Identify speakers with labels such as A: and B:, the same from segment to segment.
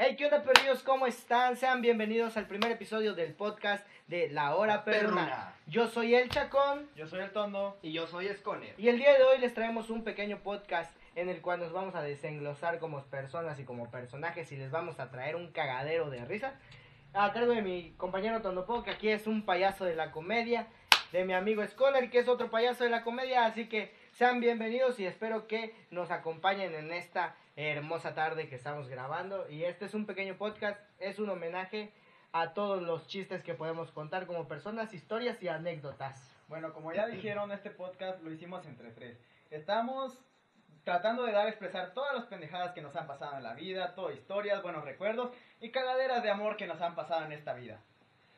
A: Hey, ¿qué onda, perdidos? ¿Cómo están? Sean bienvenidos al primer episodio del podcast de La Hora Perruna.
B: Perruna.
A: Yo soy El Chacón
B: Yo soy el Tondo. Y yo soy Esconer.
A: y el día de hoy les traemos un pequeño podcast en el cual nos vamos a desenglosar como personas y como personajes y les vamos a traer un cagadero de risa. A cargo de mi compañero Tondopo, que aquí es un payaso de la comedia, de mi amigo Scholar, que es otro payaso de la comedia, así que sean bienvenidos y espero que nos acompañen en esta hermosa tarde que estamos grabando. Y este es un pequeño podcast, es un homenaje a todos los chistes que podemos contar como personas, historias y anécdotas.
C: Bueno, como ya dijeron, este podcast lo hicimos entre tres. Estamos tratando de dar a expresar todas las pendejadas que nos han pasado en la vida, todo historias, buenos recuerdos y cagaderas de amor que nos han pasado en esta vida.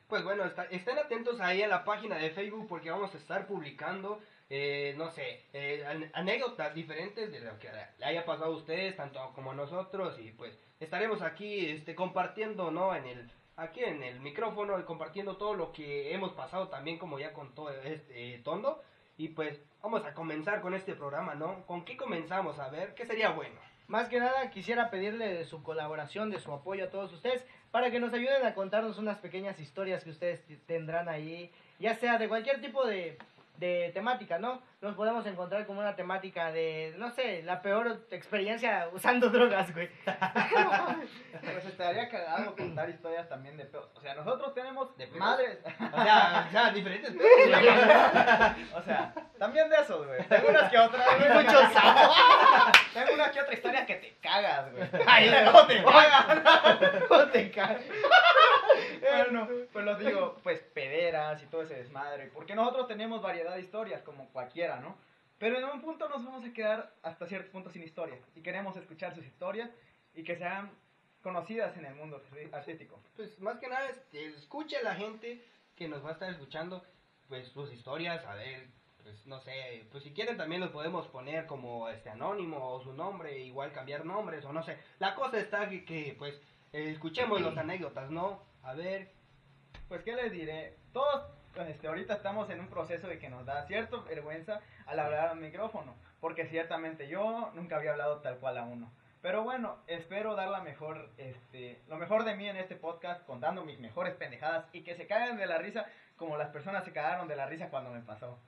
B: Pues bueno, está- estén atentos ahí a la página de Facebook porque vamos a estar publicando, eh, no sé, eh, an- anécdotas diferentes de lo que le haya pasado a ustedes, tanto como a nosotros. Y pues estaremos aquí este, compartiendo, ¿no? En el, aquí en el micrófono, y compartiendo todo lo que hemos pasado también, como ya contó este eh, Tondo. Y pues vamos a comenzar con este programa, ¿no? ¿Con qué comenzamos? A ver, ¿qué sería bueno?
A: Más que nada quisiera pedirle de su colaboración, de su apoyo a todos ustedes, para que nos ayuden a contarnos unas pequeñas historias que ustedes t- tendrán ahí, ya sea de cualquier tipo de, de temática, ¿no? Nos podemos encontrar como una temática de, no sé, la peor experiencia usando drogas, güey.
C: Pues estaría cagado contar historias también de pedos. O sea, nosotros tenemos
B: ¿De pedos?
C: madres.
B: O sea, o sea diferentes. pero-
C: O sea, también de esos, güey. Tengo unas que otras, güey.
A: Muchos sapos.
C: Tengo una que otra historia que te cagas, güey.
A: Ay, no te cagas, no te cagas.
C: Bueno, pues los digo, pues pederas y todo ese desmadre. Porque nosotros tenemos variedad de historias, como cualquiera, ¿no? Pero en un punto nos vamos a quedar hasta cierto punto sin historias. Y queremos escuchar sus historias y que sean conocidas en el mundo arti- artístico.
B: pues más que nada este, escuche a la gente que nos va a estar escuchando pues sus historias a ver pues no sé pues si quieren también los podemos poner como este anónimo o su nombre igual cambiar nombres o no sé la cosa está que, que, pues eh, escuchemos las anécdotas no a ver
C: Pues, ¿qué les diré? Todos, pues, este, ahorita estamos en un proceso de que nos da cierta vergüenza al hablar al micrófono, porque ciertamente yo nunca había hablado tal cual a uno. Pero bueno, espero dar la mejor, este, lo mejor de mí en este podcast, contando mis mejores pendejadas y que se caigan de la risa como las personas se cagaron de la risa cuando me pasó.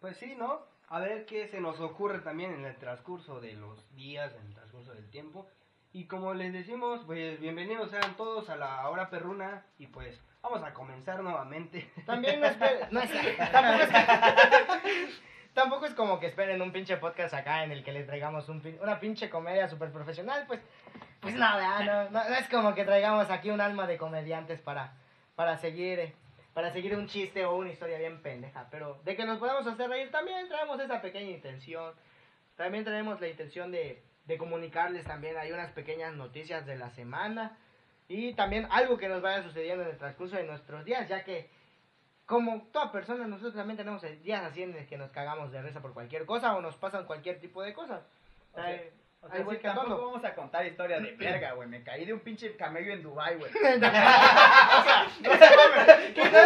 B: pues sí no a ver qué se nos ocurre también en el transcurso de los días en el transcurso del tiempo y como les decimos pues bienvenidos sean todos a la hora perruna y pues vamos a comenzar nuevamente
A: También no esperen, no es, tampoco, es, tampoco es como que esperen un pinche podcast acá en el que les traigamos un pin- una pinche comedia super profesional, pues, pues no, ¿verdad? no, no, no es como que traigamos aquí un alma de comediantes para, para seguir, eh, para seguir un chiste o una historia bien pendeja, pero de que nos podamos hacer reír también traemos esa pequeña intención, también traemos la intención de, de comunicarles también, hay unas pequeñas noticias de la semana y también algo que nos vaya sucediendo en el transcurso de nuestros días, ya que como toda persona, nosotros también tenemos días así en los que nos cagamos de risa por cualquier cosa o nos pasan cualquier tipo de cosas.
C: O sea,
A: Eh,
C: O
A: Ay,
C: sea,
A: güey,
C: sí,
A: qué
C: tampoco
A: tonto.
C: vamos a contar historias de verga, güey. Me caí de un pinche camello en Dubai, güey.
B: ¿Qué tal,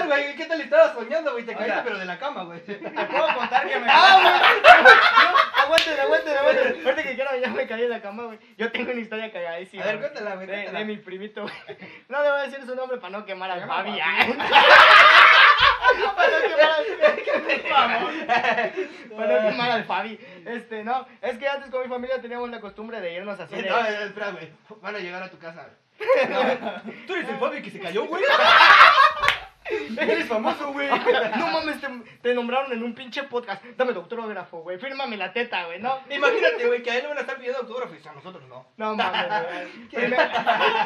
B: güey? ¿Qué tal estabas soñando, güey? Te
C: Oye.
B: caíste, pero de la cama, güey.
C: Te puedo contar
B: Ah,
C: que me
A: Aguanten, aguanten, aguanten. Ahorita que quiero, ya me caí de la cama, güey. Yo tengo una historia cagadísima.
B: A ver,
A: güey.
B: cuéntala, güey.
A: de,
B: cuéntala.
A: de mi primito, güey. No le voy a decir su nombre para no quemar al
C: Se llama
A: Fabi.
C: Joaquín.
A: ah. para no quemar al Para no quemar al Fabi. Este, no. Es que antes con mi familia teníamos la costumbre de irnos así. de-
B: No, eh, espera, güey. Van a llegar a tu casa. Tú eres el Fabi que se cayó, güey. Eres famoso, güey.
A: No mames, te, te nombraron en un pinche podcast. Dame tu autógrafo, güey. Fírmame la teta, güey, ¿no?
B: Imagínate, güey, que a él le van a estar pidiendo autógrafos y a nosotros no.
A: No mames, güey. Primer,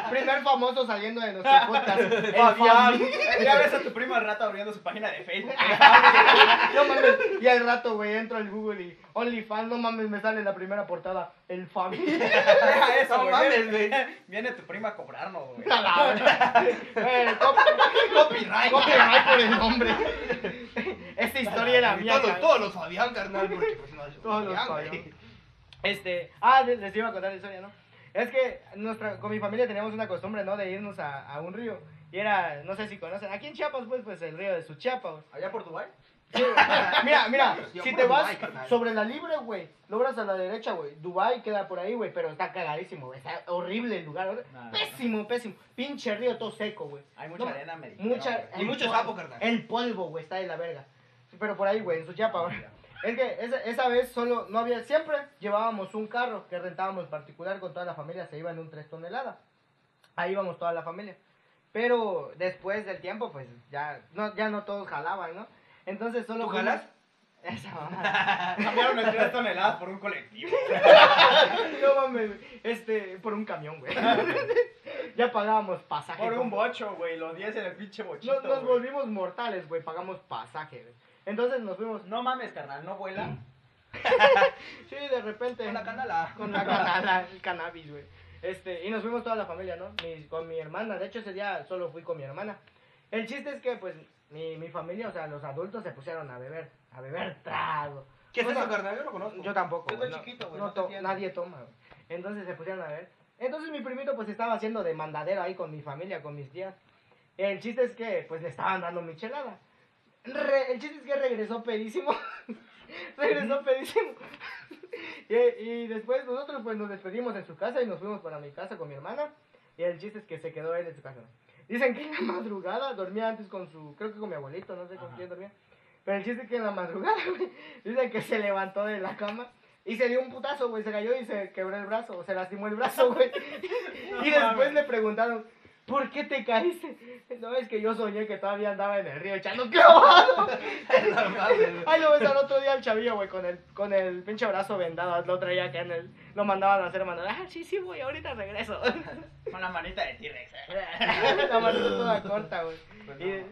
A: primer famoso saliendo de nuestro podcast. El
B: Fabián.
A: Fabi.
C: Ya ves a tu primo al rato abriendo su página de Facebook.
B: Ah,
A: No mames. Y al rato, güey, entro al Google y OnlyFans, no mames, me sale en la primera portada. El Fabi.
C: Deja eso,
B: No
C: güey.
B: mames, güey.
C: Viene tu prima a cobrarnos, güey.
A: A la verga. Eh, cop-
B: Copyright.
A: Copyright por el nombre. Esta historia era
B: Y
A: mía.
B: Todos,
A: cabrón.
B: todos los Fabián, carnal, porque pues no es
A: Todos los
B: güey.
A: Fabián. Este, ah, les, les iba a contar la historia, ¿no? Es que nuestra, con mi familia teníamos una costumbre, ¿no? De irnos a, a un río. Y era, no sé si conocen, aquí en Chiapas, pues, pues el río de Suchiapa. güey.
C: ¿Allá por Dubai?
A: Sí, mira, mira,
B: Yo
A: si
B: por
A: te
B: Dubái,
A: vas
B: carnal.
A: sobre la libre, güey, logras a la derecha, güey. Dubai queda por ahí, güey, pero está cagadísimo, güey. Está horrible el lugar. hor-
C: No, no, no.
A: Pésimo, pésimo. Pinche río todo seco, güey.
C: Hay mucha
A: No,
C: arena americana.
A: Mucha,
B: Y
A: el
B: mucho
A: polvo-
B: sapo, carnal.
A: El polvo, güey, está de la verga. Pero por ahí, güey, en su chapa, güey. Es que esa, esa vez solo, no había, siempre llevábamos un carro que rentábamos particular con toda la familia, se iba en un 3 toneladas. Ahí íbamos toda la familia. Pero después del tiempo, pues ya no, ya no todos jalaban, ¿no? Entonces solo...
B: ¿Tú
A: fuimos-
B: jalas?
A: Esa mamada.
C: Cambiaron el tres toneladas por un colectivo.
A: no mames, este, por un camión, güey. ya pagábamos pasaje.
C: Por un
A: compa.
C: bocho, güey. Los 10 en el pinche bochito.
A: nos, nos
C: güey.
A: volvimos mortales, güey, pagamos pasaje, güey. Entonces nos fuimos,
C: No mames, carnal, no vuela.
A: sí, de repente...
B: Con la candala.
A: con la canala, el cannabis, güey. Este, y nos fuimos toda la familia, ¿no? Mi- con mi hermana, de hecho ese día solo fui con mi hermana. El chiste es que, pues, mi, mi familia, o sea, los adultos se pusieron a beber, a beber trago.
B: ¿Qué es
A: Bueno,
B: eso, carnal? Yo no conozco.
A: Yo tampoco,
B: Yo
A: güey,
B: estoy
A: no-
B: chiquito, güey,
A: no
B: no te
A: to-
B: entiendo.
A: nadie toma, güey. Entonces se pusieron a beber. Entonces mi primito, pues, estaba haciendo de mandadero ahí con mi familia, con mis tías. El chiste es que, pues, le estaban dando michelada. Re- el chiste es que regresó pedísimo. regresó pedísimo. y, y después nosotros pues nos despedimos en su casa y nos fuimos para mi casa con mi hermana. Y el chiste es que se quedó él en su casa. Dicen que en la madrugada dormía antes con su, creo que con mi abuelito, no sé con
C: Ajá.
A: quién dormía. Pero el chiste es que en la madrugada, güey, dicen que se levantó de la cama y se dio un putazo, güey, se cayó y se quebró el brazo, o se lastimó el brazo, güey.
C: No
A: y después
C: mames.
A: le preguntaron, ¿por qué te caíste? No, es que yo soñé que todavía andaba en el río echando clavado.
B: No mames.
A: Ahí lo ves al otro día al chavillo, güey, con el, con el pinche brazo vendado. Lo traía acá en el. Lo mandaban a hacer mandar. Ah, sí, sí, voy, ahorita regreso.
C: Con la manita de T-Rex. eh.
A: La manita toda corta, güey.
B: Pues no.
A: Y,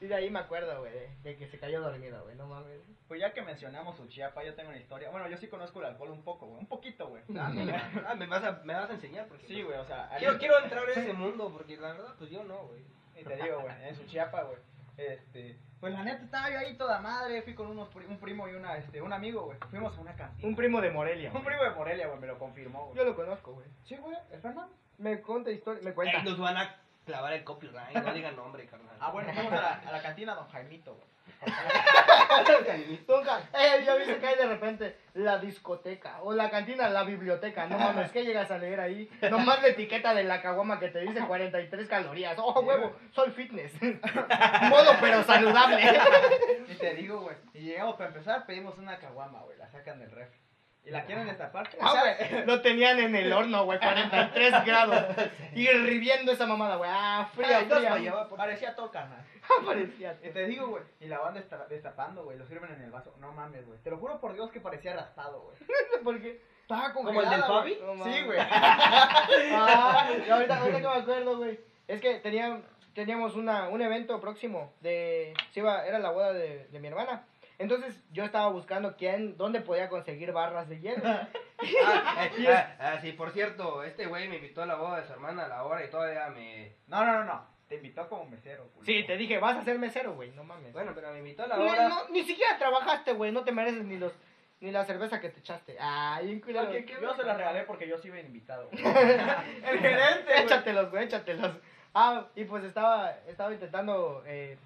A: y de ahí me acuerdo, güey, de, de que se cayó dormido, güey, no mames.
C: Pues ya que mencionamos Uchiapa, yo tengo una historia. Bueno, yo sí conozco el alcohol un poco, güey. Un poquito, güey.
B: Ah, mira. Ah, me vas a, me vas a enseñar porque
C: Sí, güey, o sea.
B: Quiero,
C: alguien-
B: quiero entrar en ese mundo porque la verdad pues yo no, güey.
C: Y te digo, güey, en su Chiapa, güey. Este, pues la neta estaba yo ahí toda madre, fui con unos pri- un primo y una, este, un amigo, güey. Fuimos a una cantina.
A: Un primo de Morelia.
C: Un primo de Morelia, güey, me lo confirmó, güey.
A: Yo lo conozco, güey.
C: Sí, güey, el Fernando.
A: Me cuenta historia. Me
B: Ey,
A: cuenta.
B: nos van a clavar el copyright, no digan nombre, carnal.
C: Ah, bueno, fuimos a la, a la cantina Don Jaimito, güey.
A: Nunca, eh, ya viste que hay de repente la discoteca o la cantina, la biblioteca. No mames, ¿qué llegas a leer ahí? Nomás la etiqueta de la caguama que te dice 43 calorías. Oh, huevo, soy fitness. Modo pero saludable.
C: Y te digo, güey, y llegamos para empezar, pedimos una caguama, güey, la sacan del refri. Y la quieren destapar. o
A: Ah,
C: sea,
A: güey, lo tenían en el horno, güey, 43 grados. Y hirviendo esa mamada, güey. Ah, fría,
B: Ay, dos
A: fría.
B: pa' allá.
C: Parecía todo carnal.
A: Parecía.
C: Y te digo, güey, y la van desta- destapando, güey, lo sirven en el vaso. No mames, güey. Te lo juro por Dios que parecía raspado, güey.
A: Porque estaba
B: el del
A: congelada,
B: Fabi?
A: güey. No mames.
C: Sí, güey.
A: Ah, y ahorita, ahorita que me acuerdo, güey. Es que tenían, teníamos una, un evento próximo de. se iba, era la boda de, de mi hermana. Entonces yo estaba buscando quién, dónde podía conseguir barras de hielo.
B: Ah, eh, ah, ah, sí, por cierto, este güey me invitó a la boda de su hermana a la hora y todavía me...
C: No, no, no, no. Te invitó como mesero, culo.
A: Sí, te dije, vas a ser mesero, güey, no mames.
B: Bueno, pero me invitó a la
A: Ni-
B: hora...
A: no, ni siquiera trabajaste, güey, no te mereces ni los ni la cerveza que te echaste. Ay, un culero.
B: Porque-
C: Yo se la regalé porque yo sí iba invitado. güey.
A: El gerente. Échatelos, güey, échatelos. Ah, y pues estaba, estaba intentando eh,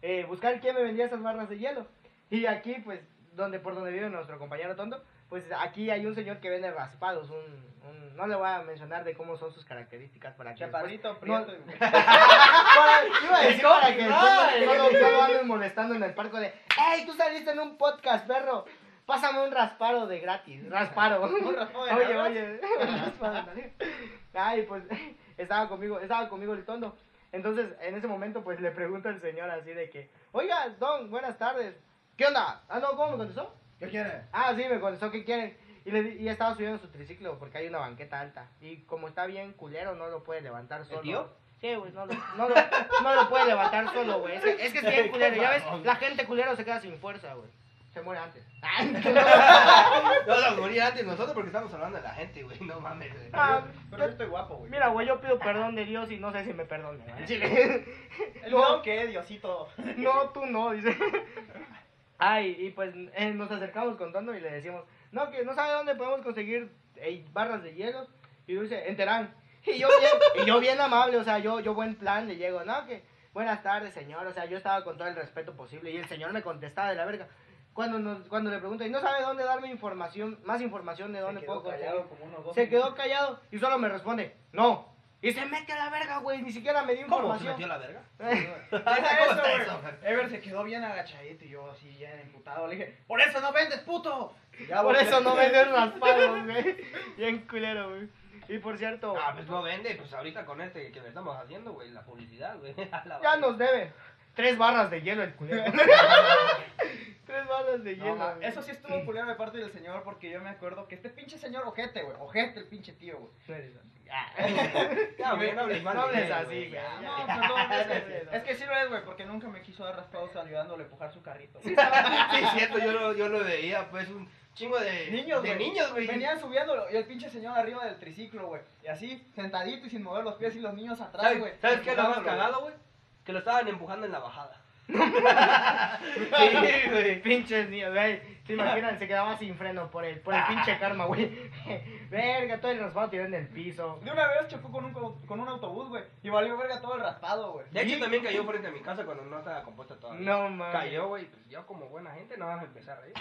A: eh, buscar quién me vendía esas barras de hielo. Y aquí, pues, donde por donde vive nuestro compañero tonto, pues aquí hay un señor que vende raspados. Un, un- no le voy a mencionar de cómo son sus características para que después-
C: Chaparrito, prieto. y-
A: para, iba a decir para que después
B: copyright.
A: no lo- no lo anden molestando en el parco de, hey, tú saliste en un podcast, perro. Pásame un rasparo de gratis, rasparo.
C: Un raspado de
A: Oye,
C: nada.
A: oye. Ay, pues estaba conmigo, estaba conmigo el tondo. Entonces, en ese momento, pues le pregunto al señor así de que, oiga, don, buenas tardes. ¿Qué onda? Ah, no, ¿cómo me contestó?
C: ¿Qué quieres?
A: Ah, sí, me contestó, ¿qué quieren? Y, le, di- y estaba subiendo su triciclo porque hay una banqueta alta. Y como está bien culero, no lo puede levantar solo.
B: tío?
A: Sí, güey, no lo, no, lo, no lo puede levantar solo, güey. Es, que- es que es bien culero. Ya ves, la gente culero se queda sin fuerza, güey. Se muere antes.
B: No, la moría antes nosotros porque estamos hablando de la gente, güey, no mames. güey.
A: Ah,
C: Pero yo estoy guapo, güey.
A: Mira, güey, yo pido perdón de Dios y no sé si me perdone. güey. Al chile.
C: El
A: no.
C: no, que Diosito.
A: No, tú no, dice. Ay, y pues eh, nos acercamos contando y le decimos, no, que no sabe dónde podemos conseguir eh, barras de hielo. Y dice, en Terán. Y yo bien, y yo bien amable, o sea, yo, yo buen plan, le llego, no, que buenas tardes, señor. O sea, yo estaba con todo el respeto posible y el señor me contestaba de la verga. Cuando, nos- cuando le pregunto, y no sabe dónde darme información, más información de dónde
C: se
A: puedo
C: quedó
A: conseguir.
C: callado como unos dos
A: Se quedó
C: minutos.
A: callado y solo me responde, no. Y se mete a la verga, güey. Ni siquiera me dio
B: ¿Cómo? ¿Se
A: información.
B: metió a la verga?
C: Era
B: ¿Cómo está
C: eso,
B: eso?
C: güey. Ever se quedó bien agachadito y yo así ya emputado le dije, por eso no vendes, puto. Y ya
A: Por
C: volteé.
A: eso no venden raspados, güey. Bien culero, güey. Y por cierto,
B: Ah, pues no vende, pues ahorita con este que le estamos haciendo, güey, la publicidad, güey. a la
A: ya
B: verga.
A: nos debe. Tres barras de hielo el culero. Tres barras de
C: No,
A: hielo.
C: ma-
A: güey.
C: eso sí estuvo culero de parte del señor porque yo me acuerdo que este pinche señor ojete, güey, ojete el pinche tío, güey.
B: Ah. Ya, güey, no hables mal
A: No
B: de
A: hables
B: él,
A: así,
B: güey,
A: güey,
B: ya,
A: ya.
C: No,
B: güey.
A: No,
C: perdón, es que,
A: no, no.
C: es que sí lo es, güey, porque nunca me quiso dar raspados ayudándole a empujar su carrito. güey.
B: Sí, es cierto, yo lo, yo lo veía, pues, un chingo de
C: Niños,
B: de
C: güey.
B: niños, güey.
C: Venían subiéndolo y el pinche señor arriba del triciclo, güey. Y así, sentadito y sin mover los pies y los niños atrás, güey.
B: ¿Sabes, ¿Sabes qué es lo más
C: empujándolo,
B: cagado, güey? Que lo estaban empujando en la bajada. sí, güey.
A: Pinches niños, güey.
B: Ah.
A: Se imaginan, se quedaba sin freno por el, por el pinche karma, güey. Verga, todo el raspado tiró en el piso.
C: güey. De una vez chocó con un, co- con un autobús, güey. Y valió verga todo el raspado, güey.
B: De hecho, también cayó frente a mi casa cuando no estaba compuesta todavía.
A: No mames.
B: Cayó, güey, pues yo como buena gente no vamos a empezar a reír.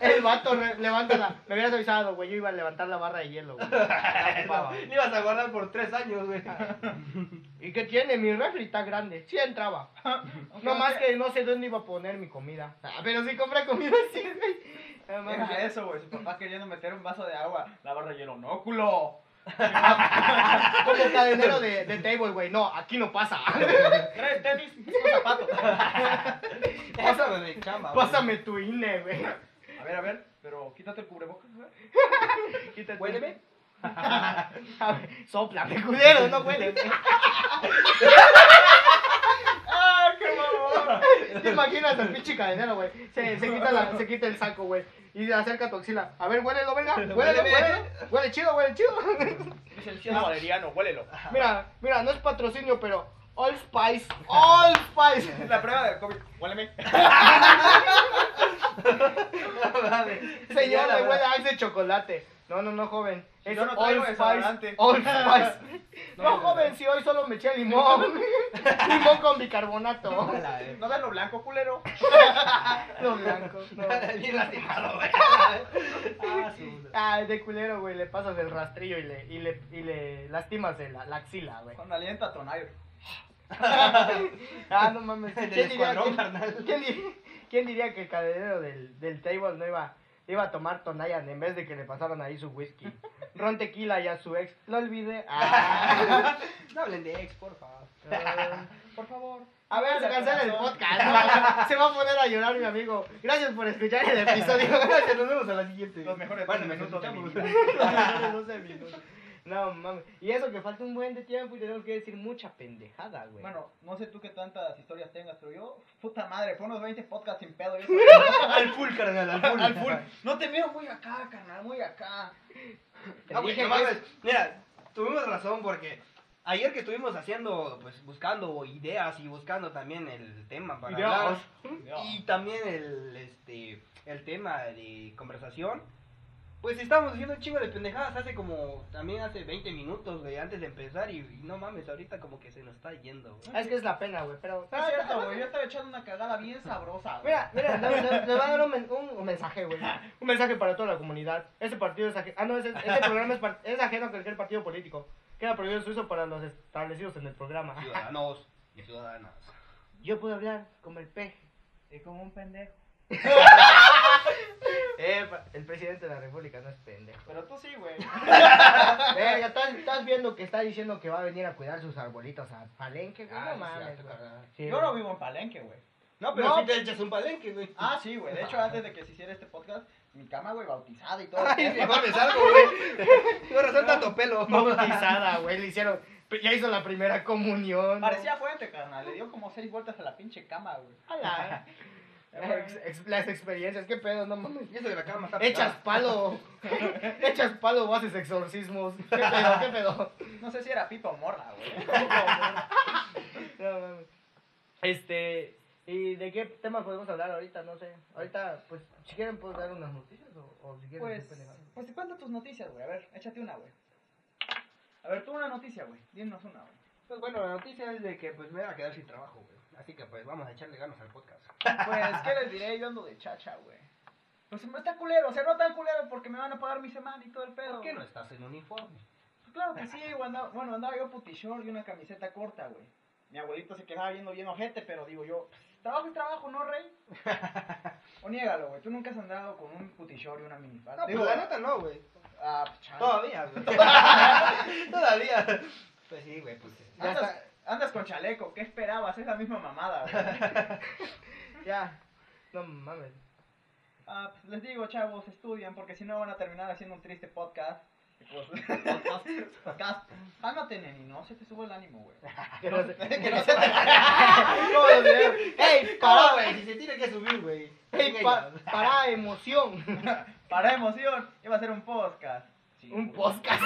A: El vato re- levanta la. Me hubieras avisado, güey. Yo iba a levantar la barra de hielo, güey. La ocupaba.
B: Le ibas a guardar por tres años, güey.
A: ¿Y qué tiene? Mi refri está grande. Sí entraba. No más que no sé dónde iba a poner mi comida. Ah, Pero si compra comida, sí, güey. No mames.
C: Era eso, güey. Su papá queriendo meter un vaso de agua. La barra de hielo, no, culo.
A: Como cadenero de, de table, güey. No, aquí no pasa.
C: Trae tenis, un zapato.
B: Pásame de chamba, güey.
A: Pásame tu INE, güey.
C: A ver, a ver, pero quítate el cubrebocas, güey.
A: Quítate.
B: Huéleme.
A: A ver, soplame, culero, no huele. güey.
C: ¡Ah, qué mamón!
A: ¿Te imaginas al pinche cadenero, güey? Se, se quita la- se quita el saco, güey. Y acerca tu axila. A ver, huélelo, venga. Huélelo,
B: Huéleme.
A: huélelo. Huele chido, huele chido.
C: Licenciado Valeriano, huélelo.
A: Mira, mira, no es patrocinio, pero All Spice, All Spice.
C: La prueba del COVID, huéleme.
B: No mames.
A: Señor,
B: Ya, la
A: le huele
B: verdad.
A: a Axe de chocolate. No, no, no, joven.
C: Si
A: Es
C: yo no
A: All
C: traigo
A: Spice.
C: desodorante.
A: All Spice. No,
B: No, no, no.
A: joven, si hoy solo me eché limón. limón con bicarbonato.
B: A la verga.
C: No veas lo blanco, culero.
A: Los blancos. No.
B: Bien lastimado, güey. Ah, su-
A: Ay, de culero, güey. Le pasas el rastrillo y le, y le, y le lastimas el- la, la axila, güey.
C: Con aliento a tonayo.
A: ah, no mames.
B: Del
A: ¿Quién diría,
B: escuadrón,
A: quién-
B: carnal.
A: quién di- quién diría que el cadenero del, del table no iba, iba a tomar Tonayan en vez de que le pasaran ahí su whisky? Ron tequila y a su ex. Lo olvidé. Ah.
B: No hablen de ex, por favor.
C: Por favor.
A: A ver, se
C: Gracias,
A: cancela el
C: corazón.
A: podcast. ¿no? Se va a poner a llorar mi amigo. Gracias por escuchar el episodio. Gracias,
B: Nos vemos a la siguiente.
C: Los mejores
B: bueno,
C: tres minutos de mi
B: minutos
C: vida.
A: no sé, mi novio. No mames. Y eso que falta un buen de tiempo y tenemos que decir mucha pendejada, güey.
C: Bueno, no sé tú qué tantas historias tengas, pero yo, puta madre, fue unos 20 podcasts sin pedo. Yo
B: Al full, carnal, al full.
C: al full. No te miro muy acá, carnal, muy acá.
A: Te
B: Ah, güey,
A: dije
B: no
A: que es-
B: mames. Mira, tuvimos razón porque ayer que estuvimos haciendo, pues buscando ideas y buscando también el tema para
A: Ideas.
B: hablar y también el, este, el tema de conversación, pues estábamos diciendo un chingo de pendejadas hace como, también hace 20 minutos, güey, antes de empezar y, y no mames, ahorita como que se nos está yendo, güey.
A: Ah, es que es la pena, güey. Pero.
C: No es cierto, güey. Yo estaba echando una cagada bien sabrosa, güey.
A: Mira, mira, le, le- le voy a dar un, men- un- un mensaje, güey. Un mensaje para toda la comunidad. Este partido es ajeno. Ah, no, ese, este programa es, par- es ajeno a cualquier partido político. Queda prohibido su uso para los establecidos en el programa.
B: Ciudadanos y ciudadanas.
A: Yo puedo hablar como el peje.
C: Y como un pendejo.
A: Eh, pa- el presidente de la república no es pendejo.
C: Pero tú sí, güey.
A: Verga, ¿estás, estás viendo que está diciendo que va a venir a cuidar sus arbolitos a Palenque, güey.
B: Ah,
A: No
B: sí,
A: mames,
B: cierto,
A: güey.
B: carnal.
A: Sí,
C: Yo no
A: güey.
C: vivo en Palenque, güey.
B: No, pero
A: No.
B: si te echas un palenque, güey.
C: Ah, sí, güey. De hecho, antes de que se hiciera este podcast, mi cama, güey, bautizada y todo.
B: Ay, sí, mames, algo, güey. No razón tanto pelo.
A: Bautizada, güey. Le hicieron. Ya hizo la primera comunión. ¿no?
C: Parecía fuente, carnal. Le dio como seis vueltas a la pinche cama, güey.
A: A la- Ex- ex- las experiencias, qué pedo, no mames.
B: Y eso de la cama está
A: Echas
B: pegada.
A: palo. Echas palo o haces exorcismos. Qué pedo, qué pedo.
C: No sé si era pipa o morra, güey.
A: No mames. Este. ¿Y de qué temas podemos hablar ahorita? No sé. Ahorita, pues, si quieren, puedo dar unas noticias o, o si quieren.
C: Pues,
A: pendejadas.
C: pues te cuento tus noticias, güey. A ver, échate una, güey. A ver, tú una noticia, güey. Dinos una, güey.
B: Pues bueno, la noticia es de que pues me voy a quedar sin trabajo, güey. Así que pues vamos a echarle ganas al podcast.
C: Pues, ¿qué les diré? Yo ando de chacha, güey. Pues no está culero, o sea, no está culero porque me van a pagar mi semana y todo el pedo. Pues,
B: ¿Por qué no estás en uniforme?
C: Claro que sí, güey, andaba- bueno, andaba yo puti short y una camiseta corta, güey. Mi abuelito se quejaba viendo bien ojete, pero digo yo, "Pues, trabajo es trabajo, ¿no, rey? o niégalo, güey, tú nunca has andado con un puti short y una minifalda.
B: No,
C: digo,
B: pues la neta no, güey.
C: ah, pues, chale.
B: Todavía, güey. Todavía. Pues sí, güey, pues.
A: Ya
C: andas,
A: está.
C: andas con chaleco, ¿qué esperabas? Es la misma mamada, güey.
A: Ya. No mames.
C: Ah, pues les digo, chavos, estudian, porque si no van a terminar haciendo un triste podcast. Y pues, podcast. Cálmate, neni, no se te sube el ánimo, güey.
A: Que Ah, no se-
B: que no se te Como los videos.
A: Ah,
B: ¡Ey, pará, güey! Si se tiene que subir, güey.
A: Ey, pa- para emoción.
C: Para emoción, iba a ser un podcast. Sí,
A: Un
C: güey.
A: podcast.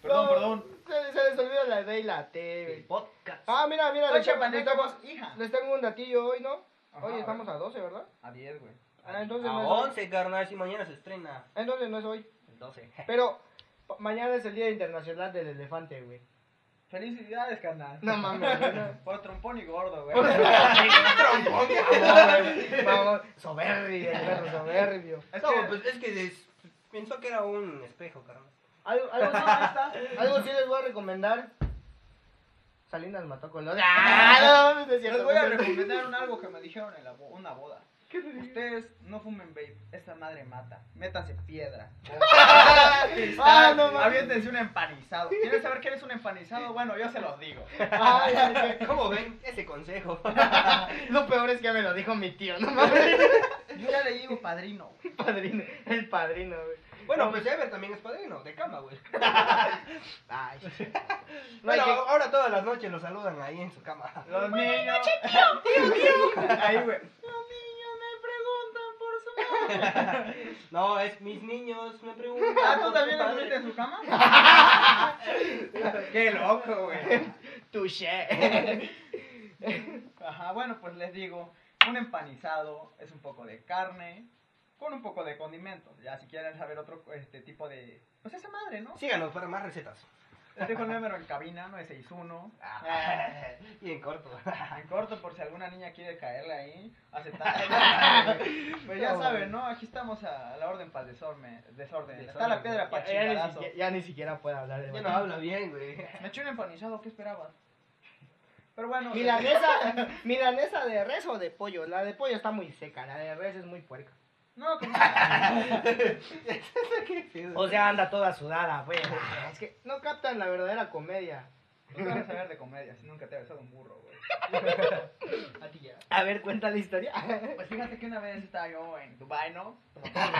C: Perdón,
A: No,
C: perdón.
A: Se, se les olvida la D y la T,
B: El
A: güey.
B: podcast.
A: Ah, mira, mira,
C: Oye,
A: les, tengo- les
C: Paneco,
A: tengo,
C: hija.
A: les tengo un datillo hoy, ¿no?
C: Ajá,
A: hoy
C: a
A: estamos
C: ver.
A: a 12, ¿verdad?
C: A 10, güey.
A: Ah, entonces
B: a
A: no es hoy.
B: 11, carnal, si mañana se estrena.
A: Ah, Entonces no es hoy.
B: El 12.
A: Pero pa- mañana es el Día Internacional del Elefante, güey.
C: Felicidades, carnal.
A: No mames, güey, no.
C: Por trompón y gordo, güey.
B: trompón!
A: Vamos, soberbio, el perro soberbio.
C: Es
B: No,
C: que-
B: pues es que des- pensó que era un espejo, carnal.
A: Algo, algo, sí, algo sí les voy a recomendar. Salinas mató con los... ¡Ah, no, no, no es cierto,
C: Les voy a
A: no es cierto.
C: recomendar un algo que me dijeron en la bo- una boda. Ustedes no fumen vape, esta madre mata. Métanse piedra.
A: Ah, no mames.
C: Aviéntense un empanizado. ¿Quieren saber qué es un empanizado? Bueno, yo se los digo.
A: Ay, ay, ay.
B: ¿Cómo ven ese consejo?
A: Lo peor es que me lo dijo mi tío, no mames.
C: Yo ya le digo padrino.
A: El padrino, el padrino, güey.
B: Bueno, pues Ever también es padrino, de cama, güey.
A: Ay, sí. No hay
B: Bueno,
A: que-
B: ahora todas las noches lo saludan ahí en su cama.
C: Los niños. Ahí, güey. Los niños me preguntan por su
B: No, es mis niños, me preguntan.
C: Ah, ¿tú
B: por
C: también
B: su
C: la
B: padre.
C: tuviste en su cama? Qué loco, güey.
A: Touché.
C: Ajá, bueno, pues les digo, un empanizado es un poco de carne con un poco de condimentos. Ya si quieren saber otro este tipo de pues esa madre, ¿no?
B: Síganos para más recetas.
C: Les dejo el número en cabina 961.
B: Ah, y en corto.
C: En corto por si alguna niña quiere caerle ahí, aceptar. pues ya
A: No,
C: saben, ¿no? Aquí estamos a la orden para el desorden. desorden. Está
B: Desorden,
C: la piedra
B: güey.
C: para
A: Ya, ya ni
C: chingadazo.
A: siquiera, ya ni siquiera puede hablar de
B: Ya no habla bien, güey.
C: Me eché un empanizado, ¿qué esperabas? Pero bueno, eh,
A: Milanesa, milanesa de res o de pollo. La de pollo está muy seca, la de res es muy puerca.
C: no, como-
B: Qué pedo.
A: O sea, anda toda sudada, güey. Es que no captan la verdadera comedia.
C: No te vas a saber de comedia si nunca te ha besado un burro, güey.
B: a ti ya.
A: A ver, cuenta la historia.
C: Pues fíjate que una vez estaba yo en Dubai, ¿no? Como todos,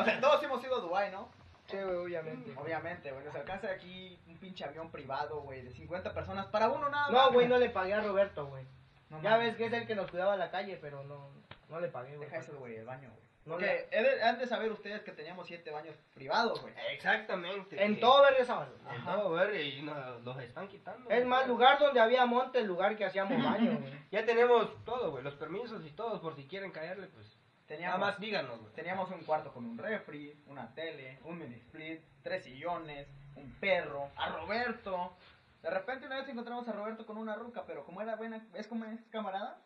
C: o sea, todos hemos ido a Dubai, ¿no?
A: Sí, güey, obviamente.
C: Obviamente, güey, nos alcanza aquí un pinche avión privado, güey, de 50 personas para uno nada más.
A: No, güey, no le pagué a Roberto, güey.
C: No
A: Ya
C: mames.
A: ves que es el que nos cuidaba la calle, pero no, no le pagué, güey.
C: Deja eso, güey, el baño, güey.
A: No
C: Porque he de- han de saber ustedes que teníamos 7 baños privados, güey.
B: Exactamente.
A: En
B: güey.
A: todo Verde Sábado.
B: En todo, ver, y nos los están quitando.
A: Es
B: güey.
A: más, lugar donde había monte, el lugar que hacíamos baño, güey.
B: Ya tenemos todo, güey. Los permisos y todos, por si quieren caerle, pues. Nada
C: Teníamos,
B: más díganos, güey.
C: teníamos un cuarto con un refri, una tele, un mini split, tres sillones, un perro, a Roberto. De repente una vez encontramos a Roberto con una ruca, pero como era buena, es como es camarada,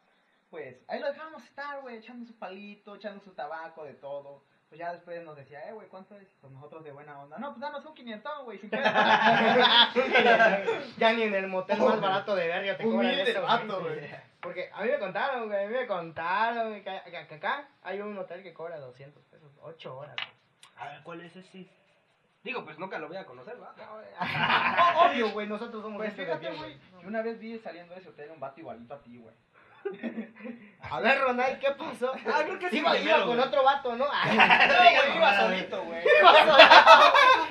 C: pues ahí lo dejábamos estar, güey, echando su palito, echando su tabaco, de todo. Pues ya después nos decía, eh, güey, ¿cuánto es? Pues nosotros de buena onda. No, pues danos un quinientón, güey, sin pedo.
A: ya ni en el motel más barato de verga te cobran
C: Humilde
A: eso,
C: vato,
A: güey.
C: güey.
A: Porque a mí me contaron, güey, a mí me contaron güey, que, que- que acá hay un hotel que cobra 200 pesos, 8 horas. güey.
B: A ver, ¿cuál es ese? Digo, pues nunca lo voy a conocer, ¿va?
A: Ah, Obvio, güey, nosotros somos
C: Pues
A: gente de
C: fíjate,
A: bien,
C: güey, yo una vez vi saliendo de ese hotel un vato igualito a ti, güey.
A: A ver, Ronald, ¿qué pasó?
B: Ah, creo que sí,
A: iba,
B: primero,
A: iba con
B: güey.
A: otro vato, ¿no? Ay,
C: No, güey, iba solito, güey.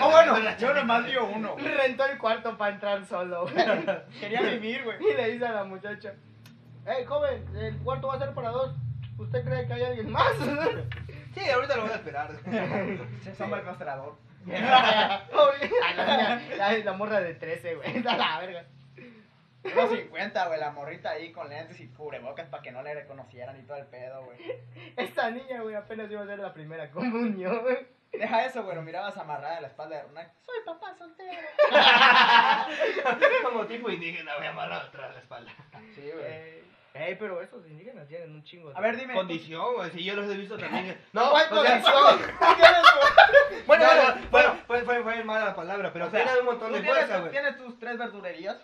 C: Ah, bueno, yo nomás vi uno, güey.
A: Rentó el cuarto para entrar solo, güey.
C: Quería vivir, güey.
A: Y le dice a la muchacha, hey, joven, el cuarto va a ser para dos. ¿Usted cree que hay alguien más?
B: Sí, ahorita lo voy a esperar.
C: Se llama el mostrador.
A: Pobre- Ay, la, niña- la- la morra de 13, güey. A la verga.
C: Unos 50, güey, la morrita ahí con lentes y cubrebocas para que no le reconocieran y todo el pedo, güey.
A: Esta niña, güey, apenas iba a ser la primera comunión. güey.
C: Deja eso, güero. Mirabas amarrada la espalda de Ronaldo. Soy papá soltero.
B: Como tipo indígena, voy amarrado atrás de la espalda.
C: Sí, güey.
A: Eh, Ey, pero esos indígenas tienen un chingo de...
C: A ver, dime.
B: Condición, güey, si yo los he visto también. No,
A: ¿Cuál
B: o sea,
A: condición?
C: ¿Tú tienes, güey?
B: Bueno,
C: No,
B: bueno, bueno, fue, fue, fue mala la palabra, pero
C: O sea,
B: tienen un montón
C: ¿Tú
B: de
C: tienes,
B: fuerza,
C: tus-
B: güey.
C: tienes tus tres verdurerías?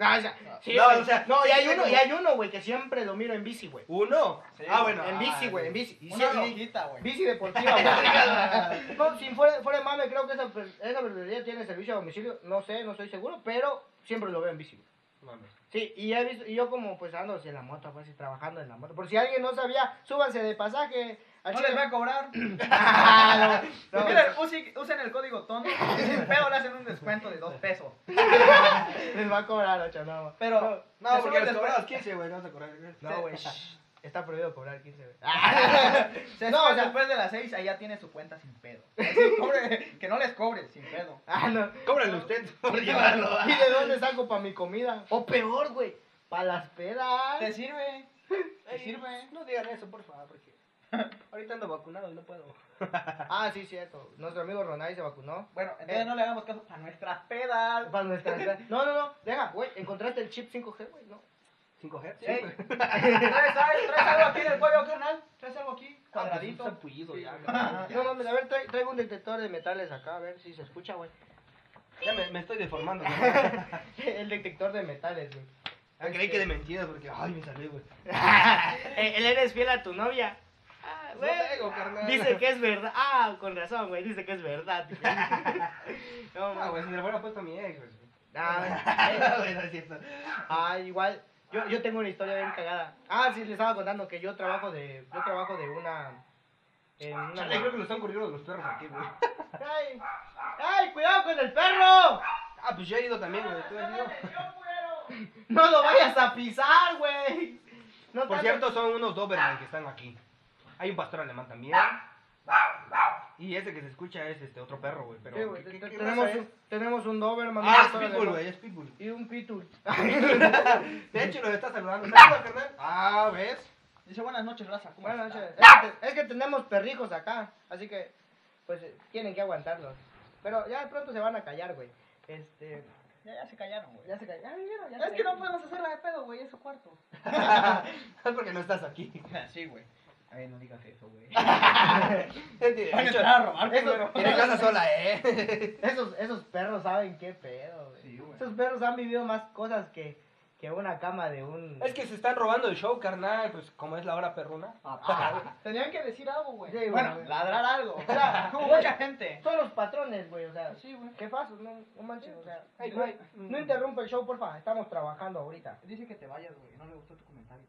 A: Ah, o sea, sí,
B: No,
A: güey.
B: o sea,
A: no, y
B: sí,
A: hay uno,
B: como-
A: y hay uno, güey, que siempre lo miro en bici, güey.
B: Uno.
C: Sí,
B: ah,
C: güey,
B: bueno.
A: en
B: ah,
A: bici, güey, en bici. Y
C: Una
A: sí, y-
C: rojita, güey.
A: bici deportiva, güey. no, si fuera, fuera de mame, creo que esa, per- esa verdulería tiene servicio a domicilio. No sé, no estoy seguro, pero siempre lo veo en bici, güey.
B: Mames.
A: Sí, y he visto, y yo como pues ando en la moto, pues y trabajando en la moto. Por si alguien no sabía, súbanse de pasaje. al
C: No
A: chile.
C: les voy a cobrar.
A: Ah, no, no.
C: Miren, usi- usen el código tono. y Sin pedo le hacen un descuento de dos pesos.
A: Les va a cobrar, ocho, no.
C: Pero-
B: No,
C: Te
B: porque
C: suben
B: les
C: después.
B: cobrabas 15, güey, no te acordás.
A: No, güey. shh, Está prohibido cobrar 15 veces. Ah,
C: Se
A: No,
C: suben
A: o sea-
C: después de las seis, allá tiene su cuenta sin pedo. Así, cobre- que no les cobres, sin pedo.
A: Ah, no.
B: Cóbrale usted por llevarlo.
A: ¿Y de dónde saco para mi comida? O peor, güey. Para las
C: Te
A: pedas.
C: sirve. Te sirve.
B: No digan eso, por favor, porque ahorita ando vacunado y no puedo.
A: Ah, sí, cierto. Nuestro amigo Ronay se vacunó.
C: Bueno, entonces
A: Eh.
C: no le hagamos caso a nuestras pedas.
A: Para nuestras... No, no, no. Deja, güey. Encontraste el chip 5G, güey. No.
B: 5G, sí.
C: Ey, ¿traes, algo- traes algo aquí del pollo, carnal? ¿Traes algo aquí? Cuadradito. Ah,
B: Zapullido ya.
A: No mames, a ver, tra- traigo un detector de metales acá, a ver si se escucha, güey.
B: Ya me, me estoy deformando. ¿no?
A: El detector de metales, güey.
B: Ah, creí que de mentiras porque, ay, me salió, güey.
A: Eh, Él eres fiel a tu novia. Ah,
B: No
A: güey.
B: tengo, carnal.
A: Dice que es verdad. Ah, con razón, güey. Dice que es verdad. no,
B: No,
A: mames.
B: güey, si le hubiera puesto a mi ex, güey.
A: Ah,
B: No, güey, no es cierto.
A: Ah, igual. Yo, yo tengo una historia bien cagada. Ah, sí, les estaba contando que yo trabajo de. Yo trabajo de una. En una
B: Chale, creo que lo están corriendo los perros aquí, güey.
A: ¡Ay! ¡Ay, cuidado con el perro!
B: Ah, pues yo he ido también, güey. ¿Tú has ido?
A: ¡No lo vayas a pisar, güey! No
B: Por
A: tanto-
B: cierto, son unos Doberman que están aquí. Hay un pastor alemán también. Y ese que se escucha es este otro perro, güey. Pero
A: Sí, güey,
B: ¿qué-
A: te-
B: qué-
A: te-
B: qué
A: tenemos,
B: raza
A: un,
B: es?
A: tenemos un Doberman. un
B: Ah, es
A: pastor
B: Pitbull,
A: alemán
B: güey, es Pitbull.
A: Y un Pitbull.
B: De hecho, los está saludando. ¿Saluda, carnal? Ah, ¿ves?
C: Dice, buenas noches, raza. ¿Cómo
A: Bueno,
C: está?"
A: che,
B: Ah.
A: es, que, es que tenemos perrijos acá, así que pues eh, tienen que aguantarlos. Pero ya de pronto se van a callar, güey. Este,
C: Ya, ya se callaron, güey.
A: ya se callaron, ya,
C: Es que no podemos hacerla de pedo, güey, es su cuarto.
B: Es porque no estás aquí.
C: Sí, güey. A ver, no digas eso, güey.
B: Van
C: entrar a robar,
B: Eso,
C: culero.
B: tiene casa sola, eh.
A: Esos, esos perros saben qué pedo, güey.
C: Sí, güey.
A: Esos perros han vivido más cosas que, que una cama de un...
B: Es que se están robando el show, carnal. Pues como es la hora perruna.
C: Ah, Tenían que decir algo, güey.
A: Sí, güey.
C: bueno, ladrar algo. O sea, hubo mucha gente.
A: Son los patrones, güey, o sea...
C: Sí, güey.
A: ¿Qué pasos? No, no manches, o sea...
B: Ay,
A: no,
B: güey.
A: no interrumpa el show, porfa, estamos trabajando ahorita.
C: Dice que te vayas, güey. No le gustó tu comentario.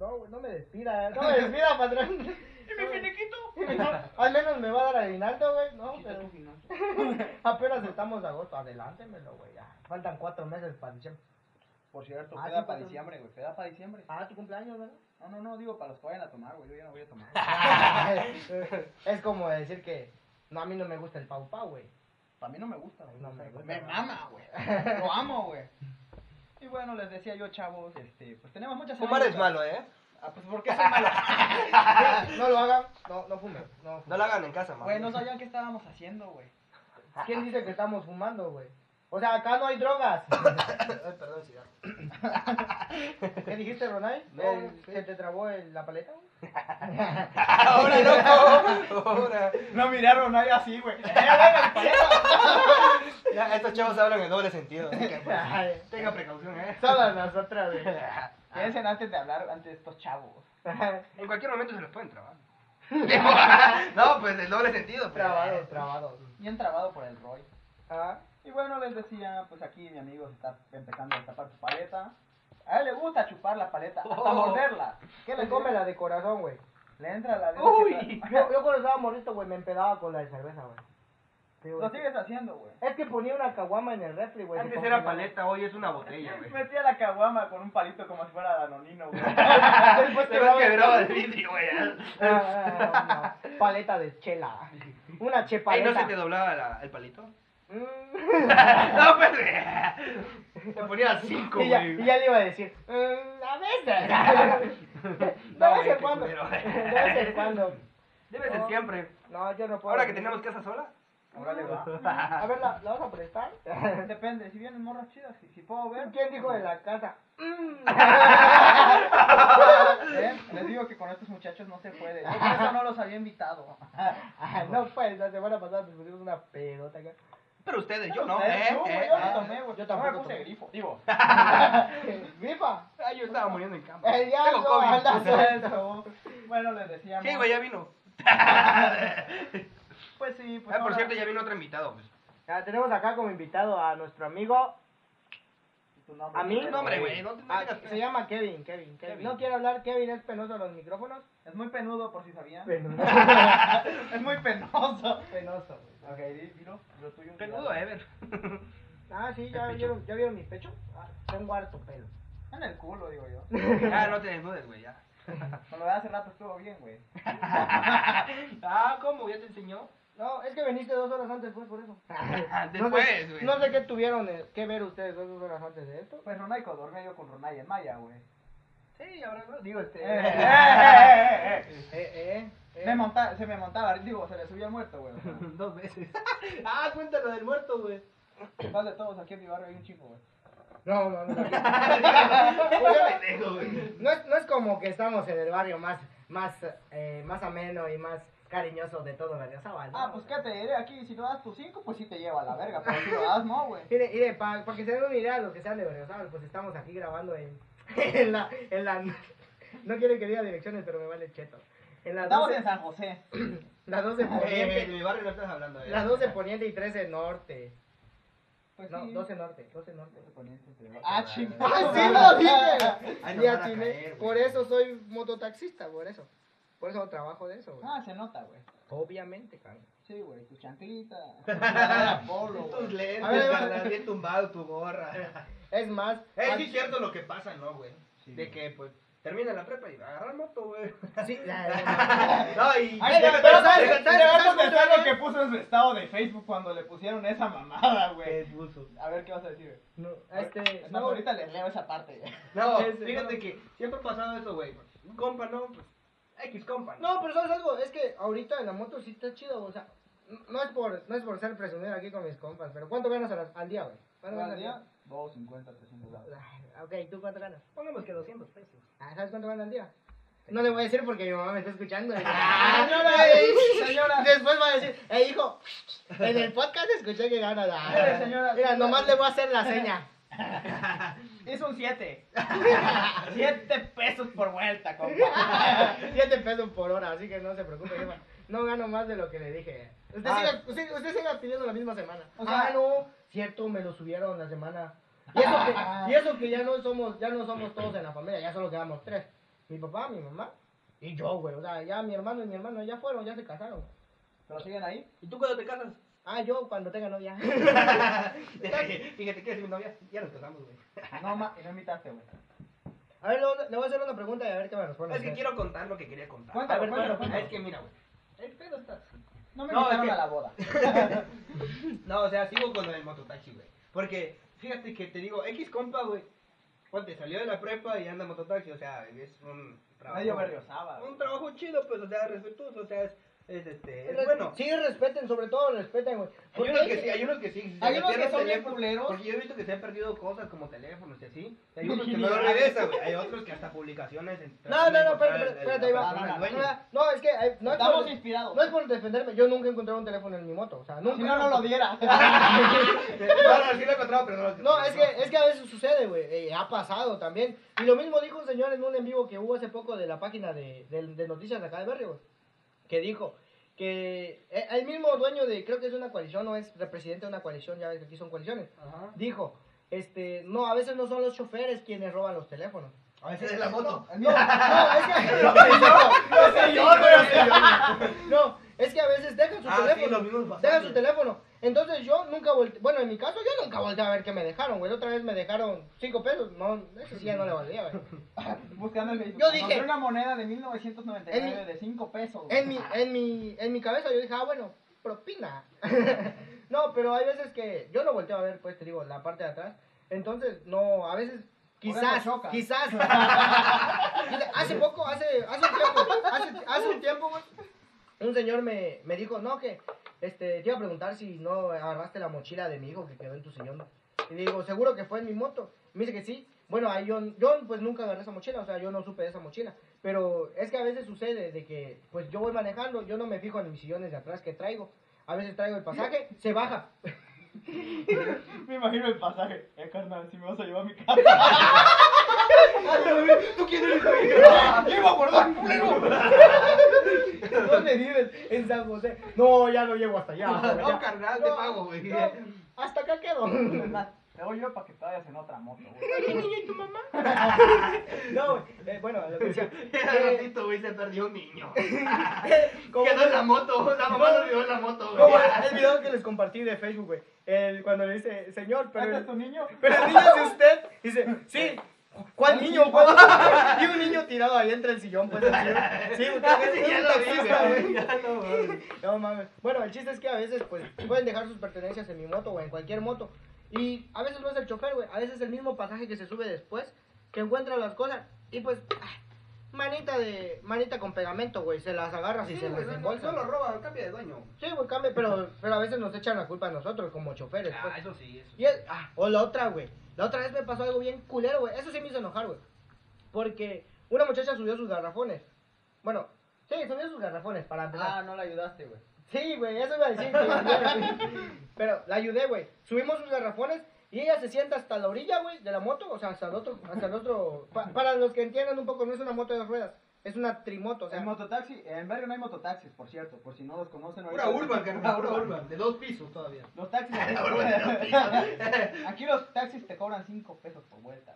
A: No, güey, no me despida, eh, no me despida, patrón.
C: ¿Y mi finiquito?
A: Al menos me va a dar aguinaldo, güey, no,
C: Quita
A: pero...
C: tu finanza.
A: Apenas estamos de agosto, adelántemelo, güey. ya. Faltan cuatro meses para diciembre.
C: Por cierto,
A: Ah,
C: queda
A: sí,
C: para
A: patrón.
C: diciembre, güey. Queda para diciembre.
A: Ah, tu cumpleaños, ¿verdad?
C: No, no, no, digo para los que vayan a tomar, güey. Yo ya no voy a tomar.
A: es como decir que no, a mí no me gusta el pau pau, güey.
C: Para mí no me gusta, güey.
A: No me gusta.
C: Me mama, güey. Lo amo, güey. Y bueno, les decía yo, chavos, este, pues tenemos muchas
B: Fumar es
C: anécdotas.
B: malo, eh.
C: Ah, pues ¿por qué soy malo?
A: No lo hagan, no, no fumen. No, fumen.
B: No lo hagan en casa, mamá.
C: Güey, no sabían qué estábamos haciendo, güey.
A: ¿Quién dice que estamos fumando, güey? O sea, acá no hay drogas.
B: Ay, Perdón, cigarro.
A: ¿Qué dijiste, Ronay?
B: No,
A: El-
B: sí.
A: ¿Se te trabó el- la paleta? güey?
B: Ahora, loco. Ahora.
C: No miraron nadie así, Eh, güey.
B: Ya, estos chavos hablan en doble sentido. así que, pues,
A: Ay,
B: Tenga precaución, eh.
A: Todas las otras, güey.
C: Piensen antes de hablar ante estos chavos.
B: En cualquier momento se los pueden trabar. no, pues el doble sentido. pues.
A: Trabados, trabados.
C: Bien trabado por el Roy.
A: Ah,
C: Y bueno, les decía, pues aquí mi amigo se está empezando a destapar su paleta. A él le gusta chupar la paleta, hasta
B: Oh.
C: morderla.
A: ¿Qué le come la de corazón, güey?
C: Le entra la de...
B: Uy.
A: Yo, yo cuando estaba morrito, güey, me empedaba con la de cerveza, güey. Sí, güey.
C: Lo sigues haciendo, güey.
A: Es que ponía una caguama en el refri, güey.
B: Antes
A: se
B: era
A: congelaba.
B: paleta, hoy es una botella, güey.
C: Metía la caguama con un palito como si fuera danonino, güey.
A: Después
B: Se
A: te
B: me ha
A: daba-
B: quebrado el vidrio, güey.
A: Ah, no, Paleta de chela. Una
B: Ay,
A: chepaleta.
B: ¿no se te doblaba la- el palito?
A: Mm.
B: No, pues, güey. Se ponía cinco,
A: y, ya, y
B: güey.
A: ya le iba a decir, mm, a veces. De
B: No,
A: vez
B: güey,
A: en
B: qué
A: cuando.
B: culero.
A: De vez en cuando.
B: Debe ser
A: No.
B: siempre.
A: No, yo no puedo.
B: Ahora que tenemos casa sola.
C: Órale, va.
A: A ver, ¿la, la vas a prestar?
C: Depende, si vienen morras chidas, si, si puedo ver.
A: ¿Quién dijo de la casa? Mm.
C: ¿Eh? Les digo que con estos muchachos no se puede. Yo por eso no los había invitado.
A: Ah, no, pues, la semana pasada nos pusimos una pelota acá.
B: Pero ustedes, yo no.
C: Ustedes,
B: eh,
C: yo, güey,
B: eh,
C: yo no
B: eh.
C: tomé, güey.
A: Yo
C: No me
A: tampoco
C: puse
A: tomé.
C: grifo. Digo,
A: ¡Gripa!
B: Ay, Ah, yo estaba muriendo en campo.
A: El diablo,
B: Tengo COVID.
A: anda.
C: eso. Bueno, les decíamos.
B: Sí, güey, ya vino.
C: Pues sí, pues.
B: Ah, por
C: ahora-
B: cierto, ya vino otro invitado. Pues.
A: Ah, tenemos acá como invitado a nuestro amigo.
C: Tu nombre,
A: A mí,
C: tu
B: No, hombre,
A: güey.
B: güey, no te no
A: ah,
B: tengas
A: se llama Kevin, Kevin, Kevin.
B: Kevin.
A: No quiero hablar, Kevin es penoso a los micrófonos.
C: Es muy penudo, por si sabían.
A: Penoso.
C: Es muy penoso.
A: penoso, güey.
C: Ok, di- dilo, lo tuyo.
B: Peludo, Ever.
A: Ah, sí, ya
B: El pecho.
A: vieron, ya vieron mis pechos. Ah, tengo harto pelo.
C: En el culo, digo yo.
B: Ya, no te desnudes, güey, ya.
C: Con lo de hace rato estuvo bien, güey.
B: Ah, ¿cómo? ¿Ya te enseñó?
A: No, es que viniste dos horas antes, pues por eso.
B: Después,
A: no
B: güey.
A: sé, no sé qué tuvieron eh, que ver ustedes dos, dos horas antes de esto.
C: Pues Ronay dormía yo con Ronay en Maya, güey.
B: Sí, ahora no. Digo,
C: Eh,
B: este.
C: eh, eh, eh, eh.
A: Eh, eh, eh.
C: Me monta- se me montaba, digo, se le subió el muerto, güey. o sea.
B: Dos veces. ah, cuéntalo del muerto, güey.
C: Más de todos aquí en mi barrio hay un chico, güey.
A: No, no, no.
B: pendejo, güey.
A: No es, no es como que estamos en el barrio más, más, eh, más ameno y más cariñoso de todo Berriozabal. ¿no?
C: Ah, pues qué te diré aquí, si no das tus cinco, pues sí te lleva a la verga, pero si lo das, no, güey.
A: Mire, mire, para que se den una idea de los que sean de Berriozabal, pues estamos aquí grabando en, en la, en la... No quieren que diga direcciones, pero me vale cheto. En las
C: Estamos
A: 12,
C: en San José.
A: las 12
B: Eh, de
A: poniente,
B: mi barrio no estás hablando, eh.
A: las 12 poniente y 13 norte.
C: Pues
A: No,
C: sí.
A: 12 norte, 12 norte.
C: Ah, chingada.
A: ¡Ah, sí lo dije!
B: Ay,
A: Le
B: nos van a
A: atiné.
B: caer, güey.
A: por eso soy mototaxista, por eso. Por eso trabajo de eso, güey.
C: Ah, se nota, güey.
A: Obviamente, cara.
C: Sí, güey, tu chanclita. tu polo, güey.
B: Tus lentes,
A: A ver,
B: carnal,
A: a ver.
B: bien tumbado tu gorra.
A: Es más,
B: Es
A: an-
B: sí, es cierto lo que pasa, ¿no, güey?
C: Sí.
B: de que, pues, termina la prepa y agarra moto, güey.
A: sí,
B: No, y...
C: Ay,
A: Pero,
C: pero,
A: pero,
C: ¿sabes,
A: ¿sabes-
C: ¿sabes,
A: sabes- sabes
C: pensar lo que puso en su estado de Facebook cuando le pusieron esa mamada, güey?
B: puso?
C: A ver, ¿qué vas a decir? güey?
A: no, este,
C: Es más,
A: no,
C: ahorita les leo esa parte, güey.
B: No,
A: Ese,
B: fíjate
A: no.
B: que siempre ha pasado eso, güey. Un compa, ¿no? Pues, X compa.
A: No, pero sabes algo, es que ahorita en la moto sí está chido, o sea, no es por, no es por ser presumido aquí con mis compas, pero ¿cuánto ganas a la- al día, güey? ¿Cuánto ganas
C: Al día, 250, 300 dólares.
A: Ah, Ok, ¿tú cuánto ganas?
B: Pongamos que 200 pesos.
A: Ah, ¿Sabes cuánto ganas al día? No le voy a decir porque mi mamá me está escuchando.
C: Ah, señora,
A: Ey,
C: señora.
A: Después va a decir, eh, hijo, en el podcast escuché que ganas. Ah,
C: Mire,
A: Mira,
C: señora, señora.
A: nomás le voy a hacer la seña.
C: Es un 7. 7 pesos por vuelta, compa.
A: 7 pesos por hora, así que no se preocupe, jefa. No gano más de lo que le dije. Usted,
B: Ah.
A: siga, usted, usted siga pidiendo la misma semana.
C: O sea-
A: ah, no, cierto, me lo subieron la semana. Y eso que, y eso que ya, no somos, ya no somos todos en la familia, ya solo quedamos tres. Mi papá, mi mamá y yo, güey. O sea, ya mi hermano y mi hermano ya fueron, ya se casaron.
C: ¿Pero siguen ahí?
B: ¿Y tú cuándo te casas?
A: Ah, yo cuando tenga novia.
B: fíjate que es mi novia. Ya nos casamos, güey.
C: No, ma, y no invitaste, güey.
A: A ver, le, le voy a hacer una pregunta y a ver qué me responde.
B: Es que
A: usted.
B: quiero contar lo que quería contar.
C: Cuéntalo,
B: A ver,
C: cuéntalo,
B: bueno,
C: cuéntalo.
B: Es que mira, güey. El pedo está así.
C: No me
B: No,
C: invitaron
B: es que-
C: a la boda.
B: No, o sea, sigo con lo del mototaxi, güey. Porque, fíjate que te digo, X compa, güey. Ponte, salió de la prepa y anda en mototaxi. O sea, es un trabajo.
C: Medio berriosaba.
B: Un trabajo chido, pues, o sea, respetuoso. O sea, es, es este. Es
A: Res-
B: bueno.
A: Sí, respeten, sobre todo respeten, güey.
B: Hay unos que sí, hay unos que sí.
C: Hay unos que
B: perdieron
C: son bien
B: teléfonos,
C: culeros.
B: Porque yo he visto que se han perdido cosas como teléfonos y así. y Hay unos que no lo regresan, güey. Hay otros que hasta publicaciones. en-
A: No, no, no,
B: encontrar
A: espérate,
B: el-
A: espérate, espérate,
B: el- la
A: ahí va.
B: persona, el
A: No,
B: dueño.
A: no, No, es que eh, no es,
C: Estamos
A: por,
C: inspirados.
A: no es por defenderme, yo nunca he encontrado un teléfono en mi moto, o sea, nunca.
C: Si no, no lo diera.
B: No, no, sí lo he encontrado, pero no lo-
A: No, es que, es que a veces sucede, güey, eh, ha pasado también. Y lo mismo dijo un señor en un en vivo que hubo hace poco de la página de, de, de noticias de acá de Barrio, güey, que dijo que eh, el mismo dueño de, creo que es una coalición, o es represidente de una coalición, ya ves que aquí son coaliciones,
B: Ajá.
A: dijo, este, no, a veces no son los choferes quienes roban los teléfonos.
B: A veces es la moto.
A: No, no, es que...
B: No, señor,
A: No, es que a veces dejan su
B: Ah, sí,
A: teléfono.
B: los mismos pasajes.
A: dejan su teléfono. Entonces yo nunca volteé. Bueno, en mi caso yo nunca volteé a ver qué me dejaron, güey. Otra vez me dejaron 5 pesos. No, eso sí ya no le valía, güey.
C: Buscando el Facebook.
A: Yo dije-
C: Encontré una moneda de
A: En
C: 1999
A: mi-
C: de 5 pesos. güey.
A: En mi, en mi, en mi cabeza yo dije, ah, bueno, propina. no, pero hay veces que yo no volteo a ver, pues te digo, la parte de atrás. Entonces, no, a veces.
C: Por
A: Quizás,
C: eso choca.
A: quizás. hace poco, hace, hace un tiempo, hace, hace un tiempo, güey, un un señor me, me dijo, no, que este, te iba a preguntar si no agarraste la mochila de mi hijo que quedó en tu sillón. Y le digo, seguro que fue en mi moto. Y me dice que sí. Bueno, ahí yo, yo pues nunca agarré esa mochila, o sea, yo no supe de esa mochila. Pero es que a veces sucede de que, pues yo voy manejando, yo no me fijo en mis sillones de atrás que traigo. A veces traigo el pasaje, se baja.
C: Me imagino el pasaje. Eh, carnal, si me vas a llevar a mi casa.
B: ¿Tú quién eres?
C: ¡Llego a guardar, culero!
A: ¿Dónde vives? En San José. No, ya no llego hasta allá. joven, ya.
B: No, carnal, te
A: No,
B: pago, güey.
A: no, hasta acá quedo.
C: Te voy yo para que te vayas en otra moto, güey.
A: ¿Y tu mamá? No, güey, eh, bueno, lo que decía.
B: Al
A: eh,
B: ratito, güey, se perdió un niño.
A: como-
B: Quedó en la moto, la mamá lo vio en la moto,
A: Como
B: güey.
A: el, el video que les compartí de Facebook, güey. El- cuando le dice, señor, pero
C: ¿Este es
A: el,
C: tu niño?
A: pero el niño es de usted. Dice, sí. ¿Cuál niño? ¿Cuál? Y un niño tirado ahí entre el sillón, pues. el señor. Sí, usted es
B: Ya
A: un
B: lo vi,
A: taxista,
B: güey.
A: güey.
B: Ya lo vi.
A: No mames. Bueno, el chiste es que a veces, pues, pueden dejar sus pertenencias en mi moto o en cualquier moto. Y a veces no es el chofer, güey. A veces es el mismo pasaje que se sube después, que encuentra las cosas. Y pues, ah, manita de manita con pegamento, güey. Se las agarras y
B: Sí,
A: se
B: güey,
A: las
B: no,
A: desembolsa.
B: no lo roban, cambia de dueño.
A: Sí, güey, cambia, pero, pero a veces nos echan la culpa a nosotros como choferes. pues.
B: Ah, eso sí, eso.
A: Y es- ah, o la otra, güey. La otra vez me pasó algo bien culero, güey. Eso sí me hizo enojar, güey. Porque una muchacha subió sus garrafones. Bueno, sí, subió sus garrafones para empezar.
D: Ah, no la ayudaste, güey.
A: Sí, güey, eso iba a decir. güey. Pero la ayudé, güey. Subimos sus garrafones y ella se sienta hasta la orilla, güey, de la moto, o sea, hasta el otro, hasta el otro. pa- para los que entiendan un poco, no es una moto de dos ruedas, es una trimoto, o sea,
C: El mototaxi, en barrio no hay mototaxis, por cierto, por si no los conocen.
B: Pura
C: ahorita-
B: urban, carnal, pura urban. De dos pisos todavía.
C: Los taxis. aquí los taxis te cobran 5 pesos por vuelta,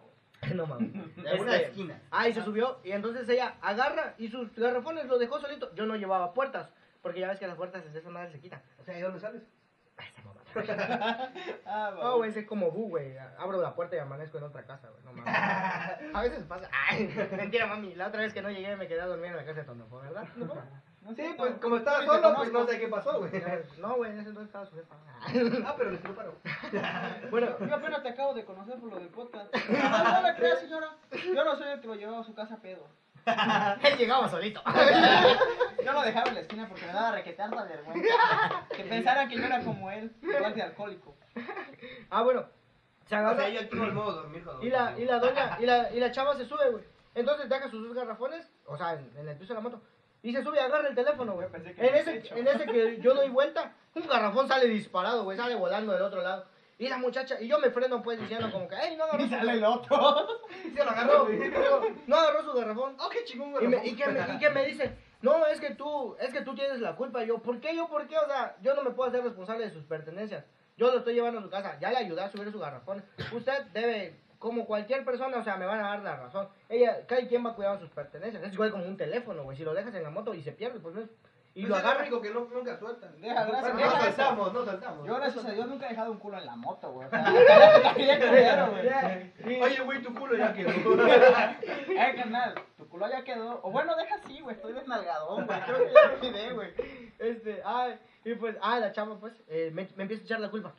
C: güey.
A: no mames.
B: De una
A: Este,
B: esquina.
A: Ah, y se subió y entonces ella agarra y sus garrafones lo dejó solito. Yo no llevaba puertas, porque ya ves que las puertas de esa madre se quitan.
B: O sea, ¿y dónde sales?
A: Ah, esa mamada.
C: Ah, va,
A: No, güey, ese es como bu, güey. Abro la puerta y amanezco en otra casa, güey. No mames. A veces pasa. Ay, mentira, mami. La otra vez que no llegué me quedé a dormir en la casa de Tonofo, ¿verdad? Tonofo?
C: No sé,
B: Sí, pues
C: no.
B: como estaba
C: Yo ni te
B: solo, pues no
C: conozco.
B: sé qué pasó, güey.
A: No, güey, en ese entonces estaba su jefa.
B: Ah, pero les preparo.
A: Bueno,
D: Yo apenas te acabo de conocer por lo del podcast. No, no me creas, señora. Yo no soy el que lo llevaba a su casa pedo.
A: él llegaba solito.
D: Yo lo dejaba en la esquina porque me daba requetarda de vergüenza. Que pensaran que yo era como él, igual de alcohólico.
A: Ah, bueno. Se
B: O
A: agarra
B: sea, yo activo el modo dormir, joder.
A: y la, y la doña, y la, y la chava se sube, güey. Entonces deja sus dos garrafones, o sea, en, en el piso de la moto. Y se sube y agarra el teléfono, güey.
C: Yo pensé que
A: En
C: me
A: ese,
C: habías dicho.
A: en ese que yo doy vuelta, un garrafón sale disparado, güey, sale volando del otro lado. Y la muchacha, y yo me freno pues diciendo como que, ey, no agarró
C: Y
A: su
C: sale el otro.
B: Se lo agarró,
A: No,
B: güey.
A: digo, no agarró su garrafón.
B: Oh, qué chingón,
A: Y,
B: güey.
A: me, y, que me, y que me dice, no, es que tú, es que tú tienes la culpa. Y yo, ¿por qué? Yo, ¿por qué? O sea, yo no me puedo hacer responsable de sus pertenencias. Yo lo estoy llevando a su casa, ya le ayudé a subir su garrafón. Usted debe, como cualquier persona, o sea, me van a dar la razón. Ella, cada quien va a cuidar sus pertenencias. Es igual como un teléfono, güey. Si lo dejas en la moto y se pierde, pues no es... Y
B: Pues
A: lo
B: es lo
A: agarra.
B: único que no, nunca sueltan.
D: Deja, gracias,
B: Bueno,
D: deja
B: No
D: eso.
B: saltamos, no saltamos.
D: Yo, gracias a Dios, nunca he dejado un culo en la moto, güey. O sea, ya te quería culero, güey.
B: Oye, güey, tu culo ya quedó.
D: Eh, carnal, tu culo ya quedó. O bueno, deja así, güey. Estoy desnalgadón, güey. Creo que ya me olvidé, güey.
A: Este, ay, y pues, ah, la chava, pues, eh, me, me empieza a echar la culpa.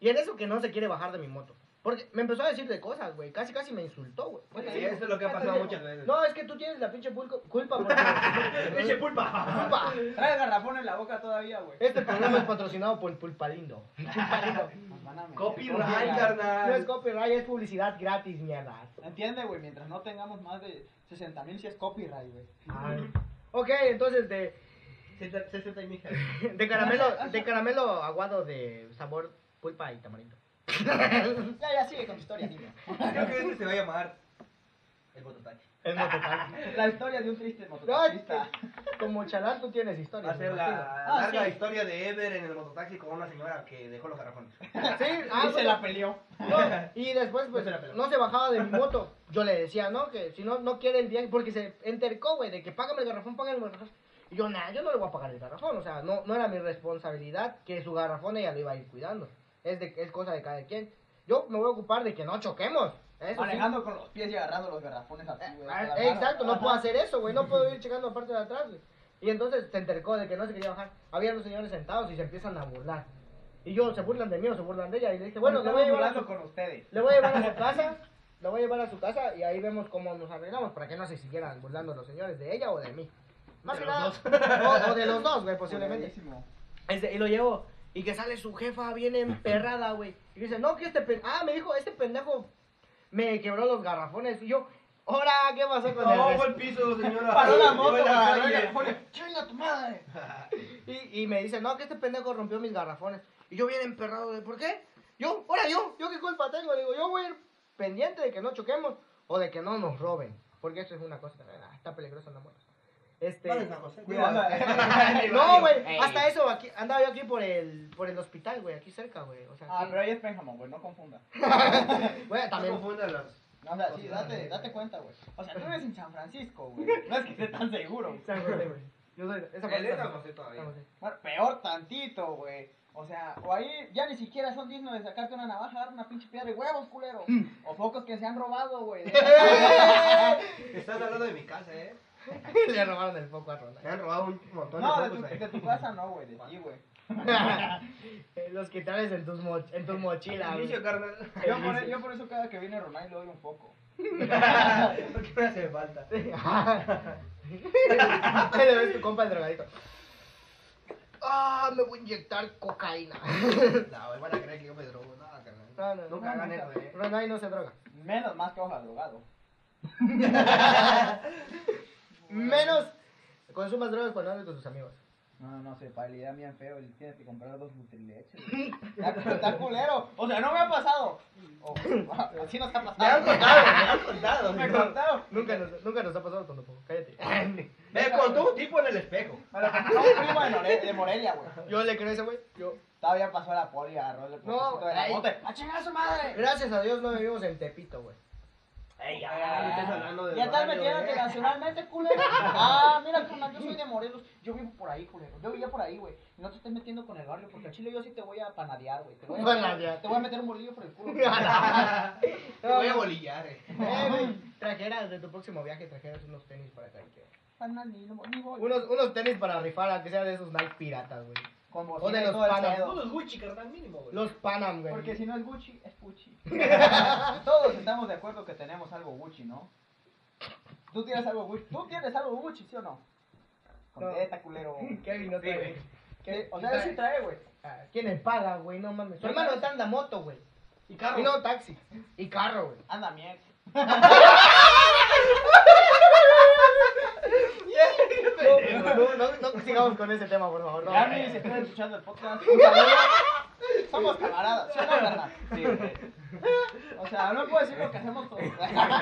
A: Y en eso que no se quiere bajar de mi moto. Porque me empezó a decir de cosas, güey. Casi, casi me insultó, güey.
B: Bueno, sí, eso es lo que ha pasado muchas veces.
A: No, es que tú tienes la pinche pulco- culpa porque...
B: Pinche pulpa.
A: culpa.
D: Trae el garrafón en la boca todavía, güey.
A: Este programa es patrocinado por Pulpalindo. Pulpalindo.
D: Nos van a meter.
B: Copyright, carnal.
A: No es copyright, es publicidad gratis, mierda.
D: Entiende, güey, mientras no tengamos más de 60 mil, si es copyright, güey.
A: Ay. Ok, entonces de,
B: Se- se sienta y mija.
A: de caramelo, de caramelo aguado de sabor pulpa y tamarindo.
D: Ya, ya sigue con tu historia, niño.
B: Creo que este se va a llamar el bototachi.
A: Es mototaxi.
D: La historia de un triste
A: No, es
D: mototaxista.
A: que como chalán tú tienes historia.
B: Va a ser la
D: Ah,
B: larga
D: sí.
B: historia de Ever en el mototaxi con una señora que dejó los garrafones.
A: Sí, ah,
D: y se
A: bueno,
D: la peleó.
A: no, y después pues
B: No se la peló.
A: no se bajaba de mi moto. Yo le decía, no, que si no, no quiere el viaje, porque se entercó, güey, de que págame el garrafón, págame el garrafón. Y yo, nada, yo no le voy a pagar el garrafón, o sea, no, no era mi responsabilidad que su garrafón ella lo iba a ir cuidando. Es, de, es cosa de cada quien. Yo me voy a ocupar de que no choquemos. Eso sí.
D: Manejando con los pies y agarrando los garrafones así, güey.
A: Ah,
D: con las
A: eh,
D: manos.
A: Exacto, no
D: Ajá.
A: puedo hacer eso, güey. No puedo ir checando la parte de atrás, güey. Y entonces se entercó de que no se quería bajar. Había los señores sentados y se empiezan a burlar. Y yo, se burlan de mí o se burlan de ella. Y le dije, bueno,
C: Me
A: le voy a
C: estaba
A: llevar a
C: burlando
A: su,
C: con ustedes.
A: le voy a llevar a su casa. Le voy a llevar a su casa y ahí vemos cómo nos arreglamos para que no se siguieran burlando los señores de ella o de mí. Más
E: De
A: que
E: los
A: nada.
E: dos.
A: O, o de los dos, güey, posiblemente.
C: Culerísimo.
A: Este, y lo llevo. Y que sale su jefa bien emperrada, güey. Y dice, no, que este pendejo. Ah, me dijo, este pendejo me quebró los garrafones. Y yo, ¡hora! ¿Qué pasó con el
B: No,
A: res-?"
B: fue el piso, señora.
C: Paró la
B: Fue
C: moto,
B: la
C: paró
B: calle.
C: la pone, ¡Chinga tu madre!
A: Y, y me dice, no, que este pendejo rompió mis garrafones. Y yo bien emperrado, de, ¿por qué? Yo, ahora yo, yo qué culpa tengo. Le digo, yo voy a ir pendiente de que no choquemos o de que no nos roben. Porque eso es una cosa, ah, está peligroso en la moto. Este,
B: Vale, San José,
C: Cuidado.
A: no, güey, hasta eso, aquí, andaba yo aquí por el, por el hospital, güey, aquí cerca, güey. O sea,
F: Ah,
A: aquí-
F: pero ahí es Benjamin, güey, no confunda.
A: güey,
B: No
A: también.
B: confundas las.
C: No, o sea, sí, date, date cuenta, güey. O sea, tú vives en San Francisco, güey.
F: No es que esté tan seguro.
A: San José, güey. Yo soy esa
B: Él es
A: parte-
B: San José todavía.
A: San José.
C: Bueno, peor tantito, güey. O sea, o ahí ya ni siquiera son dignos de sacarte una navaja, dar una pinche piedra de huevos, culero.
A: Mm.
C: O pocos que se han robado, güey.
B: Estás hablando de mi casa, eh.
A: Le robaron el foco a Ronald.
B: Me han robado un montón de
C: No, de
B: focos
C: tu,
B: ahí.
C: de tu casa no, güey, de ti, güey.
A: Eh, Los que traes en tus mo- en tu mochila, güey.
B: Inicio, carnal.
C: Yo por, yo por eso cada que viene Ronald le doy un poco.
B: ¿Por qué me hace falta?
A: Ahí le ves tu compa el drogadito. Ah, me voy a inyectar cocaína.
B: No, güey, van a creer que yo me drogo. No, carnal.
A: No, no, no.
B: Nunca hagan eso, eh.
A: Ronald no se droga.
C: Menos más que hoja drogado.
A: Menos consumas drogas cuando andes con tus amigos.
C: No, no sé, para la idea bien feo, y tienes que comprar dos nutrileches. güey. Está, cu- está culero. O sea, no me ha pasado. O o sí nos ha
B: Me han
C: pasado.
B: contado, me
C: Me
B: han contado.
C: contaron.
A: Nunca nos, nunca nos ha pasado con Tonopo. Cállate.
B: Me contó un tipo en el espejo.
C: Me lo contó un primo de, Nore- de Morelia, güey.
A: Yo le creo a ese güey. Yo.
C: Todavía pasó a la poli, agarró el
A: No,
C: de la
A: ahí-
C: moto. ¡A chingar a su madre!
A: Gracias a Dios no vivimos en Tepito, güey.
B: Ey,
C: Ah,
B: ya, estás hablando de. ¿eh?
C: ya estás
A: ¿eh?
C: metiéndote nacionalmente, este culero. Ah, mira, carnal, yo soy de Morelos. Yo vivo por ahí, culero. Yo vivía por ahí, güey. No te estés metiendo con el barrio, porque al chile yo sí te voy a panadear, güey. Te, voy a-
A: Panadear.
C: te voy a meter un bolillo por el culo. güey.
B: Te voy a bolillar, eh.
A: Eh, güey, trajeras de tu próximo viaje, trajeras unos tenis para acá. tío.
C: Carnal, ni- ni voy.
A: Unos, unos tenis para rifar, aunque sea de esos Nike piratas, güey.
C: Con
A: O de
C: bocina y
A: los
C: todo el
A: panas.
C: pedo.
B: Todos Gucci, carnal, mínimo, güey.
A: Los Panam, güey.
C: Porque si no es Gucci, es Gucci.
F: Todos estamos de acuerdo que tenemos algo Gucci, ¿no?
C: Tú tienes algo Gucci. Tú tienes algo Gucci, ¿sí o no? Contesta, culero.
A: Kevin no
B: Sí,
A: trae.
B: güey.
C: ¿Qué? O sea, él sí trae, güey.
A: Ah, ¿Quién le paga, güey? No mames. Tu hermano está anda moto, güey.
B: Y carro.
A: Y no taxi. Y carro, güey.
C: Anda mierda.
A: No, no, no, no sigamos con ese tema, por favor. No, eh.
F: Ya
A: güey.
F: ni se están escuchando el podcast.
C: Somos camaradas, ¿sí o no, carnal?
F: Sí, güey.
C: O sea, no puedo decir lo que hacemos todos.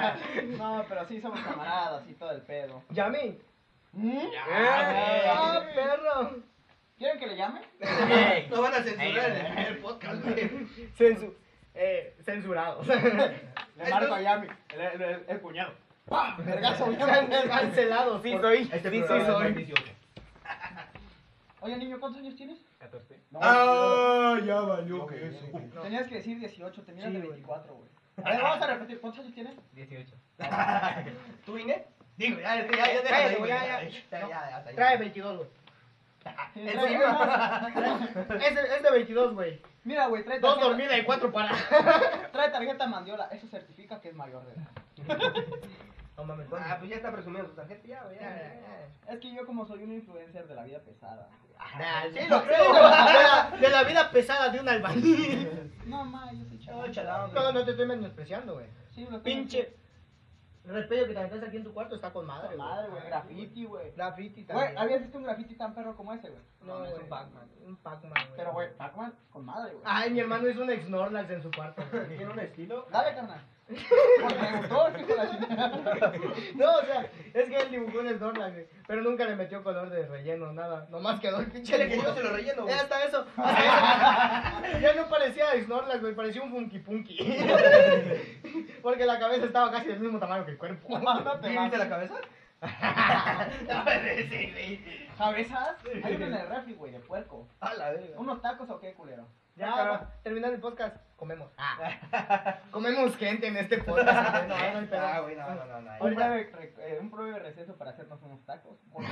C: no, pero sí somos camaradas y todo el pedo. ¿Mm?
A: Yami.
B: Ya,
A: Ah,
B: Ah, güey.
A: perro.
C: ¿Quieren que le llame?
B: No van a censurar el, el podcast, güey.
A: Censu eh, censurado.
C: Le marco a Yami.
F: El, el, el- el cuñado.
C: ¡Pam! Vergazo, Yami.
A: Cancelado, sí soy.
B: Este
A: sí, sí
B: programa es
A: soy.
B: noticioso.
C: Oye, niño, ¿cuántos años tienes?
F: 14.
C: No,
B: Ah, ya valió que eso.
C: no. Tenías que decir 18, te miras
A: Sí,
C: de
A: güey.
C: 24, güey. A ver, vamos a repetir. ¿Cuántos años tienes?
F: 18.
B: ¿Tú vine? Digo, ya, ya, ya, ya,
A: Cállate,
B: déjalo ahí,
A: güey, ya, ya.
B: ya, ya, hasta ahí.
A: Trae 22, güey. Ah,
C: ¿Tienes
A: ¿en serio? Es, de- es de 22, güey.
C: Mira, güey, trae
A: Dos
C: tarjeta,
A: dormidas y cuatro para.
C: trae tarjeta mandiola. Eso certifica que es mayor de edad.
A: No mames.
B: Ah, pues ya está presumiendo su tarjeta, ya, güey. ya, ya, ya.
C: Es que yo como soy un influencer de la vida pesada.
A: Nah, sí lo creo. De la, de la vida pesada de un albañil.
C: No, ma, yo soy chaval.
B: No, chalán,
A: No, no te estoy menospreciando, güey.
C: Sí, lo estoy
A: Pinche. El respeto que te metes aquí en tu cuarto está con madre.
C: haciendo. Madre, güey, graffiti, güey.
A: Graffiti también.
C: Güey, ¿habías visto un graffiti tan perro como ese, güey?
A: No, es un Pac-Man. Un Pac-Man, güey.
C: Pero, güey, Pac-Man con madre, güey.
A: Ay, mi hermano hizo un Snorlax en su cuarto. güey.
B: Tiene un estilo.
C: Dale, carnal. Porque me gustó el hijo de la chingada.
A: No, o sea, es que él dibujó un Snorlax, güey. Pero nunca le metió color de relleno, nada. Nomás quedó el pinche
B: Chele, que yo
A: dibujo.
B: se lo relleno,
A: Ya
B: güey.
A: hasta eso. hasta eso. ya no parecía Snorlax, güey. Parecía un Funky Punky. Porque la cabeza estaba casi del mismo tamaño que el cuerpo.
B: ¿Sí viste la cabeza? Sí, sí.
C: ¿Cabezas? Hay uno en el refri, güey, de puerco.
B: A la verga.
C: ¿Unos tacos o qué, culero?
A: Ya, va, terminando el podcast, comemos. Ah. Comemos gente en este podcast. No, no hay pedo.
B: Ah, güey, no, no, no, no.
C: Un
A: Ahorita-
C: breve, rec- eh, un breve receso para hacernos unos tacos. Porque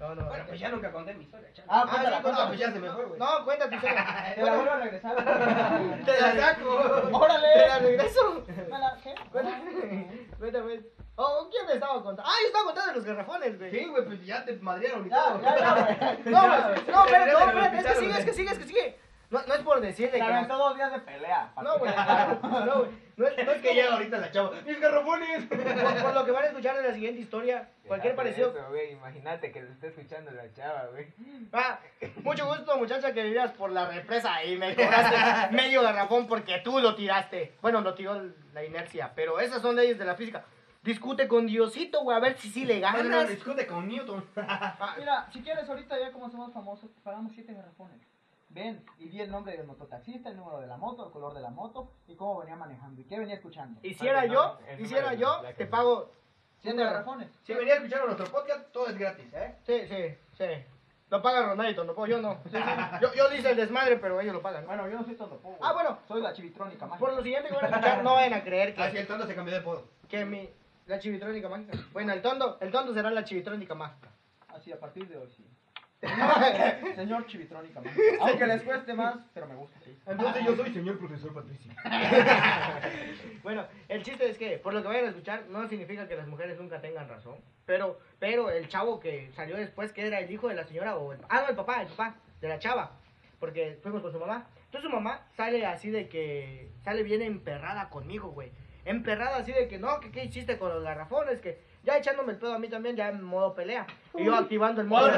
A: No, no.
B: Bueno, pues ya nunca conté mi historia, chaval.
C: Ah,
A: Ah,
C: cuéntala,
A: sí,
C: cuéntala.
A: no, pues ya se me fue, güey. No, cuéntate.
C: Te la vuelvo a regresar.
A: Te la saco.
C: Órale.
A: Te la regreso.
C: ¿Me la- qué?
A: Cuéntame. Cuéntame. Oh, ¿quién me estaba contando? Ah, yo estaba contando de los garrafones, güey.
B: Sí, güey, pues ya te madrearon y
C: Ya,
B: todo.
C: ya, ya, güey.
A: No, güey, no, espérate, no,
B: Ya,
A: espérate, es que
B: ya,
A: sigue,
B: ya.
A: es que sigue, es que sigue. No, no es por decirle
C: Te
A: que
C: aventó
A: no.
C: dos días de pelea.
A: No, güey, no, güey. No es, no
B: No
A: es
B: es que llega ahorita la chava. ¡Mis garrafones!
A: Por, por lo que van a escuchar en la siguiente historia, cualquier parecido.
G: Eso, güey, imagínate que lo esté escuchando la chava, güey.
A: Ah, mucho gusto, muchacha, que vivías por la represa y me cobraste medio garrafón porque tú lo tiraste. Bueno, lo tiró la inercia, pero esas son leyes de la física. Discute con Diosito, güey, a ver si sí le
B: No, no,
A: ganas. Ah,
B: discute con Newton.
C: Ah, Mira, si quieres, ahorita ya como somos famosos, te pagamos 7 garrafones. Ven y di el nombre del mototaxista, el número de la moto, el color de la moto y cómo venía manejando y qué venía escuchando.
A: Hiciera yo, hiciera yo, te pago.
C: 7 garrafones.
B: Si venía a escuchar nuestro podcast, todo es gratis, ¿eh?
A: Sí, sí, sí. Lo paga Ronaldo, no puedo, yo no. Sí, sí. Yo, yo le hice el desmadre, pero ellos lo pagan.
C: Bueno, yo no soy tonto. güey.
A: Ah, bueno.
C: Soy la chivitrónica mágica.
A: Por lo siguiente que van a escuchar, no vayan a creer
B: Así
A: que,
B: el tonto se cambió de podo.
A: que mi. La chivitrónica mágica. Bueno, el tondo, el tondo será la chivitrónica mágica.
C: Así, a partir de hoy, Ah, sí. Señor, señor chivitrónica mágica. Aunque les cueste más, pero me gusta. sí.
B: Entonces yo soy señor profesor Patricio.
A: Bueno, el chiste es que, por lo que vayan a escuchar, no significa que las mujeres nunca tengan razón. Pero, pero el chavo que salió después, que era el hijo de la señora o el, Ah, no, el papá, el papá, de la chava. Porque fuimos con su mamá. Entonces su mamá sale así de que. Sale bien emperrada conmigo, güey. Emperrada así de que no, que qué hiciste con los garrafones, que ya echándome el pedo a mí también, ya en modo pelea. Y yo activando el modo.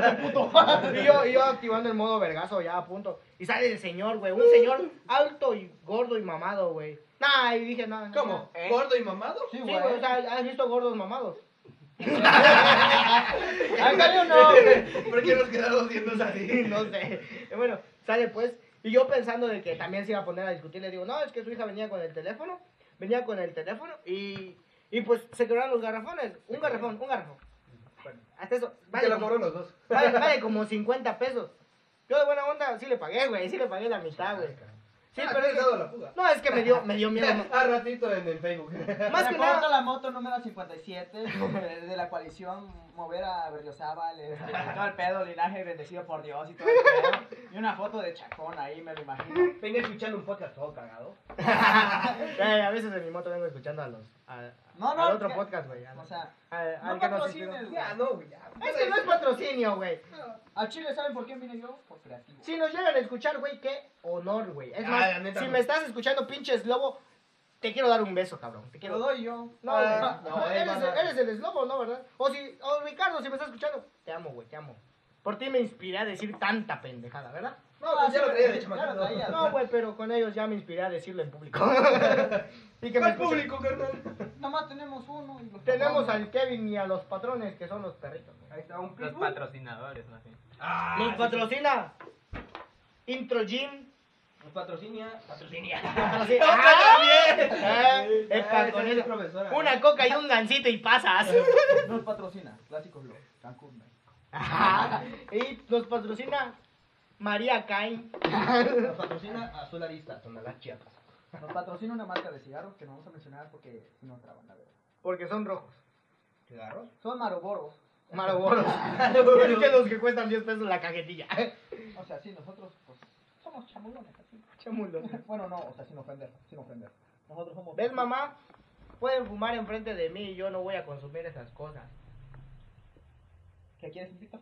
A: y, yo, y yo activando el modo vergazo ya a punto. Y sale el señor, güey. Un señor alto y gordo y mamado, güey. Nah, y dije, no, no.
B: ¿Cómo?
A: no.
B: ¿Gordo y mamado?
C: Sí,
A: Sí,
C: güey.
A: güey, o sea, ¿has visto gordos mamados?
C: Ahí salió uno.
B: ¿Por qué nos quedaron viendo así?
A: no sé. Bueno, sale pues. Y yo pensando de que también se iba a poner a discutir, le digo, no, es que su hija venía con el teléfono, venía con el teléfono y, y pues se quebraron los garrafones. Un garrafón, un garrafón. Hasta eso.
B: Te
A: Vale,
B: lo cobró
A: como,
B: los dos.
A: vale, vale como 50 pesos. Yo de buena onda sí le pagué, güey, sí le pagué la mitad, güey. Sí,
B: Ah,
A: pero
B: te
A: es
B: has dado la
A: que,
B: fuga.
A: No, es que me dio, me dio miedo.
B: A ratito en el Facebook.
A: Más que nada,
C: Reporta la moto número 57 de de la coalición Mover a Berriozábal, este, todo el pedo, linaje bendecido por Dios y todo el pedo. Y una foto de Chacón ahí, me lo imagino.
B: Venía escuchando un podcast todo cagado.
A: Ay, eh, a veces en mi moto vengo escuchando a los, a-
C: No, no,
A: al otro
C: que-
A: podcast, güey. a-
C: O sea,
A: al-
C: no
A: al que nos
C: patrocines,
A: inspiró.
C: güey.
B: Ya, no, ya.
A: Es que no es patrocinio, güey.
C: ¿A Chile saben por qué vine yo? Por creativo.
A: Si nos llegan a escuchar, güey, qué honor, güey. Es
B: Ah,
A: más,
B: la neta,
A: si
B: no.
A: me estás escuchando, pinches lobo, te quiero dar un beso, cabrón. Te
C: Lo
A: quiero
C: doy yo.
A: No, güey.
B: Ah, no, él
A: eres,
B: va a dar.
A: eres el eslobo, ¿no? ¿Verdad? O si, o Ricardo, si me estás escuchando, te amo, güey, te amo. Por ti me inspiré a decir tanta pendejada, ¿verdad?
B: No, pues ya lo traía de
C: Ya lo traía.
B: chamaquito.
A: No, güey, pero con ellos ya me inspiré a decirlo en público. y que me
B: Al
A: escuchen.
B: público, carnal.
C: Nomás tenemos uno. y los
A: Tenemos
C: tapamos.
A: al Kevin y a los patrones, que son los perritos. güey.
B: Ahí está un
G: Los
B: pitbull.
G: patrocinadores, más bien.
B: Ah,
A: Los
B: sí,
A: patrocina Intro Gym.
B: sí. Nos patrocinia. Patrocinia.
A: Patrocina. ¡Ah! Eh, es
B: Ah, esa
A: patrocina.
B: es mi profesora.
A: Una coca y un gancito y pasas.
C: Nos patrocina. Clásicos Lo. Cancún. güey.
A: y nos patrocina María Cain.
B: Nos patrocina Azul Arista, Tonalá, Chiapas.
C: Nos patrocina una marca de cigarros que no vamos a mencionar porque si no traban, la verdad.
A: Porque son rojos.
B: ¿Cigarros?
C: Son maroboros.
A: Maroboros. es que los que cuestan 10 pesos la cajetilla.
C: O sea, sí, nosotros pues somos chamulones así.
A: Chamulo.
C: Bueno, no, o sea, sin ofender, sin ofender. Nosotros somos...
A: ¿Ves, mamá? Pueden fumar enfrente de mí y yo no voy a consumir esas cosas.
C: ¿Qué quieres, un pito?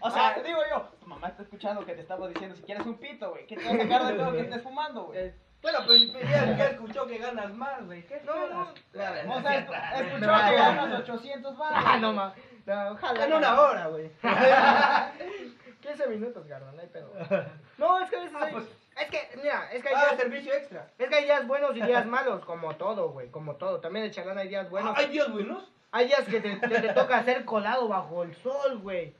C: O sea, digo yo, tu mamá está escuchando que te estaba diciendo si quieres un pito, güey. ¿Qué te va a sacar de todo que estés fumando, güey?
B: Bueno, pues ya, ya escuchó que ganas más, güey. ¿Qué
A: No,
B: esperas?
A: no.
B: La
C: O
B: verdad.
C: sea, escu-
B: es cierta.
C: escuchó que
A: Me va a dar.
C: ganas 800 baros.
A: Ah, no, ma. No, ojalá.
B: En una hora, güey.
A: 15 minutos, carnal, no hay pedo. No, es que a veces
B: Ah,
A: hay-
B: pues.
A: Es que, mira, es que hay
B: Ah,
A: días-
B: servicio extra.
A: Es que hay días buenos y días malos, como todo, güey, como todo. También de chalán hay días buenos.
B: ¿Hay días buenos?
A: Hay días que te, que te toca hacer colado bajo el sol, güey.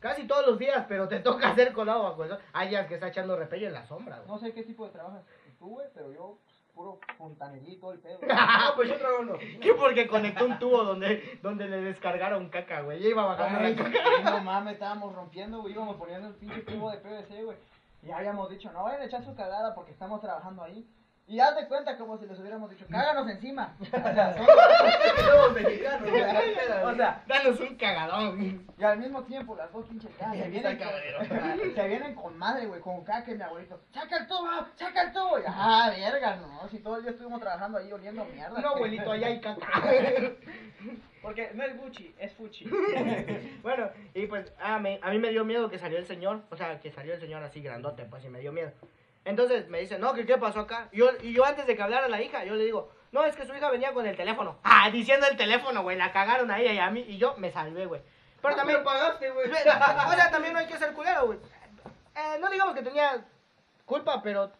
A: Casi todos los días, pero te toca hacer colado bajo el sol. Hay días que está echando repello en la sombra, güey.
C: No sé qué tipo de trabajo es tú, güey, pero yo, pues, puro fontanerito, el pedo.
B: No, pues yo trabajo en oficina.
A: ¿Qué? Porque conectó un tubo donde, donde le descargaron caca, güey. Ya iba bajando
C: Ay,
A: la caca.
C: no mames, estábamos rompiendo, güey, íbamos poniendo el pinche tubo de PVC, güey. Y habíamos dicho, no vayan a echar su cagada porque estamos trabajando ahí.
D: Y haz de cuenta como si les hubiéramos dicho, cáganos encima. O sea,
B: Somos mexicanos, güey, la peda,
D: o
B: güey.
D: sea,
A: Danos un cagadón.
D: y al mismo tiempo las dos pinches caras se vienen, con,
B: cagadero.
D: se vienen con madre, güey, con caca y mi abuelito, saca el tubo, saca el tubo. Y, ah, verga, no, si todo el día estuvimos trabajando ahí oliendo mierda.
A: No, abuelito, allá hay caca.
C: Porque no es Gucci, es Fuchi.
A: bueno, y pues a mí, a mí me dio miedo que salió el señor, o sea, que salió el señor así grandote, pues y me dio miedo. Entonces me dice, no, que qué pasó acá. Y yo, y yo antes de que hablara la hija, yo le digo, no, es que su hija venía con el teléfono. Ah, diciendo el teléfono, güey, la cagaron a ella y a mí, y yo me salvé, güey. Pero también,
B: Ah, pagaste, güey.
A: o sea, también no hay que ser culero, güey. Eh, no digamos que tenía culpa, pero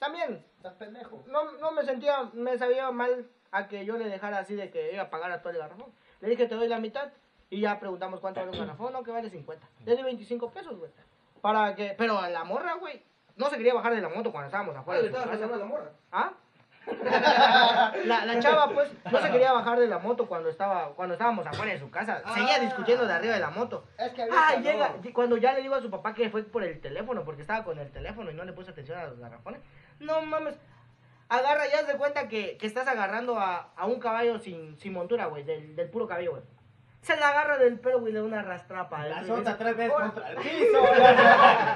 A: también
D: Estás pendejo.
A: no, no me sentía, me sabía mal a que yo le dejara así de que ella pagara todo el garrafón. Le dije, te doy la mitad y ya preguntamos cuánto vale un garrafón, no, que vale 50. Le di 25 pesos, güey. Para que, pero a la morra, güey, no se quería bajar de la moto cuando estábamos afuera.
B: Bueno,
A: de
B: le
A: su
B: estabas
A: casa.
B: pasando a la morra.
A: ¿Ah? La, la chava, pues, no se quería bajar de la moto cuando estaba cuando estábamos afuera de su casa. Seguía
B: Ah.
A: discutiendo de arriba de la moto.
D: Es que
A: Ah,
D: ahorita
A: llega.
D: no.
A: y Cuando ya le digo a su papá que fue por el teléfono, porque estaba con el teléfono y no le puse atención a los garrafones. No mames. Agarra, ya se cuenta que, que estás agarrando a, a un caballo sin, sin montura, güey, del, del puro cabello, güey. Se la agarra del pelo, güey, de una rastrapa. eh,
D: La
A: Eso-
D: sota
A: eso-
D: tres veces
A: Ahora-
D: contra el piso.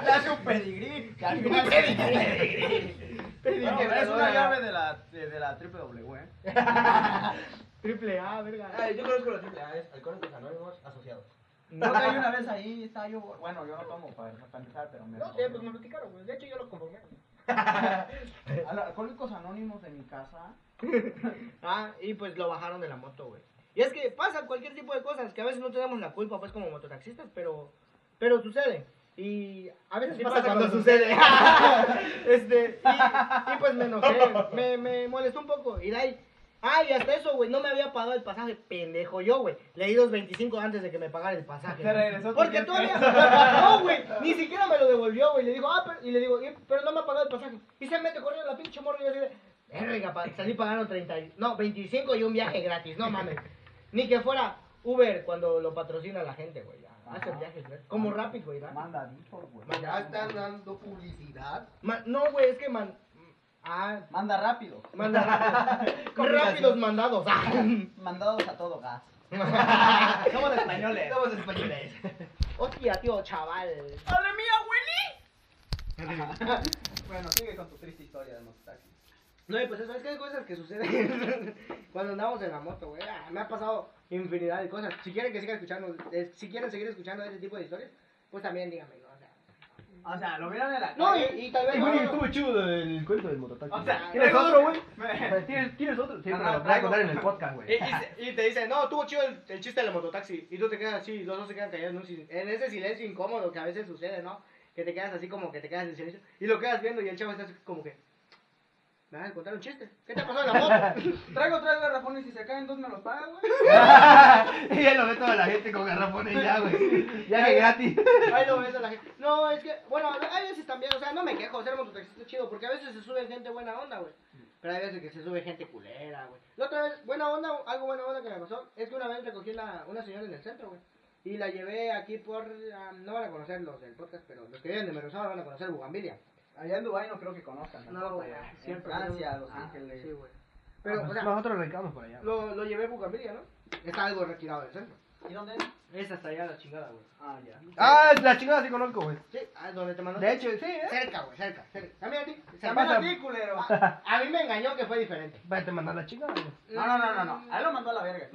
D: Le hace un pedigrí. Que al final.
C: Bueno, es una llave de la, de, de la triple W, ¿eh?
A: Triple A, verga.
B: Ay, yo conozco los triple A, es Alcohólicos Anónimos Asociados.
D: Yo caí una vez ahí, estaba yo. Bueno, yo no tomo para para empezar, pero me.
B: No sé, pues me platicaron, güey. De hecho, yo lo conformé.
D: A los Alcohólicos anónimos de mi casa.
A: Ah, y pues lo bajaron de la moto, güey. Y es que pasa cualquier tipo de cosas que a veces no tenemos la culpa, pues como mototaxistas, pero, pero sucede. Y a veces
B: Sí
A: pasa,
B: pasa
A: cuando
B: cuando
A: sucede. este, y, y pues me enojé, me, me molestó un poco. Y de ahí, ay, hasta eso, güey, no me había pagado el pasaje, pendejo yo, güey. Leí los 25 antes de que me pagara el pasaje.
C: Te regresó tu
A: Porque
C: dinero.
A: todavía, no, güey, ni siquiera me lo devolvió, güey. Le digo, ah, pero, y le digo, "Y- pero no me ha pagado el pasaje. Y se mete corriendo la pinche morra y yo así de, Verga, pa- salí pagando 30, y- no, 25 y un viaje gratis, no mames. Ni que fuera Uber cuando lo patrocina la gente, güey. ya, Hace
D: Ajá.
A: viajes gratis. Como Rapid, güey. Rappi.
D: Manda Rapid, güey.
B: Ya están dando publicidad.
A: Ma- no, güey, es que man. Ah,
D: Manda rápido.
A: manda rápido. rápidos mandados. Ah.
D: Mandados a todo gas.
C: Somos españoles.
B: Somos españoles.
A: Hostia, tío, chaval.
C: ¡Madre mía, Willy!
B: Bueno, sigue con tu triste historia de mototaxi.
A: No, y pues sabes que hay cosas que suceden cuando andamos en la moto, güey. Ah, Me ha pasado infinidad de cosas. Si quieren que siga escuchando, eh, si quieren seguir escuchando este tipo de historias, pues también díganme, ¿no? O sea,
D: O sea, lo vieron en la
A: no,
D: calle.
A: y, y tal vez.
B: Güey,
A: no,
B: estuvo chido el cuento del mototaxi.
C: O sea,
B: ¿tienes
C: luego-
B: otro, güey?
C: Me-
B: ¿Tienes, tienes otro? Sí,
C: Ah,
B: pero lo voy a
C: traigo.
B: contar en el podcast, güey.
A: y, te dicen, no, tuvo chido el, chiste de la mototaxi. Y tú te quedas así, los dos se quedan callados en, ese silencio incómodo que a veces sucede, ¿no? Que te quedas así como que te quedas en silencio. Y lo quedas viendo y el chavo está como que. Me vas a contar un chiste. ¿Qué te ha pasado en la moto?
D: Traigo tres garrafones y se caen dos me los pagan, güey.
B: Y ya lo ve toda la gente con garrafones ya, güey. Ya que gratis.
A: Ay, no, ves a la gente. No, es que, bueno, a veces también, o sea, no me quejo, ser mototaxista es chido, porque a veces se sube gente buena onda, güey. Pero hay veces que se sube gente culera, güey. La otra vez, buena onda, algo buena onda que me pasó, es que una vez recogí una, una señora en el centro, güey. Y la llevé aquí por, ah, no van a conocer los del podcast, pero los que viven de Merosaba van a conocer Bugambilia.
D: Allá en Dubai no creo que conozcan.
A: No, güey,
D: Siempre.
A: siempre.
D: Francia, Los
A: Ah,
D: Ángeles.
A: Sí, güey.
B: Ah,
A: Pero, o sea,
B: Nosotros recamos por allá.
A: lo, lo llevé a Bugambilia, ¿no? Está algo retirado del centro.
D: ¿Y dónde es?
A: Es hasta allá la chingada, güey.
D: Ah, ya.
B: Ah, es la chingada sí conozco, güey.
A: Sí, ah, donde te mandó.
B: De hecho, sí, ¿eh?
A: Cerca, güey, cerca, cerca. También a ti.
D: También
B: pasa-
D: a ti, culero.
A: A, a mí me engañó que fue diferente. Mm.
B: Va a te mandar la chingada, güey.
D: No, no, no, no, no. A él lo mandó a la verga.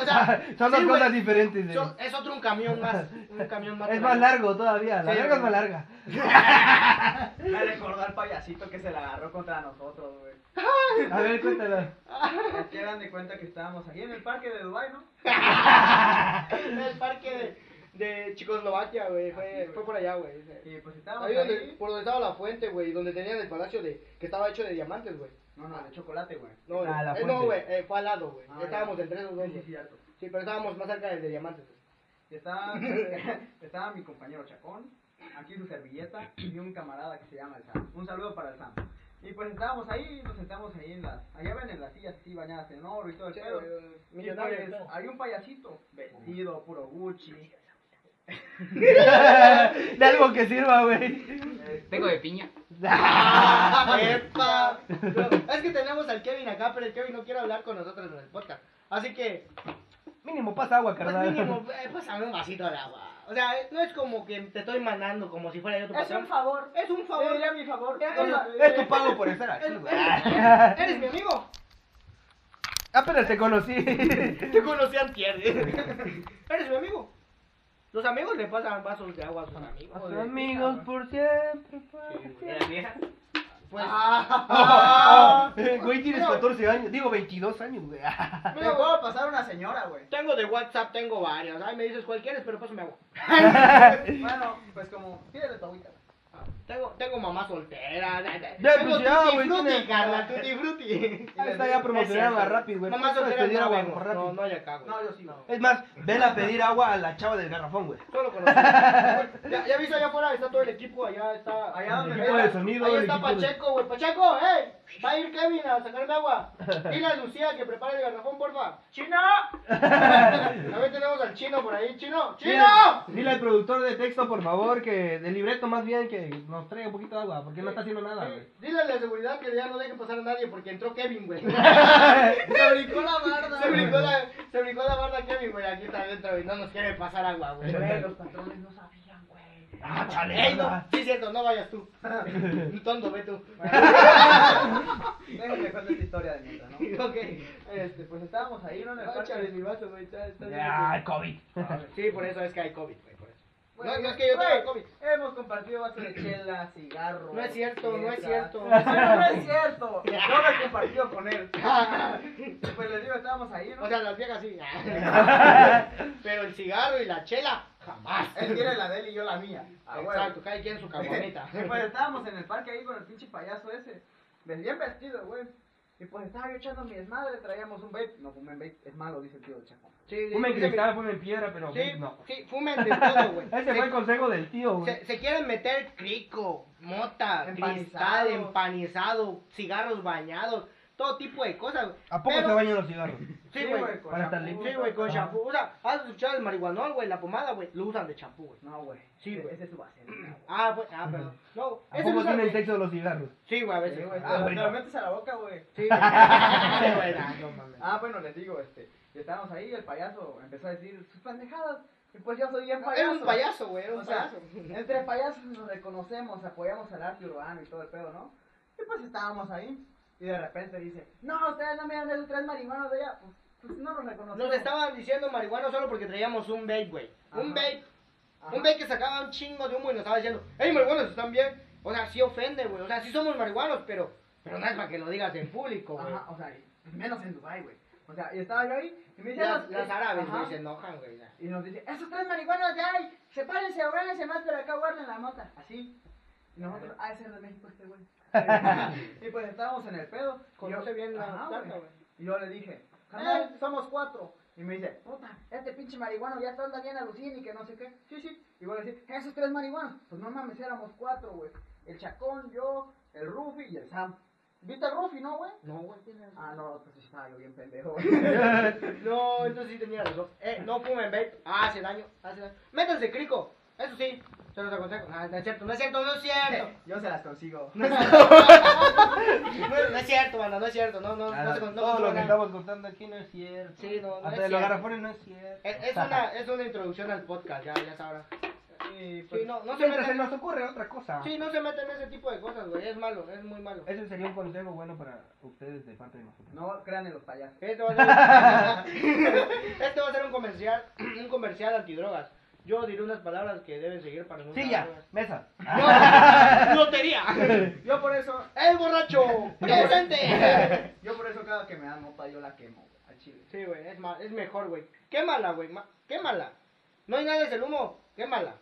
A: o sea,
B: Son dos
A: sí,
B: cosas
A: güey.
B: diferentes, güey.
A: So- es otro un camión más. Un camión más.
B: Es
A: que
B: más
A: la-
B: largo todavía, la
A: Sí,
B: larga es
A: güey.
B: más larga.
C: Me recordó al payasito que se la agarró contra nosotros, güey.
B: A ver, cuéntala.
C: Es que hagan de cuenta que estábamos aquí en el parque de Dubai, ¿no?
A: En el parque de, de Checoslovaquia, güey. Fue, fue por allá, güey.
C: Y pues estábamos
A: Ahí donde,
C: ahí.
A: por donde estaba la fuente, güey. Donde tenían el palacio de. que estaba hecho de diamantes, güey.
C: No, no, de chocolate, güey.
A: No,
B: Ah, la
A: eh, no,
B: fuente.
A: güey. eh, fue al lado, güey.
C: Ah,
A: Estábamos
C: ya.
A: entre esos dos,
C: Sí, sí,
A: güey.
C: cierto.
A: Sí, pero estábamos más cerca del de diamantes, güey.
C: Y estaba, estaba mi compañero Chacón, aquí su servilleta y un camarada que se llama el Sam. Un saludo para el Sam. Y pues estábamos ahí, nos sentamos ahí en las, allá ven en las sillas así bañadas en oro y pues, todo el
A: Sí,
C: pedo.
A: güey, Ah,
C: Y
A: millonario,
C: pues,
A: claro.
C: había un payasito vestido puro Gucci.
B: De algo que sirva, güey.
H: Tengo de piña.
A: ¡Epa! No, es que tenemos al Kevin acá, pero el Kevin no quiere hablar con nosotros en el podcast. Así que,
B: Mínimo pasa agua,
A: pues
B: carnal.
A: mínimo, eh, pásame un vasito de agua. O sea, eh, no es como que te estoy mandando como si fuera yo tu
C: Es
A: patrón.
C: un favor.
A: Es un
C: Yo
A: favor.
C: diría mi favor.
A: Ya, ya.
B: Es tu pago por estar aquí,
A: Eres,
B: güey.
A: eres- eres mi amigo.
B: Apenas te conocí.
A: Te conocí antier. Eres mi amigo. Los amigos le pasan vasos de agua a sus amigos.
B: Amigos por siempre.
H: ¿Era vieja?
A: Pues,
D: Ah,
B: Eh, Güey, tienes 14 años. Digo, 22 años, güey.
C: Me puedo pasar una señora, güey.
A: tengo de WhatsApp, tengo varias. Ay, me dices cuál quieres, pero pásame agua.
C: Bueno, pues como, pídele tu agüita. güey.
A: Tengo, tengo mamá soltera. de- de-
B: Ya,
A: tengo
B: pues ya,
A: tutti
B: güey,
A: frutti,
B: tiene-
A: carnal, tutti frutti.
B: Ahí está ya promocionando a Rappi, güey.
A: Mamá
B: Puedes
A: soltera
B: pedir
A: no,
B: agua
A: vemos,
B: por Rappi.
A: no, no, ya acá, güey.
C: No, yo sí, no.
B: Es más, ven a pedir agua a la chava del garrafón, güey.
A: Solo con los- ya, ya viste allá afuera, está todo el equipo, allá está.
C: Allá donde
B: El
C: me
B: equipo de
C: veas.
B: sonido,
A: Ahí
B: el
A: está
B: equipo de-
A: Pacheco, güey. Pacheco, eh. Va a ir Kevin a sacarme agua. Dile a Lucía que prepare el garrafón, porfa. ¡Chino! También tenemos al chino por ahí. ¡Chino!
B: Dile-
A: ¡Chino!
B: Dile al productor de texto, por favor, que del libreto más bien que nos traiga un poquito de agua, porque no está haciendo nada, güey.
A: Dile a la seguridad que ya no dejen pasar a nadie porque entró Kevin, güey.
C: Se brincó la barda.
A: Se brincó la, se brincó la barda Kevin, güey, aquí está adentro, güey, no nos quiere pasar agua, güey.
C: Güey, los patrones no sabían, güey.
B: Ah,
A: Ey, no, sí es cierto, no vayas tú. Un tonto, ve tú.
C: Déjenme contar esta historia de mientras, ¿no?
A: ok.
C: Este, pues estábamos ahí, ¿no? En el
A: Ay,
C: parque.
A: chale, mi vaso, güey, está- está bien.
B: Ya, COVID.
A: Sí, por eso es que hay COVID, güey, por eso.
C: Bueno,
A: no, no es que yo tenga
C: güey,
A: COVID.
C: Hemos compartido vasos de chela, cigarro.
A: No es cierto, no es
C: fiesta.
A: cierto.
C: Bueno, no es cierto. Yo me he compartido con él. Pues les digo, estábamos ahí, ¿no?
A: O sea, las viejas sí. Pero el cigarro y la chela, jamás.
C: él tiene la de él y yo la mía. Ah, bueno.
A: Exacto, cada quien su caguamita.
C: Pues estábamos en el parque ahí con el pinche payaso ese. Ves bien vestido, güey. Y pues estaba yo echando mi desmadre, traíamos un vape. No fumen vape, es malo, dice el tío del Chaco.
A: Sí, sí,
B: Fumen
A: sí,
B: cristal, fumen piedra, pero
A: Sí,
B: vape no.
A: sí, fumen de todo, güey.
B: Ese fue el consejo del tío, güey.
A: Se, se quieren meter crico, mota,
C: Empanizado.
A: cristal, empanizado, cigarros bañados, todo tipo de cosas. güey.
B: ¿A poco
A: Pero-
B: se bañan los cigarros?
A: Sí, güey.
C: con
B: Para estar
C: champú,
B: limpio.
A: Sí, güey, con
B: Ah.
A: champú. O sea, has escuchado el marihuanol, güey, la pomada, güey. Lo usan de champú, güey.
C: No, güey.
A: Sí, güey.
C: Ese es su vaselina, güey.
A: Ah, pues, ah, perdón. No,
B: ¿A
A: ese lo
B: poco
A: usan
B: tienen
A: de...
B: sexo los cigarros?
A: Sí, güey, a veces.
C: Sí, güey.
B: Ah,
C: te
B: bueno.
C: lo metes a la boca, güey.
A: Sí, güey. Sí, güey, nah, no mames.
C: Ah, bueno, les digo, este, y estábamos ahí, el payaso empezó a decir sus pendejadas, y pues yo soy bien payaso.
A: Era un payaso, güey, era un
C: O sea,
A: payaso.
C: Entre payasos nos reconocemos, apoyamos al arte urbano y todo el pedo, ¿no? Y pues estábamos ahí, y de repente dice, no, ustedes no me han dado tres marihuanos de allá, pues, pues no nos reconocemos.
A: Nos estaban diciendo marihuana solo porque traíamos un vape, güey. Un
C: Ajá.
A: vape.
C: Ajá.
A: Un vape que sacaba un chingo de humo y nos estaba diciendo, hey, marihuanos, están bien. O sea, sí ofende, güey. O sea, sí somos marihuanos, pero, pero no es para que lo digas en público, güey.
C: Ajá, o sea, y menos en Dubai, güey. O sea, y estaba yo ahí, y me dice,
A: Las,
C: "Los-
A: las árabes,
C: ajá".
A: güey, se enojan, güey. ya.
C: Y nos dice, esos tres marihuanos ya hay, sepárense, ahorrense más, pero acá guarden la mota. Así. Y nosotros, ah, ese es de México este güey. y pues estábamos en el pedo. y yo-
A: Conoce bien la
C: Ajá,
A: planta,
C: güey.
A: güey.
C: Y yo le dije, carnal, somos cuatro. Y me dice, Eh. puta, este pinche marihuano ya está anda bien alucin y que no sé qué. Sí, sí. Y voy a decir, esos tres marihuanos. Pues no mames, éramos cuatro, güey. El Chacón, yo, el Rufi y el Sam. ¿Viste al Rufi, no, güey?
A: No, güey, tiene razón.
C: Ah, no, pues sí estaba yo bien pendejo, güey.
A: No, entonces sí tenía razón. Eh, no fumen vape. Ah, hace daño, hace daño. Métanse crico. Eso sí, se los aconsejo. Ah, no es cierto, no es cierto, no es cierto.
C: Yo se las consigo.
A: No es cierto. No, no es cierto, banda, no es cierto. No, no, no,
B: Nada,
A: se con- no
B: Ah, Todo lo que
A: controlan.
B: estamos contando aquí no es cierto.
A: Sí, no, no
B: Hasta de
A: es
B: los
A: cierto.
B: garrafones no es cierto.
A: Eh, Es, es una, es una introducción al podcast, ya, ya sabrán.
C: Y pues,
A: Sí, no, no se
B: Siempre se
A: meten,
B: nos ocurre otra cosa.
A: sí, no se meten en ese tipo de cosas, güey. Es malo, es muy malo.
B: Ese sería un consejo bueno para ustedes de parte de nosotros.
C: no crean en los payasos.
A: Esto va a ser, esto va a ser un comercial, un comercial antidrogas. Yo diré unas palabras que deben seguir para no
B: Silla, mesa.
A: No, lotería.
C: Yo por eso
A: El borracho, presente.
C: Yo por eso cada que me dan nota yo la quemo, güey, al chile.
A: Sí, güey, es, ma- es mejor, güey. Quémala, güey, ma- quémala. No hay nada es el humo, quémala.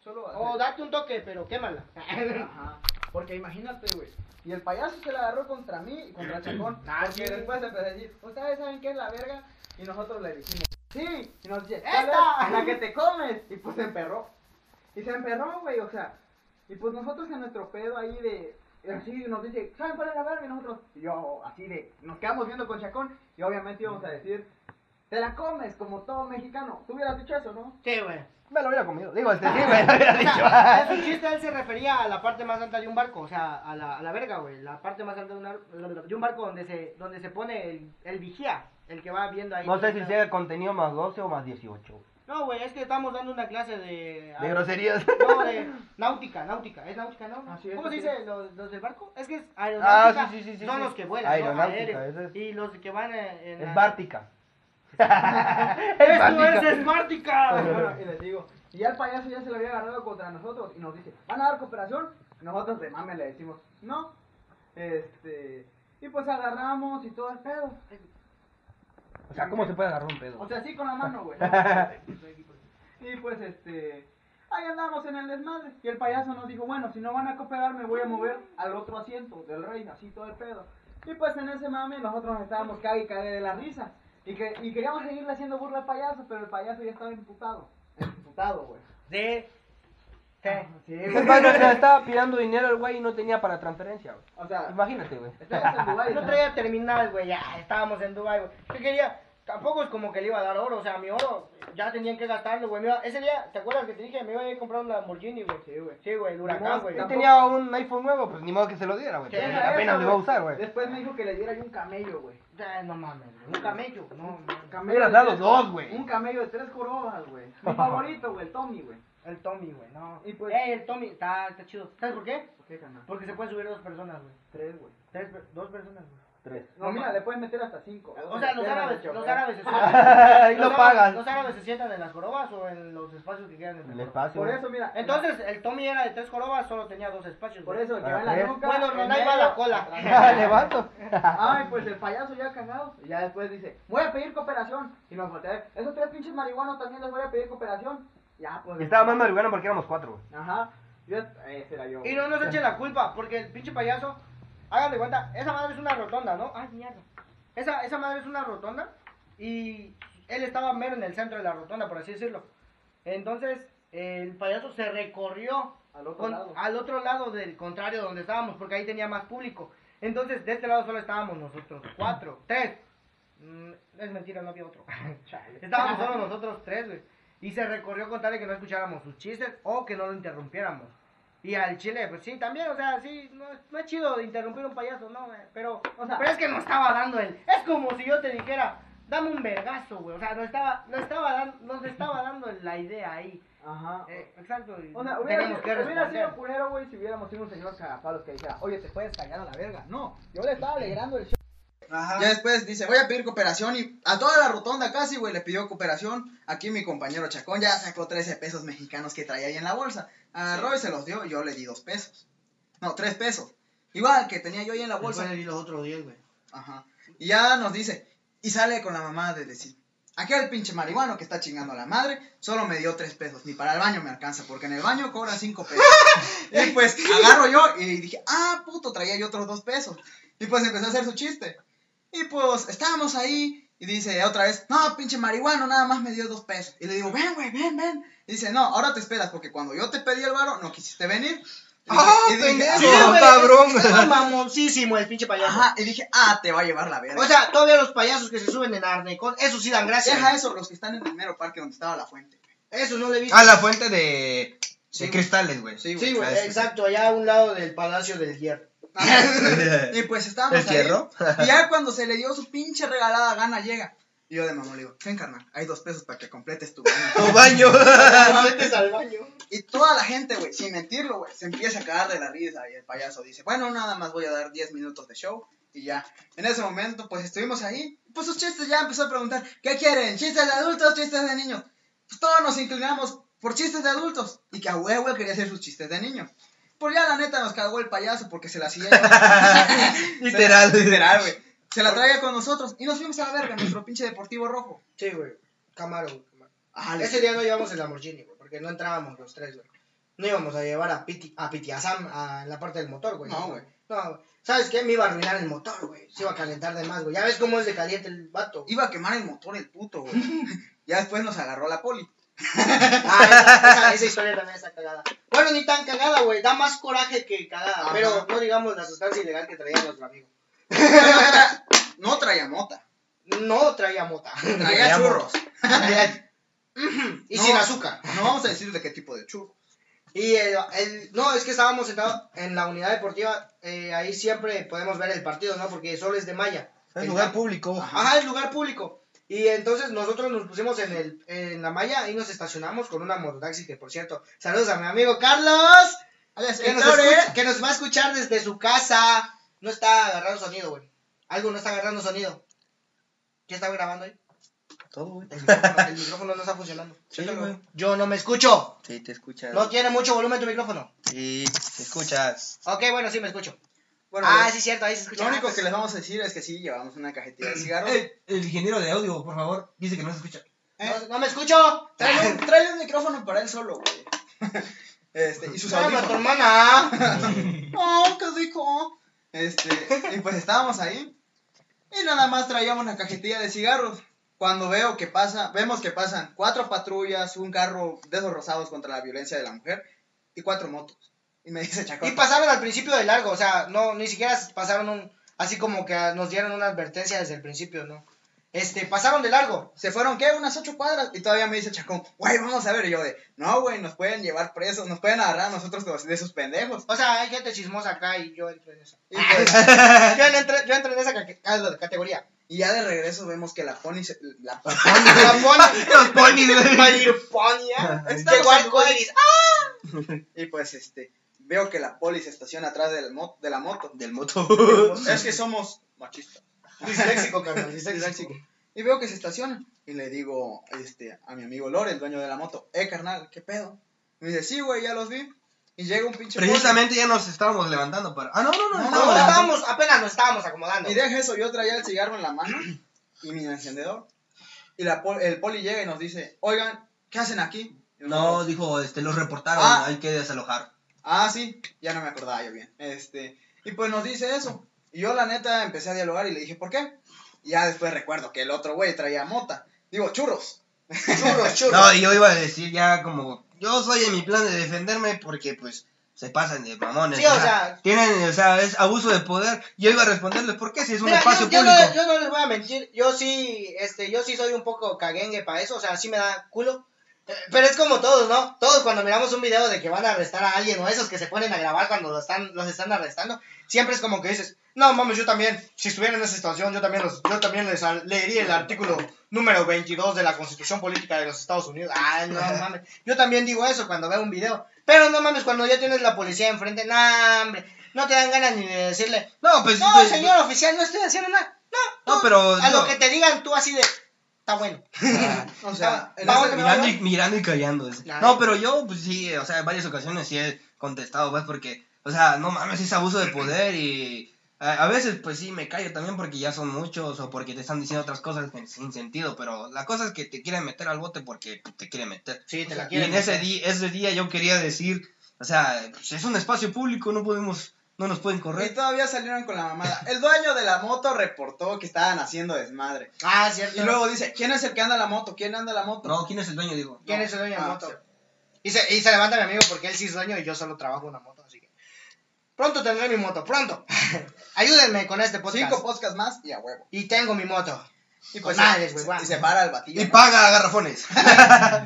C: Solo
A: O date un toque, pero quémala.
C: Ajá. Porque imagínate, güey. Y el payaso se la agarró contra mí y contra Chacón.
A: Ah,
C: porque
A: sí.
C: después empezó a decir, ustedes saben qué es la verga. Y nosotros le dijimos, sí. Y nos dice,
A: ¡Esta!
C: ¡Esta! La que te comes. Y pues se emperró. Y se emperró, güey, o sea. Y pues nosotros en nuestro pedo ahí de. Así nos dice, ¿saben cuál es la verga? Y nosotros, y yo, así de, nos quedamos viendo con Chacón. Y obviamente íbamos a decir,
I: Te la comes como todo mexicano. Tú hubieras dicho eso, ¿no?
A: Sí, güey.
B: Me lo hubiera comido. Digo, este sí, güey, lo hubiera dicho.
A: A ese chiste él se refería a la parte más alta de un barco, o sea, a la, a la verga, güey. La parte más alta de, una- de un barco donde se, donde se pone el, el vigía, el que va viendo ahí.
B: No sé si sea contenido más 12 o más 18.
A: No, güey, es que estamos dando una clase de.
B: De groserías.
A: No, de náutica, náutica, es náutica, ¿no?
I: Así es,
A: ¿Cómo se
I: así
A: dice los, los del barco? Es que es aeronáutica.
B: Ah, sí, sí, sí, sí,
A: Son
B: sí.
A: los que vuelan. ¿no?
B: Aeronáutica,
A: Aéreos.
B: ese es.
A: Y los que van en. en la-
B: Es bártica.
A: ¡Esto
B: bártica.
A: es Smartica!
I: Bueno, y les digo, y ya el payaso ya se lo había agarrado contra nosotros y nos dice, ¿van a dar cooperación? Nosotros de mame le decimos, no. Este, y pues agarramos y todo el pedo.
B: O sea, ¿cómo se puede agarrar un
I: O
B: pedo?
I: sea, así con la mano, güey. y pues este, ahí andamos en el desmadre. Y el payaso nos dijo, bueno, si no van a cooperar me voy a mover al otro asiento del reino, así todo el pedo. Y pues en ese mame nosotros nos estábamos cae y cae de la risa. Y, que, y queríamos seguirle haciendo burla al payaso, pero el payaso ya estaba imputado. Imputado, güey.
A: De. Te.
I: Sí,
B: El
I: güey.
B: padre se estaba pidiendo dinero al güey y no tenía para transferencia, güey.
I: O sea,
B: Imagínate, güey.
I: estamos en Dubái,
A: No
I: ¿no?
A: traía terminal, güey, ya, estábamos en Dubai, güey. Yo quería, tampoco es como que le iba a dar oro, o sea, mi oro ya tenían que gastarlo, güey. Me iba- Ese día, ¿te acuerdas que te dije? Me iba a ir a comprar un Lamborghini, güey.
I: Sí, güey.
A: Sí, güey, el huracán, güey.
B: Él tenía un iPhone nuevo, pues ni modo que se lo diera, güey.
A: Sí,
B: Apenas
A: era
I: eso,
B: lo iba a
I: güey.
B: usar, güey.
I: Después me dijo que le diera yo un camello, güey.
A: Ay, Eh, No mames, güey, un camello, no,
I: Un
A: mames.
B: Me
I: camello
B: hubieras
I: de
B: dado
I: tres-
B: dos, güey.
I: Un camello de tres jorobas, güey. Mi favorito, güey, el Tommy, güey.
A: el Tommy, güey, no.
I: Y pues-
A: Eh, el Tommy, está, está chido. ¿Sabes por qué?
I: ¿Por qué, canal?
A: Porque se pueden subir dos personas, güey.
I: Tres, güey.
A: Tres, per- dos personas, güey.
B: Tres.
I: No, mira, le puedes meter hasta cinco.
A: O sea, los
I: Espérame,
A: árabes,
I: chofer.
A: los árabes se sientan.
B: Ahí
A: los
B: lo
A: árabes-
B: pagas.
A: Los árabes se sientan en las jorobas o en los espacios que quedan en
B: El
A: la joroba.
B: espacio.
I: Por
B: güey.
I: eso, mira.
A: Entonces, el Tommy era de tres jorobas, solo tenía dos espacios.
I: Por
A: güey.
I: eso, el que
B: Ah,
I: va en la
B: tres.
I: nuca.
A: Bueno,
I: en
A: Ronald
I: medio,
A: va a la cola.
I: atrás.
B: Levanto.
I: Ay, pues el payaso ya cagado. Y ya después dice, voy a pedir cooperación. Y nos voltea a ver, Esos tres pinches marihuanos también les voy a pedir cooperación. Ya, pues.
B: Estaba más marihuana porque éramos cuatro, güey.
I: Ajá. Yo, eh, ese era yo.
A: Y
I: güey.
A: no nos echen la culpa, porque el pinche payaso, hagan de cuenta, esa madre es una rotonda, ¿no? Ay, mierda. Esa, esa madre es una rotonda y él estaba mero en el centro de la rotonda, por así decirlo. Entonces, el payaso se recorrió
I: Al otro
A: con-
I: lado.
A: al otro lado del contrario donde estábamos, porque ahí tenía más público. Entonces, de este lado solo estábamos nosotros, cuatro, tres. Mm, es mentira, no había otro. estábamos solo nosotros tres, güey. Y se recorrió con tal de que no escucháramos sus chistes o que no lo interrumpiéramos. Y al chile, pues sí, también, o sea, sí, no, no es chido de interrumpir un payaso, ¿no? güey? Pero,
I: O sea-
A: pero es que no estaba dando él. Es como si yo te dijera, dame un vergazo, güey. O sea, no estaba, no estaba dando, nos estaba dando la idea ahí.
I: Ajá.
A: Eh, exacto. y
I: O sea, hubiera,
A: teníamos
I: sido,
A: que
I: hubiera
A: responder.
I: sido culero, güey, si hubiéramos sido un señor cagapalos que dijera, oye, te puedes callar a la verga. No, yo le estaba alegrando el show.
C: Ya después dice, voy a pedir cooperación y a toda la rotonda casi, güey, le pidió cooperación. Aquí mi compañero Chacón ya sacó 13 pesos mexicanos que traía ahí en la bolsa. A Roy se los dio, yo le di dos pesos. No, tres pesos. Igual que tenía yo ahí en la bolsa.
J: le di los otros 10, güey.
C: Ajá. Y ya nos dice, y sale con la mamá de decir, aquel pinche marihuano que está chingando a la madre, solo me dio tres pesos, ni para el baño me alcanza, porque en el baño cobra cinco pesos. y pues agarro yo y dije, ah, puto, traía yo otros dos pesos. Y pues empezó a hacer su chiste. Y pues estábamos ahí y dice otra vez, no, pinche marihuano, nada más me dio dos pesos. Y le digo, ven, güey, ven, ven. Y dice, no, ahora te esperas, porque cuando yo te pedí el varo, no quisiste venir. Y dije-
J: ¡Ah,
C: y dije,
J: pendejo!
C: "Sí, güey,
J: cabrón!
C: estaba
A: mamoncísimo el pinche payaso.
C: Ajá, y dije, ah, te va a llevar la verga.
A: O sea, todavía los payasos que se suben en Arnecón, esos sí dan gracias.
C: Deja eso, los que están en el mero parque donde estaba la fuente.
A: Eso no le he visto.
J: Ah, la fuente de,
C: Sí,
J: de
C: güey.
J: cristales, güey.
C: Sí, güey.
A: sí, güey,
J: Ah, sí.
A: exacto, allá a un lado del Palacio del Hierro.
C: Ajá. y pues estábamos
J: ¿El cierro?
C: ahí. Y ya cuando se le dio su pinche regalada gana, llega. Y yo de mamón le digo, ven carnal, hay dos pesos para que completes tu
J: Tu
C: gana.
J: baño.
A: al baño.
C: y toda la gente, güey, sin mentirlo, güey, se empieza a cagar de la risa. Y el payaso dice, bueno, nada más voy a dar 10 minutos de show. Y ya, en ese momento, pues estuvimos ahí. Pues sus chistes ya empezó a preguntar, ¿qué quieren? ¿Chistes de adultos, chistes de niños? Pues todos nos inclinamos por chistes de adultos. Y que a huevo quería hacer sus chistes de niños. Pues ya la neta nos cagó el payaso porque se la hacía.
J: Literal.
C: Literal, güey. Se la traía con nosotros y nos fuimos a la verga en nuestro pinche deportivo rojo.
A: Sí, güey. Camaro, güey. Camaro.
C: Ah,
A: Ese día no llevamos el Lamborghini, güey, porque no entrábamos los tres, güey. No íbamos a llevar a Piti, a Piti, a Sam, a- en la parte del motor, güey.
C: No, güey.
A: No, güey. ¿Sabes qué? Me iba a arruinar el motor, güey. Se iba a calentar de más, güey. Ya ves cómo es de caliente el vato, güey.
C: Iba a quemar el motor el puto, güey. ya después nos agarró la poli.
A: Ah, esa, esa- esa historia también está cagada. Bueno, ni tan cagada, güey. Da más coraje que cagada.
C: Ajá.
A: Pero no digamos la sustancia ilegal que traía nuestro amigo.
C: No traía mota.
A: No, No traía mota.
C: Traía churros.
A: Y
C: No.
A: sin azúcar.
C: No vamos a decir de qué tipo de churro.
A: Y el- el- no, es que estábamos sentados en la unidad deportiva. eh, ahí siempre podemos ver el partido, ¿no? Porque solo es de malla.
J: Es lugar público.
A: Ajá, es lugar público. Y entonces nosotros nos pusimos en, el, en la malla y nos estacionamos con una mototaxi que, por cierto, saludos a mi amigo Carlos, que nos,
C: ¿eh?
A: escucha- que nos va a escuchar desde su casa. No está agarrando sonido, güey. Algo no está agarrando sonido. ¿Qué está grabando ahí?
J: Todo, güey.
A: El micrófono, el micrófono no está funcionando.
J: Sí, güey.
A: Yo no me escucho.
J: Sí, te escuchas.
A: No tiene mucho volumen tu micrófono.
J: Sí, te escuchas.
A: Ok, bueno, sí me escucho.
C: Bueno,
A: ah,
C: lo-
A: sí, cierto, ahí se escucha.
C: lo único
A: Ah,
C: que les vamos a decir es que sí llevamos una cajetilla de cigarros.
J: El, el ingeniero de audio, por favor, dice que no se escucha.
A: pues, No, no me escucho.
C: Tráele un, tráele un micrófono para él solo, güey. Este, y sus
A: Tráeme a tu
C: audífonos.
A: hermana.
C: ¡Oh, qué rico! Este, y pues estábamos ahí. Y nada más traíamos la cajetilla de cigarros. Cuando veo que pasa, vemos que pasan cuatro patrullas, un carro de esos rosados contra la violencia de la mujer y cuatro motos. Y me dice Chacón.
A: Y pasaron al principio de largo, o sea, no, ni siquiera pasaron un, así como que nos dieron una advertencia desde el principio, ¿no? Este, pasaron de largo.
C: se fueron, ¿qué? Unas ocho cuadras. Y todavía me dice Chacón, güey, vamos a ver. Y yo de, no, güey, nos pueden llevar presos, nos pueden agarrar a nosotros de, de esos pendejos.
A: O sea, hay gente chismosa acá y yo entro en esa.
C: Y pues,
A: Yo no entré, yo entré en esa ca- ca- categoría.
C: Y ya de regreso vemos que la pony se- la pony
A: La pone-
J: Los ponis,
A: Maliroponia. Llegó al coiris.
C: y pues este veo que la poli se estaciona atrás del mo- de la moto.
J: Del moto.
C: es que somos machistas.
A: Disléxico, carnal, disléxico.
C: Y veo que se estaciona y le digo este a mi amigo Lore, el dueño de la moto, "Eh, carnal, ¿qué pedo?" Me dice, "Sí, güey, ya los vi." Y llega un pinche poli.
J: Precisamente ya nos estábamos levantando para. Ah, no, no, no.
C: No,
J: estábamos
A: No,
J: levantando.
A: estábamos, apenas nos estábamos acomodando.
C: Y deja eso, yo traía el cigarro en la mano y mi encendedor. Y la pol- el poli llega y nos dice, "Oigan, ¿qué hacen aquí?" Y nosotros,
J: No, dijo, este, los reportaron,
C: Ah.
J: hay que desalojar.
C: Ah, sí, ya no me acordaba yo bien. Este, y pues nos dice eso. Y yo la neta empecé a dialogar y le dije, ¿por qué? Y ya después recuerdo que el otro güey traía mota. Digo, churros. churros, churros.
J: No, y yo iba a decir ya como, yo soy en mi plan de defenderme porque pues se pasan de mamones.
A: Sí, o sea-
J: Tienen, o sea, es abuso de poder. Yo iba a responderles, ¿por qué si es un
A: Mira,
J: espacio
A: yo, yo
J: público?
A: no, yo no les voy a mentir, yo sí, este, yo sí soy un poco caguengue para eso, o sea, sí me da culo. Eh, Pero es como todos, ¿no? Todos cuando miramos un video de que van a arrestar a alguien o esos que se ponen a grabar cuando lo están, los están arrestando, siempre es como que dices, no mames, yo también, si estuviera en esa situación, yo también, los, yo también les al- leería el artículo número 22 de la Constitución Política de los Estados Unidos. Ay, no mames, yo también digo eso cuando veo un video. Pero no mames, cuando ya tienes la policía enfrente, no, hombre, no te dan ganas ni de decirle,
J: No, pues...
A: no,
J: pues,
A: señor oficial, no estoy haciendo nada. No,
J: No,
A: tú,
J: pero...
A: A
J: no.
A: lo que te digan tú así de. Está bueno.
C: o sea, en
A: ¿Para
C: ese-
A: dónde me va?
J: Mirando y, mirando y callando. es-
A: Claro.
J: No, pero yo, pues sí, o sea, en varias ocasiones sí he contestado, pues, porque, o sea, no mames, es abuso de poder y a, a veces, pues sí, me callo también porque ya son muchos o porque te están diciendo otras cosas que- sin sentido, pero la cosa es que te quieren meter al bote porque te quieren meter.
A: Sí, te la
J: Y
A: quieren.
J: en ese, di- ese día yo quería decir, o sea, pues, es un espacio público, no podemos, no nos pueden
C: y
J: correr.
C: todavía salieron con la mamada. El dueño de la moto reportó que estaban haciendo desmadre.
A: Ah, cierto.
C: Y luego dice, ¿quién es el que anda la moto? ¿Quién anda la moto?
J: No, ¿quién es el dueño? Digo,
A: ¿Quién es el dueño de
C: Ah,
A: moto? Y se, y se levanta mi amigo porque él sí es dueño y yo solo trabajo una moto, así que. Pronto tendré mi moto, pronto. Ayúdenme con este podcast.
C: Cinco podcasts más y a huevo.
A: Y tengo mi moto.
C: Y pues
A: Con madres,
C: se-
A: güey,
C: se-
A: guau.
C: y se para el batillo.
J: Y
C: ¿no?
J: paga garrafones.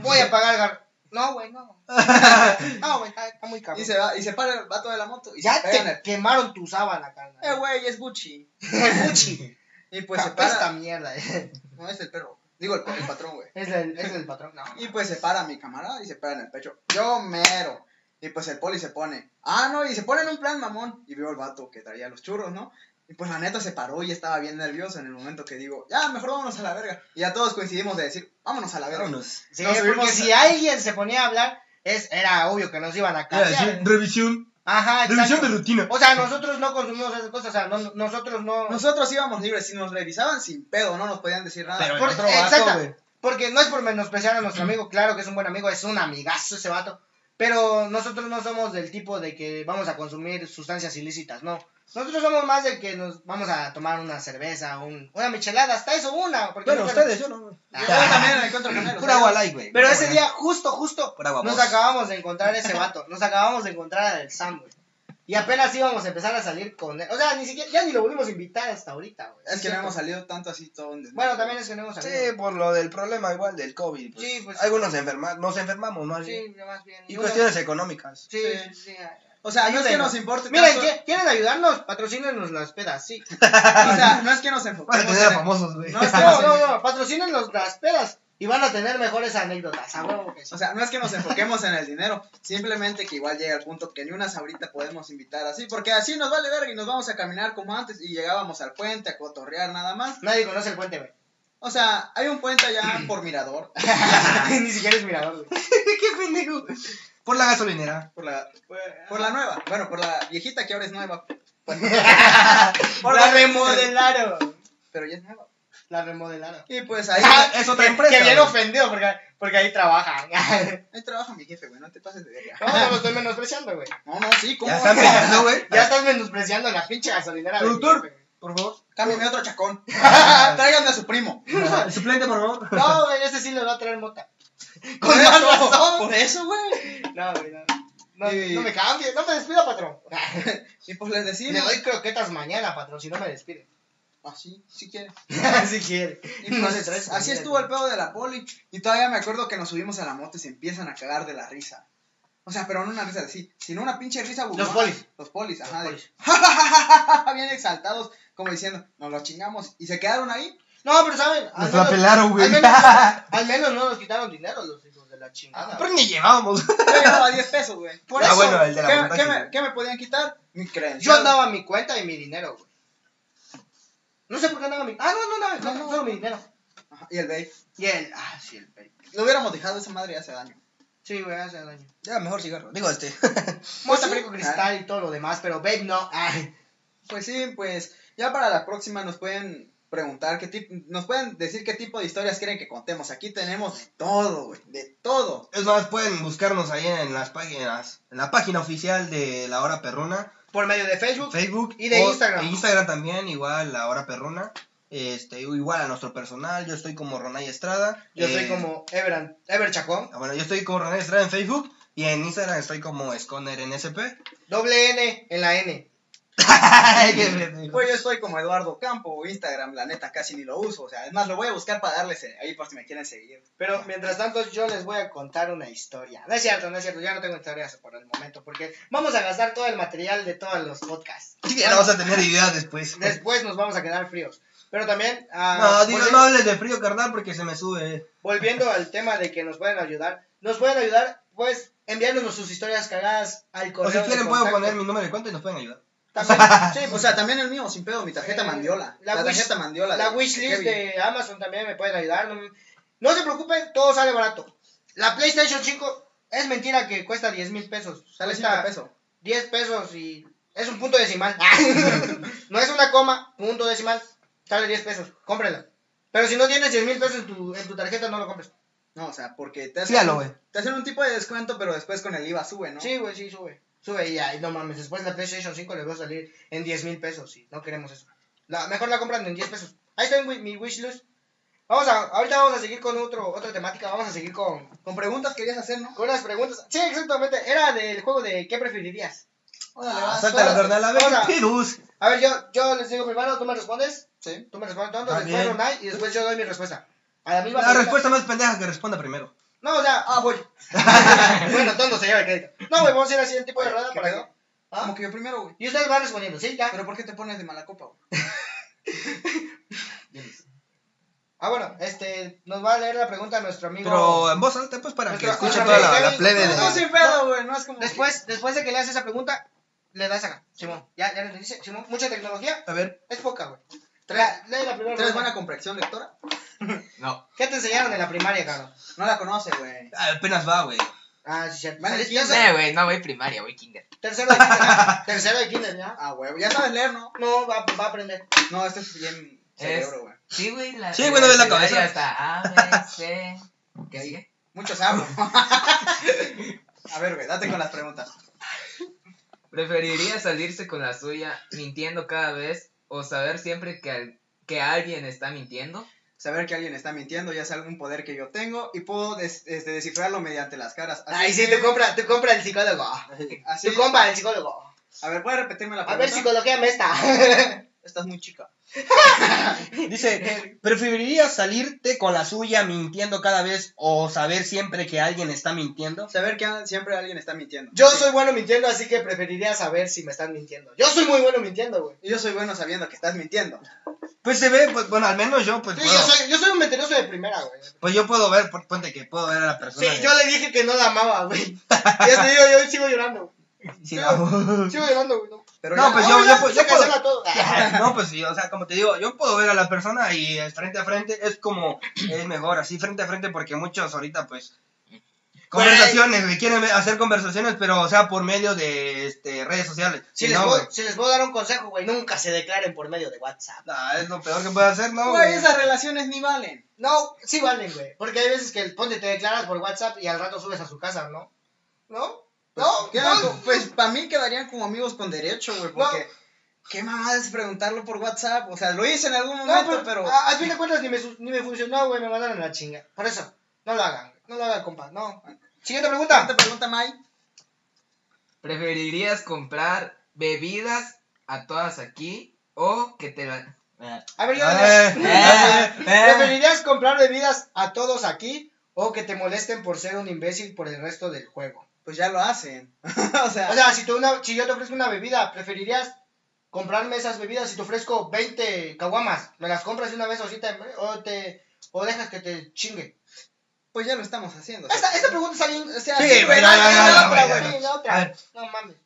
A: Voy a pagar. gar- No, güey, no. No, güey, está, está muy caro.
C: Y se va, y se para el vato de la moto. Y
A: Ya
C: se pegan
A: te quemaron tu sábana, carnal.
C: el- Eh, güey, es Gucci.
A: Es Gucci.
C: Y pues
A: Pues
C: se
A: se esta
C: para.
A: mierda. eh.
C: No es el perro. Digo el, el patrón, güey.
A: Es el, es el patrón. No.
C: Y pues se para mi camarada y se para en el pecho. Yo mero. Y pues el poli se pone. Ah, no, y se pone en un plan mamón. Y veo al vato que traía los churros, ¿no? Y pues la neta se paró y estaba bien nervioso en el momento que digo, ya, mejor vámonos a la verga. Y ya todos coincidimos de decir, vámonos a la verga.
J: Vámonos.
A: Sí,
C: Nos
A: porque
C: subimos
A: si alguien se ponía a hablar, es, era obvio que nos iban a
J: Iba a
A: cambiar.
J: decir, Revisión,
A: Ajá,
J: revisión de
A: exacto.
J: rutina.
A: O sea, nosotros no consumimos esas cosas, o sea, no- nosotros no...
C: Nosotros íbamos libres. Si nos revisaban sin pedo, no nos podían decir nada.
J: Pero el
A: por-
J: otro vato,
A: exacta-
J: güey.
A: Porque no es por menospreciar a nuestro amigo, claro que es un buen amigo, es un amigazo ese vato. Pero nosotros no somos del tipo de que vamos a consumir sustancias ilícitas, no. Nosotros somos más de que nos vamos a tomar una cerveza, un- una michelada, hasta eso, una. Porque
J: Bueno,
A: nunca-
J: ustedes, yo no.
A: Ah.
C: Yo también me encuentro con él. o
J: Pura
C: sea,
J: agua light, güey.
A: Pero
J: Pura
A: ese
J: agua
A: día, justo, justo,
J: Por agua,
A: nos
J: vos.
A: acabamos de encontrar ese vato. Nos acabamos de encontrar al Sam, güey. Y apenas íbamos a empezar a salir con él. O sea, ni siquiera, ya ni lo volvimos a invitar hasta ahorita, güey.
C: Es que no hemos salido tanto así todo un desmadre.
A: Bueno, también es que no hemos salido.
J: Sí, por lo del problema igual del COVID. pues,
A: Sí, pues-
J: Algunos enferma nos enfermamos más bien.
A: Sí, más bien.
J: Y
A: Bueno,
J: cuestiones económicas.
A: Sí, sí, sí.
C: O sea, no es que
A: Ayúdenos.
C: nos importe
A: Miren,
C: tanto-
A: ¿qui- ¿quieren ayudarnos? Patrocínenos las pedas, sí.
C: O sea, no es que nos
J: Para
C: enfoquemos
J: tener a
C: en el-
J: famosos,
C: pues, eh,
J: güey.
C: No, es que
A: No,
C: nos
A: no, no, patrocínenos las pedas y van a tener mejores anécdotas, a huevo que sí.
C: O sea, no es que nos enfoquemos en el dinero, simplemente que igual llega el punto que ni unas ahorita podemos invitar así, porque así nos vale verga y nos vamos a caminar como antes y llegábamos al puente a cotorrear nada más.
A: Nadie conoce el puente, güey.
C: O sea, hay un puente allá por Mirador,
A: Ni siquiera es mirador, güey.
J: Qué pendejo. Por la gasolinera.
C: por la, por la nueva, bueno, por la viejita que ahora es nueva,
A: Por la remodelaron.
C: pero ya es nueva.
A: La remodelaron.
C: Y pues ahí,
A: Ah.
J: Es otra empresa.
A: Que bien
J: güey.
A: ofendido porque, porque ahí trabajan.
C: ahí trabaja mi jefe, güey, no te pases de verga.
A: No, no lo estoy menospreciando, güey.
C: No, no, sí, ¿cómo?
J: Ya están peleando, güey.
A: Ya estás menospreciando la pinche gasolinera. güey.
J: Productor. Por favor.
C: Cámbiame otro chacón.
A: Ah.
C: Tráiganme a su primo.
J: Suplente, por favor.
A: No, güey, ese sí le va a traer mota.
C: Por
A: Con más
C: eso,
A: razón.
C: Por eso, güey.
A: No, güey, no. No,
C: Y-
A: no me cambie, no me despida, patrón.
C: Y pues les decimos.
A: Ah, Le doy croquetas mañana, patrón, si no me despide.
C: Así, si quieres.
A: si quiere.
C: Y pues, así estuvo el pedo de la poli. Y todavía me acuerdo que nos subimos a la moto y se empiezan a cagar de la risa. O sea, pero no una risa así, sino una pinche risa burlona.
A: Los polis.
C: Los polis, ajá.
A: Los
C: de- jajajajaja, bien exaltados, como diciendo, nos lo chingamos. Y se quedaron ahí.
A: No, pero saben. Al
J: Nos la
A: menos,
J: pelaron, güey.
A: al, menos, al menos no nos quitaron dinero los hijos de la chingada.
J: Pero ni llevábamos.
C: Yo llevaba 10 pesos, güey. Por
J: Ah,
C: eso,
J: bueno, el de la
C: ¿qué-
J: montaña,
C: ¿qué, me,
J: güey.
C: qué me podían quitar? Mi creencia.
A: Yo andaba mi cuenta y mi dinero, güey. No sé por qué andaba mi. Ah, no, no, no, no, solo mi dinero.
C: Y el babe.
A: Y él, ah, sí, el pay.
C: Lo hubiéramos dejado, esa madre hace daño.
A: Sí, güey, hace daño.
J: Ya, mejor cigarro. Digo este.
A: Muerta perico cristal y todo lo demás, pero babe no. Ah,
C: Pues sí, pues ya para la próxima nos pueden preguntar qué tipo, nos pueden decir qué tipo de historias quieren que contemos. Aquí tenemos de todo, güey, de todo.
J: Es más, pueden buscarnos ahí en las páginas, en la página oficial de La Hora Perruna,
A: Por medio de Facebook.
J: Facebook
A: Y de
J: o-
A: Instagram.
J: e Instagram también, igual La Hora Perruna. Este, igual a nuestro personal, yo estoy como Ronay Estrada.
A: Yo
J: eh,
A: soy como Ever, Ever Chacón.
J: ah, Bueno, yo estoy como Ronay Estrada en Facebook y en Instagram estoy como Sconer en SP.
A: Doble N en la N.
J: Ay, qué pendejo.
C: Pues yo estoy como Eduardo Campo, Instagram, la neta casi ni lo uso, o sea, además lo voy a buscar para darles eh, ahí por si me quieren seguir.
A: Pero mientras tanto, yo les voy a contar una historia. No es cierto, no es cierto. Ya no tengo historias por el momento porque vamos a gastar todo el material de todos los podcasts.
J: Sí, ya no vas a tener ideas después.
A: Después nos vamos a quedar fríos. Pero también, ah,
J: No, digo,
A: volvi-
J: no hables de frío, carnal, porque se me sube.
A: volviendo al tema de que nos pueden ayudar, nos pueden ayudar, pues, enviándonos sus historias cagadas al correo.
J: O si
A: de
J: quieren, puedo
A: contacto.
J: poner mi número de cuenta y nos pueden ayudar.
A: También, sí,
C: O
A: pues,
C: sea, también el mío, sin pedo, mi tarjeta
A: Eh,
C: mandiola.
A: la
C: La,
A: wish-
C: tarjeta mandiola.
A: la
C: de-
A: wishlist
C: Kevin.
A: de Amazon también me pueden ayudar. No, no se preocupen, todo sale barato. La PlayStation 5 es mentira que cuesta 10 mil pesos.
C: Sale
A: Cuesta
C: 5 pesos.
A: 10 pesos y es un punto decimal. no es una coma, punto decimal. Sale 10 pesos, cómprelo. Pero si no tienes 10 mil pesos en tu, en tu tarjeta, no lo compres.
C: No, o sea, porque te
J: Sí,
C: hacen,
J: ya lo, güey.
C: te hacen un tipo de descuento, pero después con el IVA sube, ¿no?
A: Sí, güey, sí, sube. Sube y ya, y no mames, después la PlayStation 5 les va a salir en 10 mil pesos y no queremos eso. La, mejor la compran en 10 pesos. Ahí está mi, mi wishlist. Vamos a, ahorita vamos a seguir con otro, otra temática, vamos a seguir con,
C: Con preguntas querías hacer, ¿no?
A: con unas preguntas. Sí, exactamente, era del juego de ¿qué preferirías?
C: Órale,
J: Ah,
C: vas,
J: Sáltalo,
C: órale.
J: carnal, a ver,
A: Ahora.
J: Pirus.
A: A ver, yo, yo les digo primero, tú me respondes,
C: Sí.
A: tú me respondes tonto,
J: Ah,
A: después
J: bien.
A: Ronay y después yo doy mi respuesta. A la misma
J: La
A: pregunta-
J: respuesta más pendeja que responda primero.
A: No, o sea, ah, voy. bueno, tonto se lleva el crédito. No, güey, vamos a ir así en tipo de rueda
C: ¿Qué
A: para
C: pedo?
A: que... ¿Ah?
C: Como que yo primero, güey.
A: Y ustedes van respondiendo, ¿sí? Ya.
C: Pero ¿por qué te pones de mala copa, güey?
A: Ah, bueno, este, nos va a leer la pregunta nuestro amigo.
J: Pero en voz alta, pues para que
A: Nuestro-
J: escuche
A: nuestro
J: toda la,
A: amigo
J: la plebe
A: Kevin.
C: No,
J: de.
C: sin pedo, güey, no es como...
A: Después, después de que le haces esa pregunta, le das acá. Simón, ya, ya le dice, Simón, mucha tecnología,
J: A ver,
A: es poca, güey. La- Lee la primera
C: ¿Tienes
A: pregunta.
C: buena comprensión lectora?
A: ¿Qué te enseñaron en la primaria, cabrón?
C: No la conoce, güey.
J: apenas va, güey.
A: Ah, sí, cierto.
C: Vale,
A: Saliste-
C: ¿quién
H: No, Eh, güey, no, güey, primaria, güey, kinder.
A: Tercero de kinder, ¿ya? Tercero de kinder, ¿ya?
C: Ah, güey, ya sabes leer, ¿no?
A: No, va, va a aprender.
C: No, este es bien cerebro, güey.
H: Sí, güey, la.
J: Sí, güey, no ves la
H: primaria
J: cabeza.
H: Está A, B, C. ¿Qué sigue?
C: Muchos hablan. A ver, güey, date con las preguntas.
H: ¿Preferiría salirse con la suya mintiendo cada vez o saber siempre que, al- que alguien está mintiendo?
C: Saber que alguien está mintiendo ya es algún poder que yo tengo y puedo des- este, descifrarlo mediante las caras. Así
A: Ay, sí,
C: que-
A: tú compra, tú compra el psicólogo.
C: así-
A: Tú compra el psicólogo.
C: A ver, ¿puedes repetirme la
A: A
C: pregunta?
A: ver, psicologíame esta.
C: Estás muy chica.
J: Dice, ¿preferirías salirte con la suya mintiendo cada vez o saber siempre que alguien está mintiendo?
C: Saber que ah, siempre alguien está mintiendo.
A: Yo soy bueno mintiendo, así que preferiría saber si me están mintiendo. Yo soy muy bueno mintiendo, güey.
C: Y yo soy bueno sabiendo que estás mintiendo.
J: Pues se ve, pues, bueno, al menos yo, pues,
A: Sí,
J: puedo,
A: yo soy, yo soy un mentiroso de primera, güey.
J: pues yo puedo ver, por- ponte que puedo ver a la
A: Sí,
J: persona. de-
A: yo le dije que no la amaba, güey. Ya te digo, yo sigo llorando.
J: Sí,
A: yo-
J: no.
A: güey. Sigo llorando, güey. No,
C: Pero
J: No,
C: ya-
J: pues
A: Ah,
J: yo,
A: mira,
J: yo, puedo-
A: se
J: yo puedo...
A: cancela todo.
J: No, pues sí, o sea, como te digo, yo puedo ver a la persona y eh, frente a frente es como, es mejor así frente a frente porque muchos ahorita pues... Conversaciones, güey, quieren hacer conversaciones, pero o sea, por medio de este, redes sociales.
A: Si,
J: Y
A: les
J: no, güey.
A: puedo, si les puedo dar un consejo, güey, nunca se declaren por medio de WhatsApp.
J: Nah, ah, es lo peor que puede hacer, ¿no?
C: Güey,
J: güey?
C: esas relaciones ni valen.
A: No, sí valen, güey. Porque hay veces que, ponte, te declaras por WhatsApp y al rato subes a su casa, ¿no? ¿No? ¿No?
C: Quedan
A: ¿No?
C: co- pues para mí quedarían como amigos con derecho, güey, porque qué mamada es preguntarlo por WhatsApp, o sea, lo hice en algún
A: No,
C: momento,
A: pero, ah,
C: pero,
A: a, a fin de cuentas ni me, su- ni me funcionó, güey, me mandaron a la chinga. Por eso, no lo hagan, no lo hagan, compa, no. Siguiente
C: ¿Qué
A: pregunta.
C: te pregunta Mike?
H: ¿Preferirías comprar bebidas a todas aquí o que te la...
A: A ver, yo
J: Eh, eh, eh.
A: ¿Preferirías comprar bebidas a todos aquí o que te molesten por ser un imbécil por el resto del juego?
C: Pues ya lo hacen. o sea,
A: O sea, si, tú una- si yo te ofrezco una bebida, ¿preferirías comprarme esas bebidas? Si te ofrezco 20 caguamas, ¿me las compras de una vez o, sí te, o, te- o dejas que te chingue?
C: pues ya lo estamos haciendo. o sea,
A: Esta, esta pregunta está bien... O sea,
J: Sí,
A: bien
J: güey, no,
A: buena,
J: no,
A: bien
J: no,
A: la
J: no,
A: otra,
J: güey,
A: güey,
J: no.
A: bien la otra.
J: A ver.
A: No mames.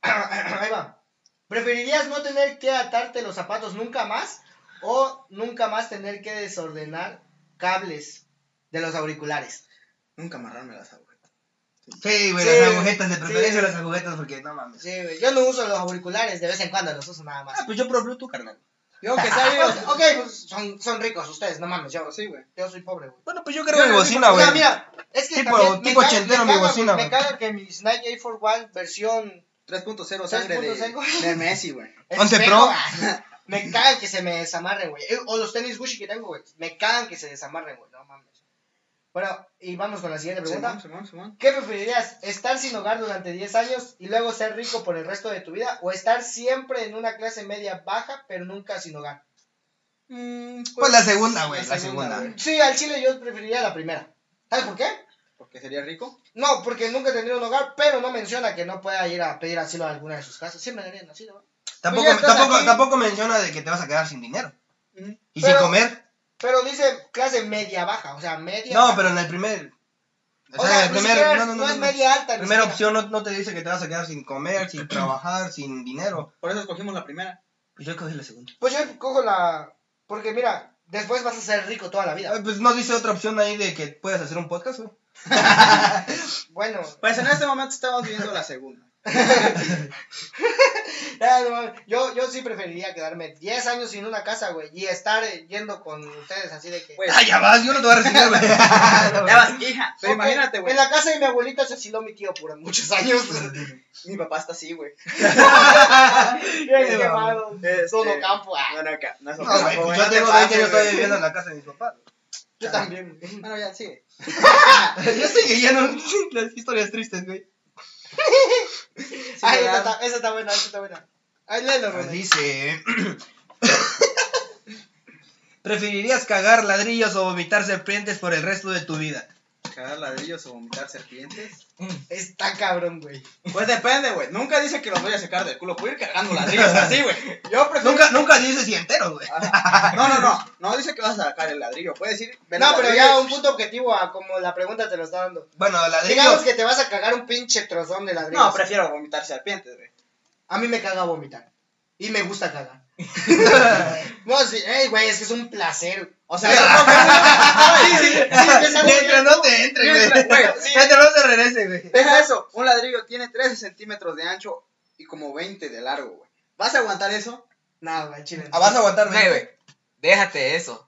A: Ahí va. ¿Preferirías no tener que atarte los zapatos nunca más o nunca más tener que desordenar cables de los auriculares?
C: Nunca amarrarme las agujas.
J: Sí, güey,
A: Sí,
J: las agujetas, de
A: sí.
J: preferencia las agujetas, porque no mames.
A: Sí, güey, yo no uso los auriculares, de vez en cuando los uso nada más.
J: Ah, pues yo pro Bluetooth, carnal.
A: Yo que sea yo- ok, pues son, son ricos ustedes, no mames, yo sí, güey. Yo soy pobre, güey.
J: Bueno, pues yo creo mi bocina,
A: O
J: güey.
A: sea, mira, es que
J: Tipo-
A: también me
J: tipo
A: caga-
J: ochentero
A: me
J: mi
A: caga,
J: bocina,
A: Me
J: güey.
A: caga que mi Nike Air Force One versión
C: 3.0 sangre de,
A: 3.0.
C: de Messi, güey.
A: es
J: 11
A: feo,
J: Pro.
A: güey. Me cagan que se me desamarren, güey. Eh, O los tenis Gucci que tengo, güey. Me cagan que se desamarren, güey. No mames. Bueno, y vamos con la siguiente pregunta.
C: Simón, Simón, Simón.
A: ¿Qué preferirías? ¿Estar sin hogar durante 10 años y luego ser rico por el resto de tu vida? ¿O estar siempre en una clase media baja, pero nunca sin hogar?
C: Mm,
J: Pues la segunda, güey,
C: La
J: la
C: segunda,
J: segunda.
C: güey.
A: Sí, al chile yo preferiría la primera. ¿Sabes por qué?
C: porque sería rico.
A: No, porque nunca tendría un hogar, pero no menciona que no pueda ir a pedir asilo a alguna de sus casas. Siempre darían asilo. ¿no?
J: Tampoco,
C: Pues ya estás
J: tampoco,
C: aquí.
J: tampoco menciona de que te vas a quedar sin dinero.
C: Ujú.
J: Y
A: Pero-
J: sin comer.
A: Pero dice clase media baja, o sea, media.
J: No,
A: baja.
J: pero en el primer.
A: O sea,
J: el
A: ni
J: primer.
A: siquiera-
J: no, no, no,
A: es
J: no.
A: media alta. ni
J: Primera
A: siquiera.
J: opción no, no te dice que te vas a quedar sin comer, sin trabajar, sin dinero.
C: Por eso escogimos la primera.
J: Pues yo cogí la segunda.
A: Pues yo cojo la. Porque mira, después vas a ser rico toda la vida.
J: Ah, Pues no dice otra opción ahí de que puedes hacer un podcast, güey.
A: Bueno,
C: Pues en este momento estamos viendo la segunda.
A: ya, no mames. yo, yo sí preferiría quedarme 10 años sin una casa, güey, y estar eh, yendo con ustedes así de que.
C: Güey,
J: Ah, ya vas, yo no te voy a recibir, güey.
C: ya vas, hija. Pero
A: Ok,
C: imagínate, güey.
A: En la casa de mi abuelita se asiló mi tío por muchos años.
C: Mi papá está así, güey.
A: Bien quemado.
C: Este,
A: Todo campo. ah.
C: Bueno, acá, no es
J: No,
C: otro
J: güey,
C: campo, güey,
J: pues yo
C: no te
J: tengo 20
C: pases,
J: años todavía
C: güey.
J: viviendo en la casa de mis papás.
A: Yo también.
C: ah, Bueno, ya, sigue.
J: Yo estoy leyendo las historias tristes, güey.
A: Ay, esa
C: ¿verdad?
A: está, esa está buena, esa está buena. Ay, léelo,
J: Pues
A: René.
J: Dice. ¿Preferirías cagar ladrillos o vomitar serpientes por el resto de tu vida?
C: ¿Cagar ladrillos o vomitar serpientes?
A: Está cabrón, güey.
C: Pues depende, güey. Nunca dice que los voy a sacar del culo. Puedo ir cagando ladrillos así, güey. Yo prefiero.
J: Nunca, nunca dices si entero, güey.
C: Ajá. No, no, no. No dice que vas a sacar el ladrillo. Puedes ir. ver
A: No,
C: el
A: pero
C: ladrillo.
A: ya un punto objetivo a como la pregunta te lo está dando.
J: Bueno, ladrillo.
A: Digamos que te vas a cagar un pinche trozón de ladrillo.
C: No, prefiero vomitar serpientes, güey.
A: A mí me caga vomitar. Y me gusta cagar. no, sí, ey, güey, es que es un placer.
C: O sea, yo- sí, sí, sí,
A: que es algo
J: Mientras
A: bien-
J: no te entre, güey.
C: Mientras- güey, sí.
J: Mientras no te regrese, güey.
C: Deja eso. Un ladrillo tiene 13 centímetros de ancho y como 20 de largo, güey. ¿Vas a aguantar eso?
A: No, güey, chile.
J: Ah, vas a aguantar, güey.
H: Güey, güey, déjate eso.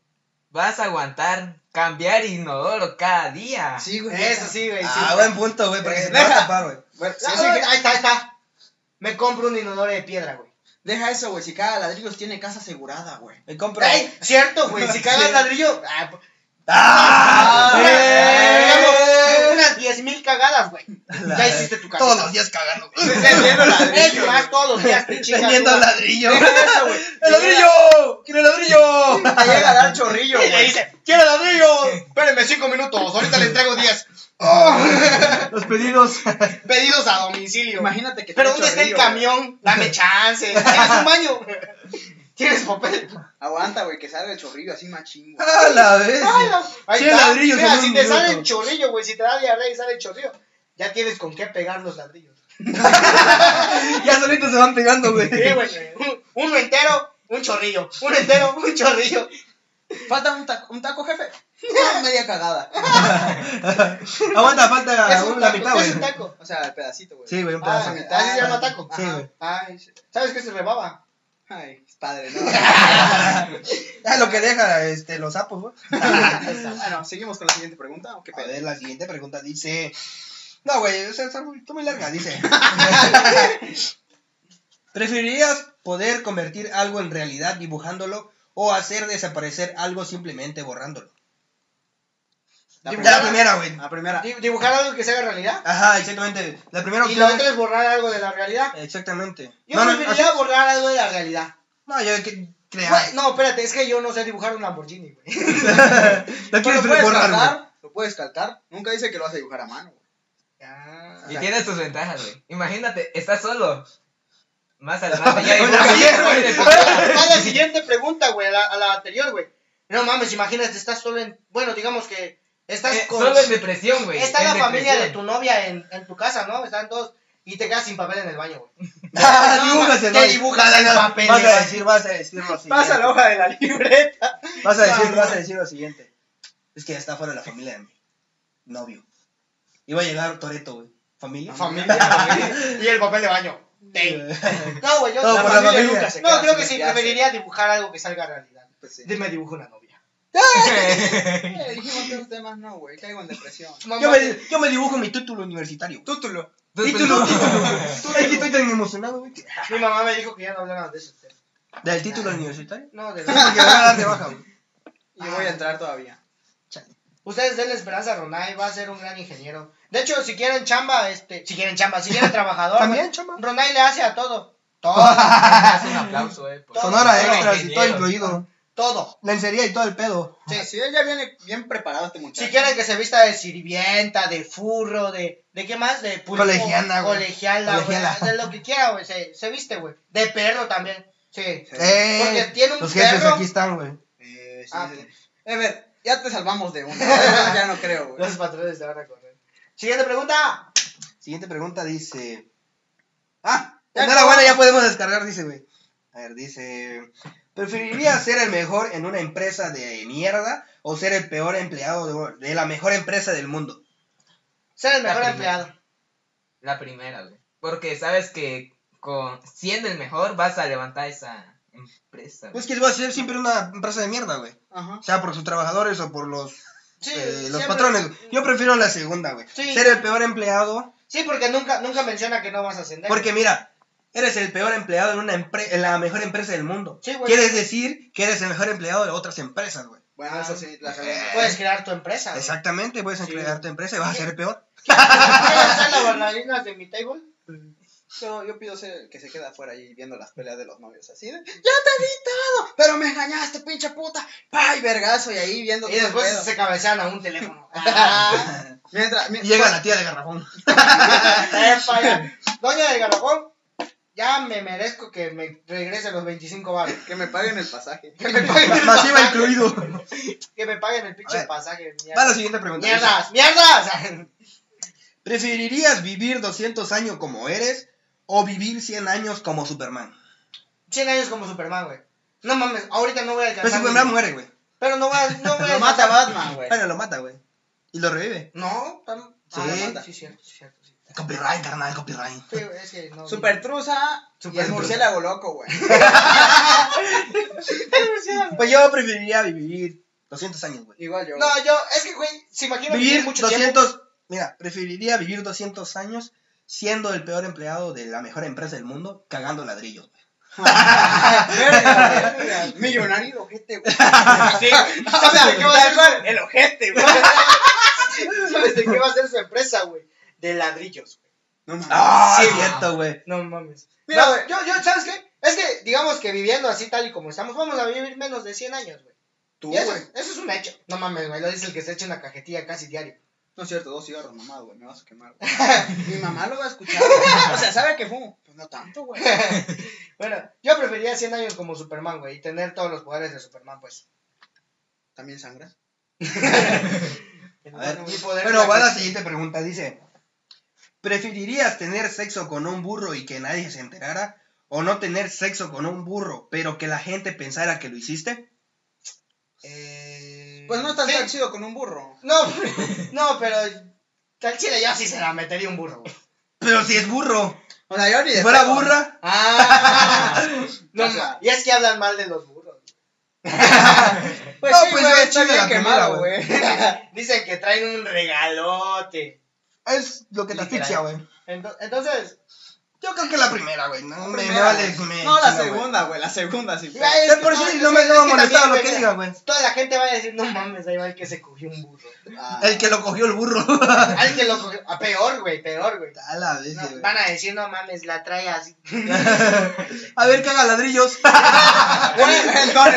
H: Vas a aguantar cambiar inodoro cada día.
C: Sí, güey.
A: Eso sí, güey. sí.
J: Ah, buen punto, güey, porque
C: Eh,
J: se te va
C: deja.
J: a tapar, güey.
C: Bueno, sí,
A: Ah,
C: sí, que-
A: Ahí está, ahí está. Me compro un inodoro de piedra, güey.
C: Deja eso, güey. Si caga ladrillos, tiene casa asegurada, güey.
J: Me compro.
A: Ey, cierto, güey. Si cagas ladrillo. ah,
J: ¡Ah!
A: pues, Ah,
J: güey.
A: digamos, unas 10 mil cagadas, güey. Ya hiciste tu carrera.
J: Todos los días cagando.
A: Vendiendo ladrillo. Es más, todos los días te chingas.
J: Vendiendo
A: una.
J: ladrillo.
A: Deja eso, güey.
J: ¡El ladrillo! ¡Quiero el ladrillo!
A: Te llega a dar chorrillo,
J: Y le
A: güey.
J: dice,
A: ¡Quiero ladrillo! Espérenme cinco minutos, ahorita le entrego diez.
J: Los pedidos.
A: Pedidos a domicilio.
C: Imagínate que.
A: Pero
C: te
A: ¿dónde está el
C: chorrillo, güey.
A: camión? Dame chance. Tienes un baño. Tienes papel.
C: Aguanta, güey, que salga el chorrillo así machingo.
J: ¡A la vez!
A: Ay, no. Ahí
J: Cien
A: está.
J: ladrillos
A: Mira,
J: en
A: si
J: un
A: te
J: minuto.
A: sale el chorrillo, güey, si te da diarrea y sale el chorrillo, ya tienes con qué pegar los ladrillos.
J: Ya solitos se van pegando, güey.
A: Sí, güey. Un- Uno entero, un chorrillo. Uno entero, un chorrillo.
C: Falta un taco, un taco jefe. Media cagada.
J: Aguanta, falta un- la
A: taco,
J: mitad,
A: es
J: güey.
A: un taco.
C: O sea, el pedacito, güey.
J: Sí, güey, un
A: Ah,
J: pedazo.
A: la mitad, así se llama taco.
J: Sí,
A: Ajá.
J: güey.
A: Ay, ¿Sabes qué se rebaba?
C: Ay, padre, no.
J: Es Ah, lo que deja este, los sapos, güey.
C: bueno, seguimos con la siguiente pregunta. ¿o qué
J: A
C: pedo?
J: ver, la siguiente pregunta dice. No, güey, esa está muy, está muy larga, dice. ¿Preferirías poder convertir algo en realidad dibujándolo o hacer desaparecer algo simplemente borrándolo?
C: La
J: La,
C: primera. Ah.
J: primera, güey.
C: La primera.
A: Di- Dibujar algo que se haga realidad.
J: Ajá, exactamente. La primera
A: Y la
J: opción.
A: otra es borrar algo de la realidad.
J: Exactamente.
A: Yo preferiría borrar algo de la realidad.
J: No, yo que crear.
A: Güey, no, espérate, es que yo no sé dibujar un Lamborghini, güey.
J: Lo
C: Pero
J: quieres
C: lo puedes
J: borrar, güey.
C: calcar, lo puedes calcar. Nunca dice que lo vas a dibujar a mano, güey.
H: Y tiene sus ventajas, güey. Imagínate, estás solo. Más adelante ya dibujas.
A: Va la siguiente pregunta, güey, a la, a la anterior, güey. No mames, imagínate, estás solo en. Bueno, digamos que. Estás
H: Eh,
A: con.
H: Solo en depresión, güey.
A: está
H: en
A: la familia de
H: depresión.
A: tu novia en, en tu casa, ¿no? Están todos. Y te quedas sin papel en el baño, güey.
J: Ah, dibujas el
A: ¿Qué
J: baño.
A: dibujas
J: Vas a-
A: en papel,
J: Vas
A: güey?
J: a decir, vas a decir lo siguiente.
A: Pasa la hoja de la libreta.
J: Vas a decir, vas a decir lo siguiente. Es que ya está fuera de la familia de mi novio. Iba a llegar Toreto, güey. ¿Familia?
A: Familia, güey, Y el papel de baño. Te- No, güey, yo.
J: No, por la familia.
A: nunca se No,
C: queda
A: creo
C: sin
A: que sí
C: limpiarse.
A: preferiría dibujar algo que salga realidad.
C: Pues sí.
A: Me dibujo una novia.
C: Eh, dijimos que los temas no, güey. Caigo en depresión.
J: Yo me, yo me dibujo mi título universitario.
C: Tútulo.
J: Título, título. Es que estoy tan emocionado, güey. que-
A: Mi mamá me dijo que ya no habláramos de eso.
J: ¿Del título universitario?
A: No, de
J: Porque me van a dar de baja, güey.
C: Yo voy a entrar todavía.
A: Ustedes denle esperanza a Ronay, va a ser un gran ingeniero. De hecho, si quieren chamba, este, si quieren chamba, si quieren trabajador,
J: También, chama.
A: güey, Ronay le hace a todo. Todo,
H: Haz un aplauso, eh. por-
A: Todo,
J: Con hora
A: todo
J: extras y todo
H: ingeniero.
J: incluido.
A: todo.
J: Lencería y todo el pedo.
A: Sí.
C: Si ella viene bien preparado este muchacho.
A: Si quieren que se vista de sirvienta, de furro, de. ¿De qué más? De pulpo,
J: Colegiana, güey.
A: Colegiala, güey,
J: Colegiala.
A: De lo que quiera, güey. Se, se viste, güey. De perro también. Sí.
J: Eh,
A: Porque tiene un
J: los jefes
A: perro.
J: aquí están, güey.
C: Eh, sí,
A: Ah.
C: sí, sí. Ever, ya te salvamos de una. ya no creo, güey.
A: Los patrones se van a correr. Siguiente pregunta.
J: Siguiente pregunta dice. Ah,
A: Ya
J: enhorabuena,
A: acabó.
J: ya podemos descargar, dice, güey. A ver, dice. ¿Preferiría ser el mejor en una empresa de mierda o ser el peor empleado de, de la mejor empresa del mundo?
A: Ser el mejor
J: Ah,
H: La primera.
J: pues,
A: empleado.
H: La primera, güey. Porque sabes que con siendo el mejor vas a levantar esa empresa. güey.
J: Pues que va a ser siempre una empresa de mierda, güey.
A: Ajá.
J: Sea por sus trabajadores o por los,
A: Sí,
J: eh, los
A: siempre-
J: patrones. güey. Yo prefiero la segunda, güey.
A: Sí.
J: Ser el peor empleado.
A: Sí, porque nunca, nunca menciona que no vas a ascender.
J: Porque mira, eres el peor empleado en, una empre- en la mejor empresa del mundo.
A: Sí, güey.
J: Quieres decir que eres el mejor empleado de otras empresas, güey.
C: Bueno, eso sí, la sabemos.
A: puedes crear tu empresa. güey.
J: Exactamente, puedes
A: Sí.
J: crear tu empresa y vas a ser peor.
A: ¿Quieres hacer las bailarinas de mi table?
C: Yo, yo pido ser el que se queda afuera ahí viendo las peleas de los novios así de, ¡Ya te di todo! ¡Pero me engañaste, pinche puta! ¡Pay, vergazo! Y ahí viendo
A: Y
C: todo el
A: después
C: pedo.
A: se cabecean a un teléfono.
C: Ah, mientras, mi-
J: Y llega la tía de Garrafón.
A: Epa, ya. Doña del Garrafón, ya me merezco que me regrese los 25 baros.
C: Que me paguen el pasaje.
A: Que me paguen el,
J: Masiva
A: pasaje,
J: incluido.
A: que me paguen el
J: A
A: pinche
J: ver.
A: pasaje.
J: Va
A: Mierda.
J: la siguiente pregunta.
A: Mierdas, mierdas.
J: ¿Preferirías vivir 200 años como eres o vivir 100 años como Superman?
A: 100 años como Superman, güey. No mames, ahorita no voy a alcanzar.
J: Pues Superman
A: mi-
J: muere, güey.
A: Pero no voy a. No voy a
C: Lo mata
A: alcanzar-
C: Batman, güey.
J: Bueno, lo mata, güey. Y lo revive.
A: No, tam-
J: Sí.
A: ah, lo mata. sí, cierto, sí, cierto. Sí.
J: Copyright, carnal, copyright.
A: Sí, güey, es que no.
C: Super truza y el
J: Supertruza.
C: murciélago loco, güey.
J: Pues yo preferiría vivir 200 años, güey.
C: Igual yo.
A: No, yo, es que, güey, se imagina
J: Vivir
A: mucho
J: 200...
A: tiempo.
J: Mira, preferiría vivir 200 años siendo el peor empleado de la mejor empresa del mundo cagando ladrillos. güey.
C: Verga, güey. Millonario, ojete, güey.
A: Sí, güey. O sea, ¿qué va a hacer?
C: El ojete, güey.
A: ¿Sabes de qué va a ser su empresa, güey? De ladrillos.
C: No mames.
J: Ah,
A: Sí,
J: cierto, güey.
A: No mames.
C: Mira,
A: Mira,
C: güey.
A: yo, yo, ¿sabes qué? Es que, digamos que viviendo así tal y como estamos, vamos a vivir menos de 100 años, güey.
C: Tú,
A: Y eso,
C: güey.
A: eso es un hecho. No mames, güey, lo dice el que se echa una cajetilla casi diario.
C: No es cierto, dos cigarros, mamá, güey, me vas a quemar. güey. Mi mamá lo va a escuchar. güey. O sea, sabe que fumo. Pues no tanto, güey.
A: Bueno, yo preferiría 100 años como Superman, güey, y tener todos los poderes de Superman, pues.
C: También sangras.
J: A ver,
A: Y poder
J: Pero va la siguiente pregunta, dice, ¿preferirías tener sexo con un burro y que nadie se enterara? ¿O no tener sexo con un burro, pero que la gente pensara que lo hiciste?
A: Eh,
C: Pues no estás
A: sí.
C: tan chido con un burro.
A: No, no, pero al chile yo sí se la metería un burro, güey.
J: Pero si es burro,
C: O sea, yo ni
J: si
C: de
J: fuera
C: pedo,
J: burra,
A: Ah, no,
C: O sea,
A: y es que hablan mal de los burros.
C: Pues
J: No,
C: sí,
J: pues
C: güey,
J: no es
C: está
J: chida
C: bien
J: la
C: quemado,
J: comida,
C: güey.
A: Dicen que traen un regalote.
J: es lo que te
A: Literal.
J: asfixia, güey.
A: Ento- Entonces,
J: Yo creo que la primera, güey. No, me- me
C: Primera,
J: vale,
C: güey.
J: me
C: No, la
J: chinga, güey.
C: segunda, güey, la segunda sí. pues.
A: Ya,
J: De por sí, no me
A: es que
J: no me molestaba
A: también,
J: lo que
A: güey,
J: diga, güey.
A: toda la gente va a decir, no mames, ahí va el que se cogió un burro.
C: Ah,
J: El que lo cogió el burro.
A: Al que lo cogió, a peor, güey, peor, güey.
J: A la vez,
A: No,
J: güey.
A: van a decir, no mames, la trae así.
J: A ver, que haga ladrillos.
C: el corre,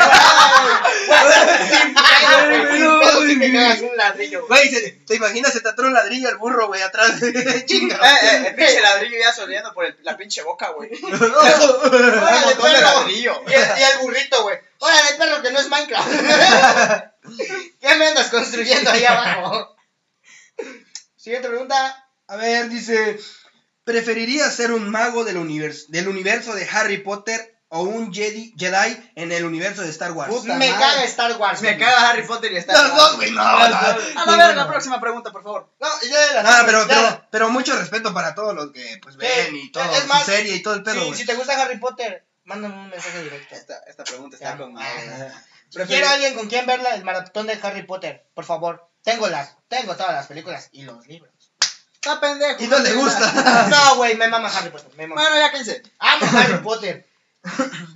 J: No,
A: Pero si me
J: güey.
A: cagas un ladrillo, güey.
J: Güey, se- ¿te imaginas? Se te atora un ladrillo al burro, güey, atrás. Chinga.
C: Eh, eh, el pinche ladrillo ya sonriendo por el- la pinche boca, güey. Un
A: Órale,
C: montón de
A: perro.
C: ladrillo.
A: Y el, y el burrito, güey. Órale, perro, que no es Minecraft. ¿Qué me andas construyendo ahí abajo? Siguiente pregunta.
J: A ver, dice, ¿preferirías ser un mago del universo, del universo de Harry Potter o un Jedi, Jedi en el universo de Star Wars?
C: Puta
A: me
C: madre.
A: caga Star Wars.
C: Me
A: güey.
C: caga Harry Potter y está.
J: Los dos, güey, no, no.
C: A la verga, próxima pregunta, por favor. Ah,
A: No, ya la
J: Nada, pero,
A: ya la-
J: pero, pero mucho respeto para todos los que pues ven y todo,
A: es
J: su
A: más,
J: serie y todo el pedo,
A: Sí,
J: güey.
A: si te gusta Harry Potter, mándame un mensaje directo.
C: Esta, esta pregunta está
A: Ya.
C: con
A: Ah.
C: madre.
A: Quiero a alguien con quien verla el maratón de Harry Potter, por favor. Tengo las, tengo todas las películas y los libros.
C: Está pendejo.
J: Y no le gusta.
A: No, güey, me mama Harry Potter, me mama.
C: Bueno, ya cállense.
A: Amo Harry Potter.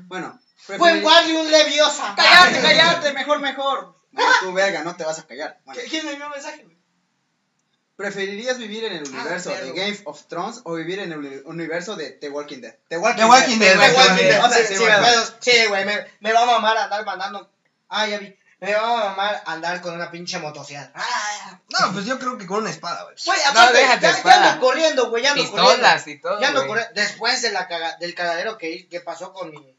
C: Bueno.
A: Fue un guardia y un leviosa.
C: Callarte, callarte, mejor, mejor. No, tú, verga, no te vas a callar. Bueno,
A: ¿Qui- ¿Quién me envió un mensaje? güey?
C: ¿preferirías vivir en el universo de
A: Ah, perro.
C: Game of Thrones o vivir en el uni- universo de The Walking Dead? The Walking,
J: The Walking Dead,
A: Me
J: güey.
A: voy a quitar-
C: O sea,
A: sí,
C: sí,
A: sí,
C: güey.
A: pedos. Sí, güey, me, me va a mamar andar mandando. Ah, ya vi. Me va a mamar andar con una pinche motocicleta. Ah,
J: No, pues yo creo que con una espada, güey.
A: Güey, aparte,
H: déjate
A: ya, ya
H: espada.
A: ando corriendo, güey, ya ando corriendo.
H: Pistolas y todo.
A: Ya ando
H: güey.
A: corriendo. Después de la caga- del cagadero que, que pasó con mi,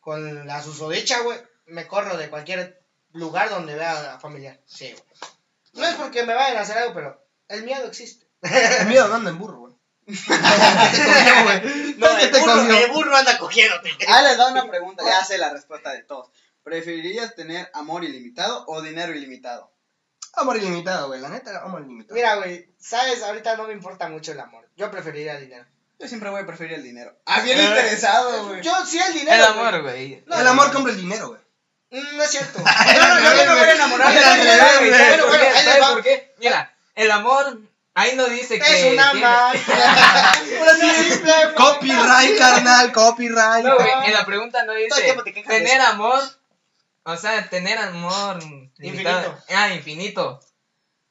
A: con la susodicha, güey, me corro de cualquier lugar donde vea a familiar. Sí, güey. No es porque me vayan a hacer algo, pero el miedo existe.
J: El miedo anda en burro, güey.
A: No,
J: ¿Qué
A: el
J: te
A: burro,
J: comió?
A: el burro anda cogiéndote.
C: Ah, les da una pregunta, ya sé la respuesta de todos. ¿Preferirías tener amor ilimitado o dinero ilimitado?
J: Amor ilimitado, güey, la neta, amor ilimitado.
A: Mira, güey, sabes, ahorita no me importa mucho el amor. Yo preferiría dinero.
C: Yo siempre voy a preferir el dinero. Ah, bien interesado, güey.
A: Yo sí el dinero.
H: El
A: güey.
H: amor, güey.
J: el amor compra el dinero, güey.
A: Mm, No es cierto.
C: No, no, yo no me voy a enamorar de
H: Mira,
C: la
H: mira,
C: dinero, güey.
H: mira,
C: Bueno,
H: ¿por
C: bueno,
H: qué?
C: ahí les
H: ¿Sabes
C: va.
H: por qué? Mira, el amor, ahí no dice que.
A: Es una
H: tiene-
A: máquina. Una simple.
J: Copyright, carnal, copyright.
H: No, güey, en la pregunta no
A: Todo el tiempo
H: dice
A: te quejas de
H: tener amor, o sea, tener amor limitado.
A: Infinito.
H: Ah, infinito.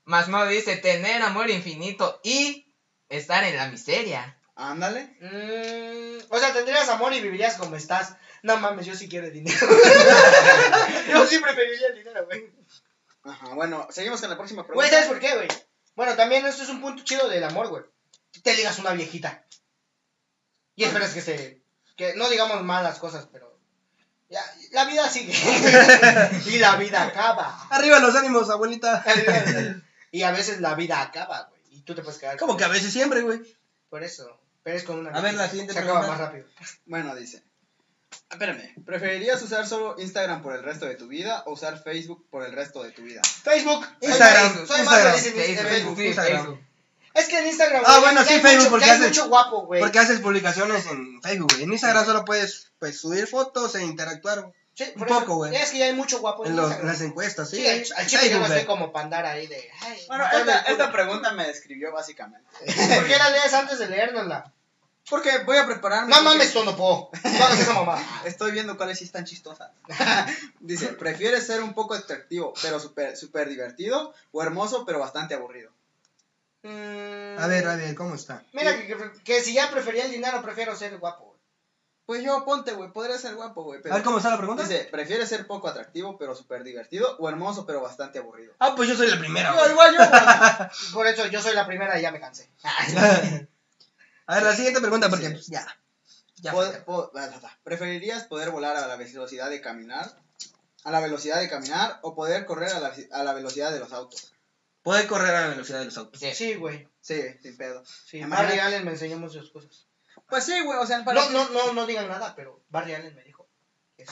H: Más no dice tener amor infinito y estar en la miseria.
C: Ándale.
A: Mm, o sea, tendrías amor y vivirías como estás. No mames, yo sí quiero el dinero. yo sí preferiría el dinero, güey.
C: Ajá, bueno, seguimos con la próxima pregunta.
A: Güey, ¿sabes por qué, güey? Bueno, también esto es un punto chido del amor, güey. Te ligas a una viejita. Y esperas que se... Que no digamos malas cosas, pero... ya, la vida sigue. y la vida acaba.
J: Arriba los ánimos, abuelita.
A: y a veces la vida acaba, güey. Y tú te puedes quedar...
J: Como que a veces siempre, güey.
A: Por eso. Pero es con una...
J: A ver, la
A: viejita,
J: siguiente
A: Se acaba
J: pregunta.
A: más rápido.
C: Bueno, dice. Espérame, ¿preferirías usar solo Instagram por el resto de tu vida o usar Facebook por el resto de tu vida?
A: Facebook. soy
J: Instagram,
A: más- Soy
J: Instagram,
A: más feliz en en Facebook.
H: sí,
J: Instagram.
H: Facebook.
A: Es que en Instagram.
J: Ah,
A: güey,
J: bueno,
A: ya
J: sí,
A: hay
J: Facebook,
A: mucho-
J: porque
A: ya hay
J: hace-
A: mucho guapo, güey.
J: Porque haces publicaciones en Facebook, güey. En Instagram solo puedes pues, subir fotos e interactuar güey.
A: Sí,
J: un
A: por eso.
J: poco, güey.
A: Es que ya hay mucho guapo en,
J: en, los- en
A: Instagram.
J: las encuestas, sí.
A: Sí, al, al chile yo
J: Facebook,
A: no
J: güey.
A: estoy como para andar ahí de. Ay,
C: Bueno,
A: no,
C: esta,
A: no,
C: esta pregunta me describió básicamente.
A: ¿Por qué la lees antes de leérnosla?
C: Porque voy a
J: Ah,
C: prepararme.
A: No
C: porque
A: mames, Tonopó. No hagas esa mamá.
C: Estoy viendo cuáles sí están chistosas. Dice, ¿prefieres ser un poco atractivo, pero súper super divertido? ¿O hermoso, pero bastante aburrido? Mm,
J: A ver, a ver, ¿cómo está?
A: Mira, que, que- que si ya prefería el dinero, prefiero ser guapo. güey.
C: Pues yo, ponte, güey. Podría ser guapo, güey. pero-
J: A ver, ¿cómo está la pregunta?
C: Dice, ¿prefieres ser poco atractivo, pero súper divertido? ¿O hermoso, pero bastante aburrido?
J: Ah, pues yo soy la primera,
C: Yo,
J: güey.
C: igual yo, güey.
A: Por eso yo soy la primera y ya me cansé.
J: A ver, la siguiente pregunta, porque pues, ya. Ya.
C: Po-
J: ya.
C: po- bla, bla, bla. ¿Preferirías poder volar a la velocidad de caminar? ¿A la velocidad de caminar? ¿O poder correr a la, a la velocidad de los autos?
J: Puede correr a la velocidad de los autos.
H: Sí.
A: Sí, güey.
C: Sí, sin pedo.
A: Sí,
C: Imagínate.
A: Barry Allen me enseñó muchas cosas.
C: Pues sí, güey, o sea, para...
A: No, no, no, no digan nada, pero Barry Allen me dijo.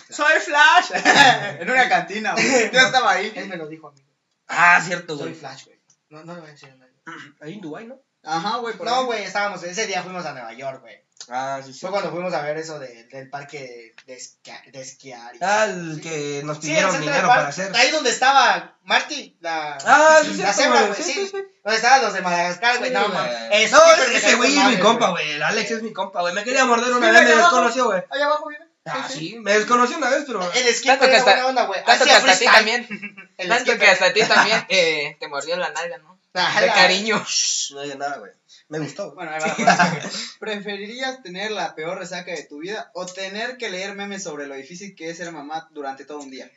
C: ¡Soy Flash! en una cantina, güey. Yo estaba
A: Él
C: ahí.
A: me lo dijo a mí.
J: Ah, cierto,
A: Soy
J: güey.
A: Flash, güey. No, no le voy a enseñar a nadie.
J: Ahí en Dubái, ¿no?
C: Ajá, güey, por
A: No,
C: ahí.
A: güey, estábamos. Ese día fuimos a Nueva York, güey.
J: Ah, sí, sí.
A: Fue cuando fuimos a ver eso de- del parque de, esquia- de esquiar. y-
J: Ah, el que nos
A: Sí, el
J: pidieron
A: Central
J: dinero
A: Park,
J: para hacer.
A: Ahí donde estaba Marty, la.
J: Ah, sí,
A: la
J: cierto,
A: cebra,
J: güey.
A: güey, sí.
J: Sí, sí, sí.
A: Donde estaban los de Madagascar, güey.
J: Eh, Sí,
A: no,
J: güey.
A: mames.
J: No,
A: súper
J: ese
A: cayó
J: ese güey
A: con
J: es mi
A: madre,
J: compa, güey. El Alex es mi compa, güey. Me quería morder una
C: Sí,
J: vez, me
C: güey, abajo.
J: desconoció, güey.
C: Allá abajo, mira.
J: Ah, sí, Eh, me desconoció una vez, pero.
A: El skipper
H: Tanto que
A: era
H: hasta-
A: buena onda, güey.
H: Tanto que
A: Hacía
H: hasta a ti
A: freestyle.
H: también.
A: El
H: Tanto que
A: skipper.
H: hasta a ti también eh, te mordió la nalga, ¿no?
A: Ah,
H: De
A: la-
H: cariño.
J: No dije nada, güey. Me gustó, güey.
C: Bueno, ahí va la próxima. ¿Preferirías tener la peor resaca de tu vida o tener que leer memes sobre lo difícil que es ser mamá durante todo un día?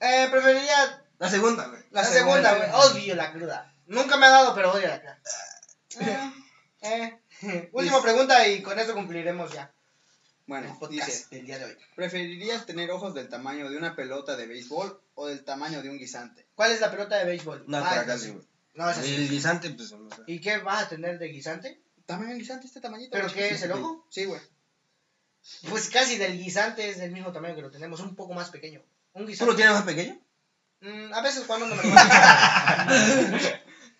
A: Eh, preferiría
J: La segunda, güey.
A: la segunda, güey. Odio la cruda. Nunca me ha dado, pero odio la cruda. Eh, eh. Última pregunta y con eso cumpliremos ya. El
C: Bueno,
A: podcast
C: dice,
A: del día de hoy.
C: ¿preferirías tener ojos del tamaño de una pelota de béisbol o del tamaño de un guisante?
A: ¿Cuál es la pelota de béisbol?
J: No,
A: Ah,
J: por acá
A: entonces-
J: sí, güey.
A: No, es así.
J: El guisante, pues. no sé.
A: ¿Y qué vas a tener de guisante?
C: ¿Tamaño de guisante este tamañito?
A: ¿Pero
C: güey,
A: qué es
C: chiquito,
A: el
C: güey.
A: ojo?
C: Sí, güey.
A: Pues casi del guisante es del mismo tamaño que lo tenemos, un poco más pequeño. Un
J: ¿Tú
A: guisante.
J: lo tienes más pequeño?
A: Mm, a veces cuando no me lo mandan.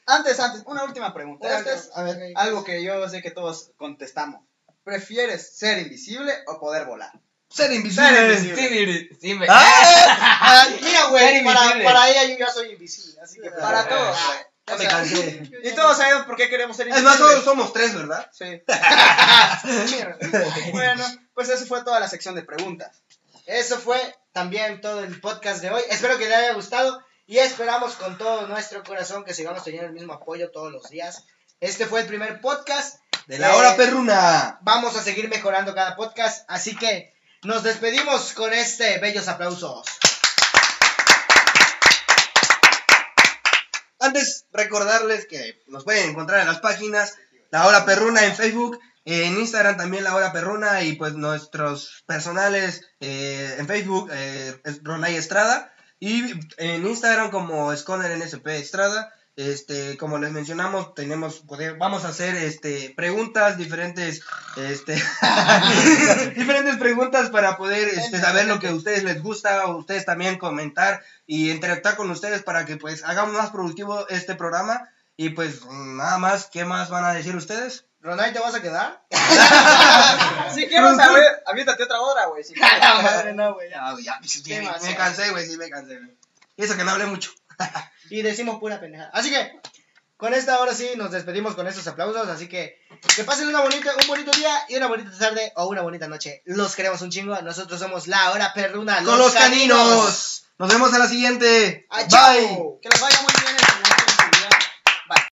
C: Antes, antes, una última pregunta.
A: Una
C: Esta Este es
A: última, a ver.
C: algo que yo sé que todos contestamos. ¿Prefieres ser invisible o poder volar?
J: Ser
C: Ser
J: invisible.
C: invisible.
H: Sí, sí, sí, me-
A: Ah, Mira, güey,
H: Ser
A: para,
H: invisible.
A: para ella yo ya soy invisible, así que
C: Para todos, Ah,
J: Ya
C: güey. O
J: me
C: sea,
J: cansé.
C: y todos sabemos por qué queremos ser
J: Es más,
C: invisibles.
J: solo somos tres, ¿verdad?
C: Sí.
A: Mierda.
C: Bueno, pues eso fue toda la sección de preguntas.
A: Eso fue también todo el podcast de hoy. Espero que les haya gustado y esperamos con todo nuestro corazón que sigamos teniendo el mismo apoyo todos los días. Este fue el primer podcast.
J: De la hora
A: Eh,
J: perruna.
A: Vamos a seguir mejorando cada podcast, así que nos despedimos con este bellos aplausos.
J: Antes, recordarles que nos pueden encontrar en las páginas La Hora Perruna en Facebook, eh, en Instagram también La Hora Perruna y pues nuestros personales eh, en Facebook, eh, es Ronay Estrada, y en Instagram como Sconer NSP Estrada. Este, como les mencionamos, tenemos, poder- vamos a hacer este, preguntas diferentes, este, diferentes preguntas para poder este, saber lo que a ustedes les gusta o ustedes también comentar y interactuar con ustedes para que pues hagamos más productivo este programa. Y pues nada más, ¿qué más van a decir ustedes?
A: Ronay, ¿te vas a quedar?
C: Si quiero saber, aviéntate otra hora, güey. Si quieres.
J: Ya, ya, ya,
A: Demasiado.
J: me cansé, güey, sí, me cansé. güey. Y eso que no hablé mucho.
A: Y decimos pura pendejada. Así que, con esta ahora sí nos despedimos con estos aplausos. Así que, que pasen una bonita, un bonito día y una bonita tarde o una bonita noche. Los queremos un chingo. Nosotros somos la hora perruna.
J: Con los caninos. Nos vemos a la siguiente.
A: Ah,
J: Bye.
A: chao.
C: Que les vaya muy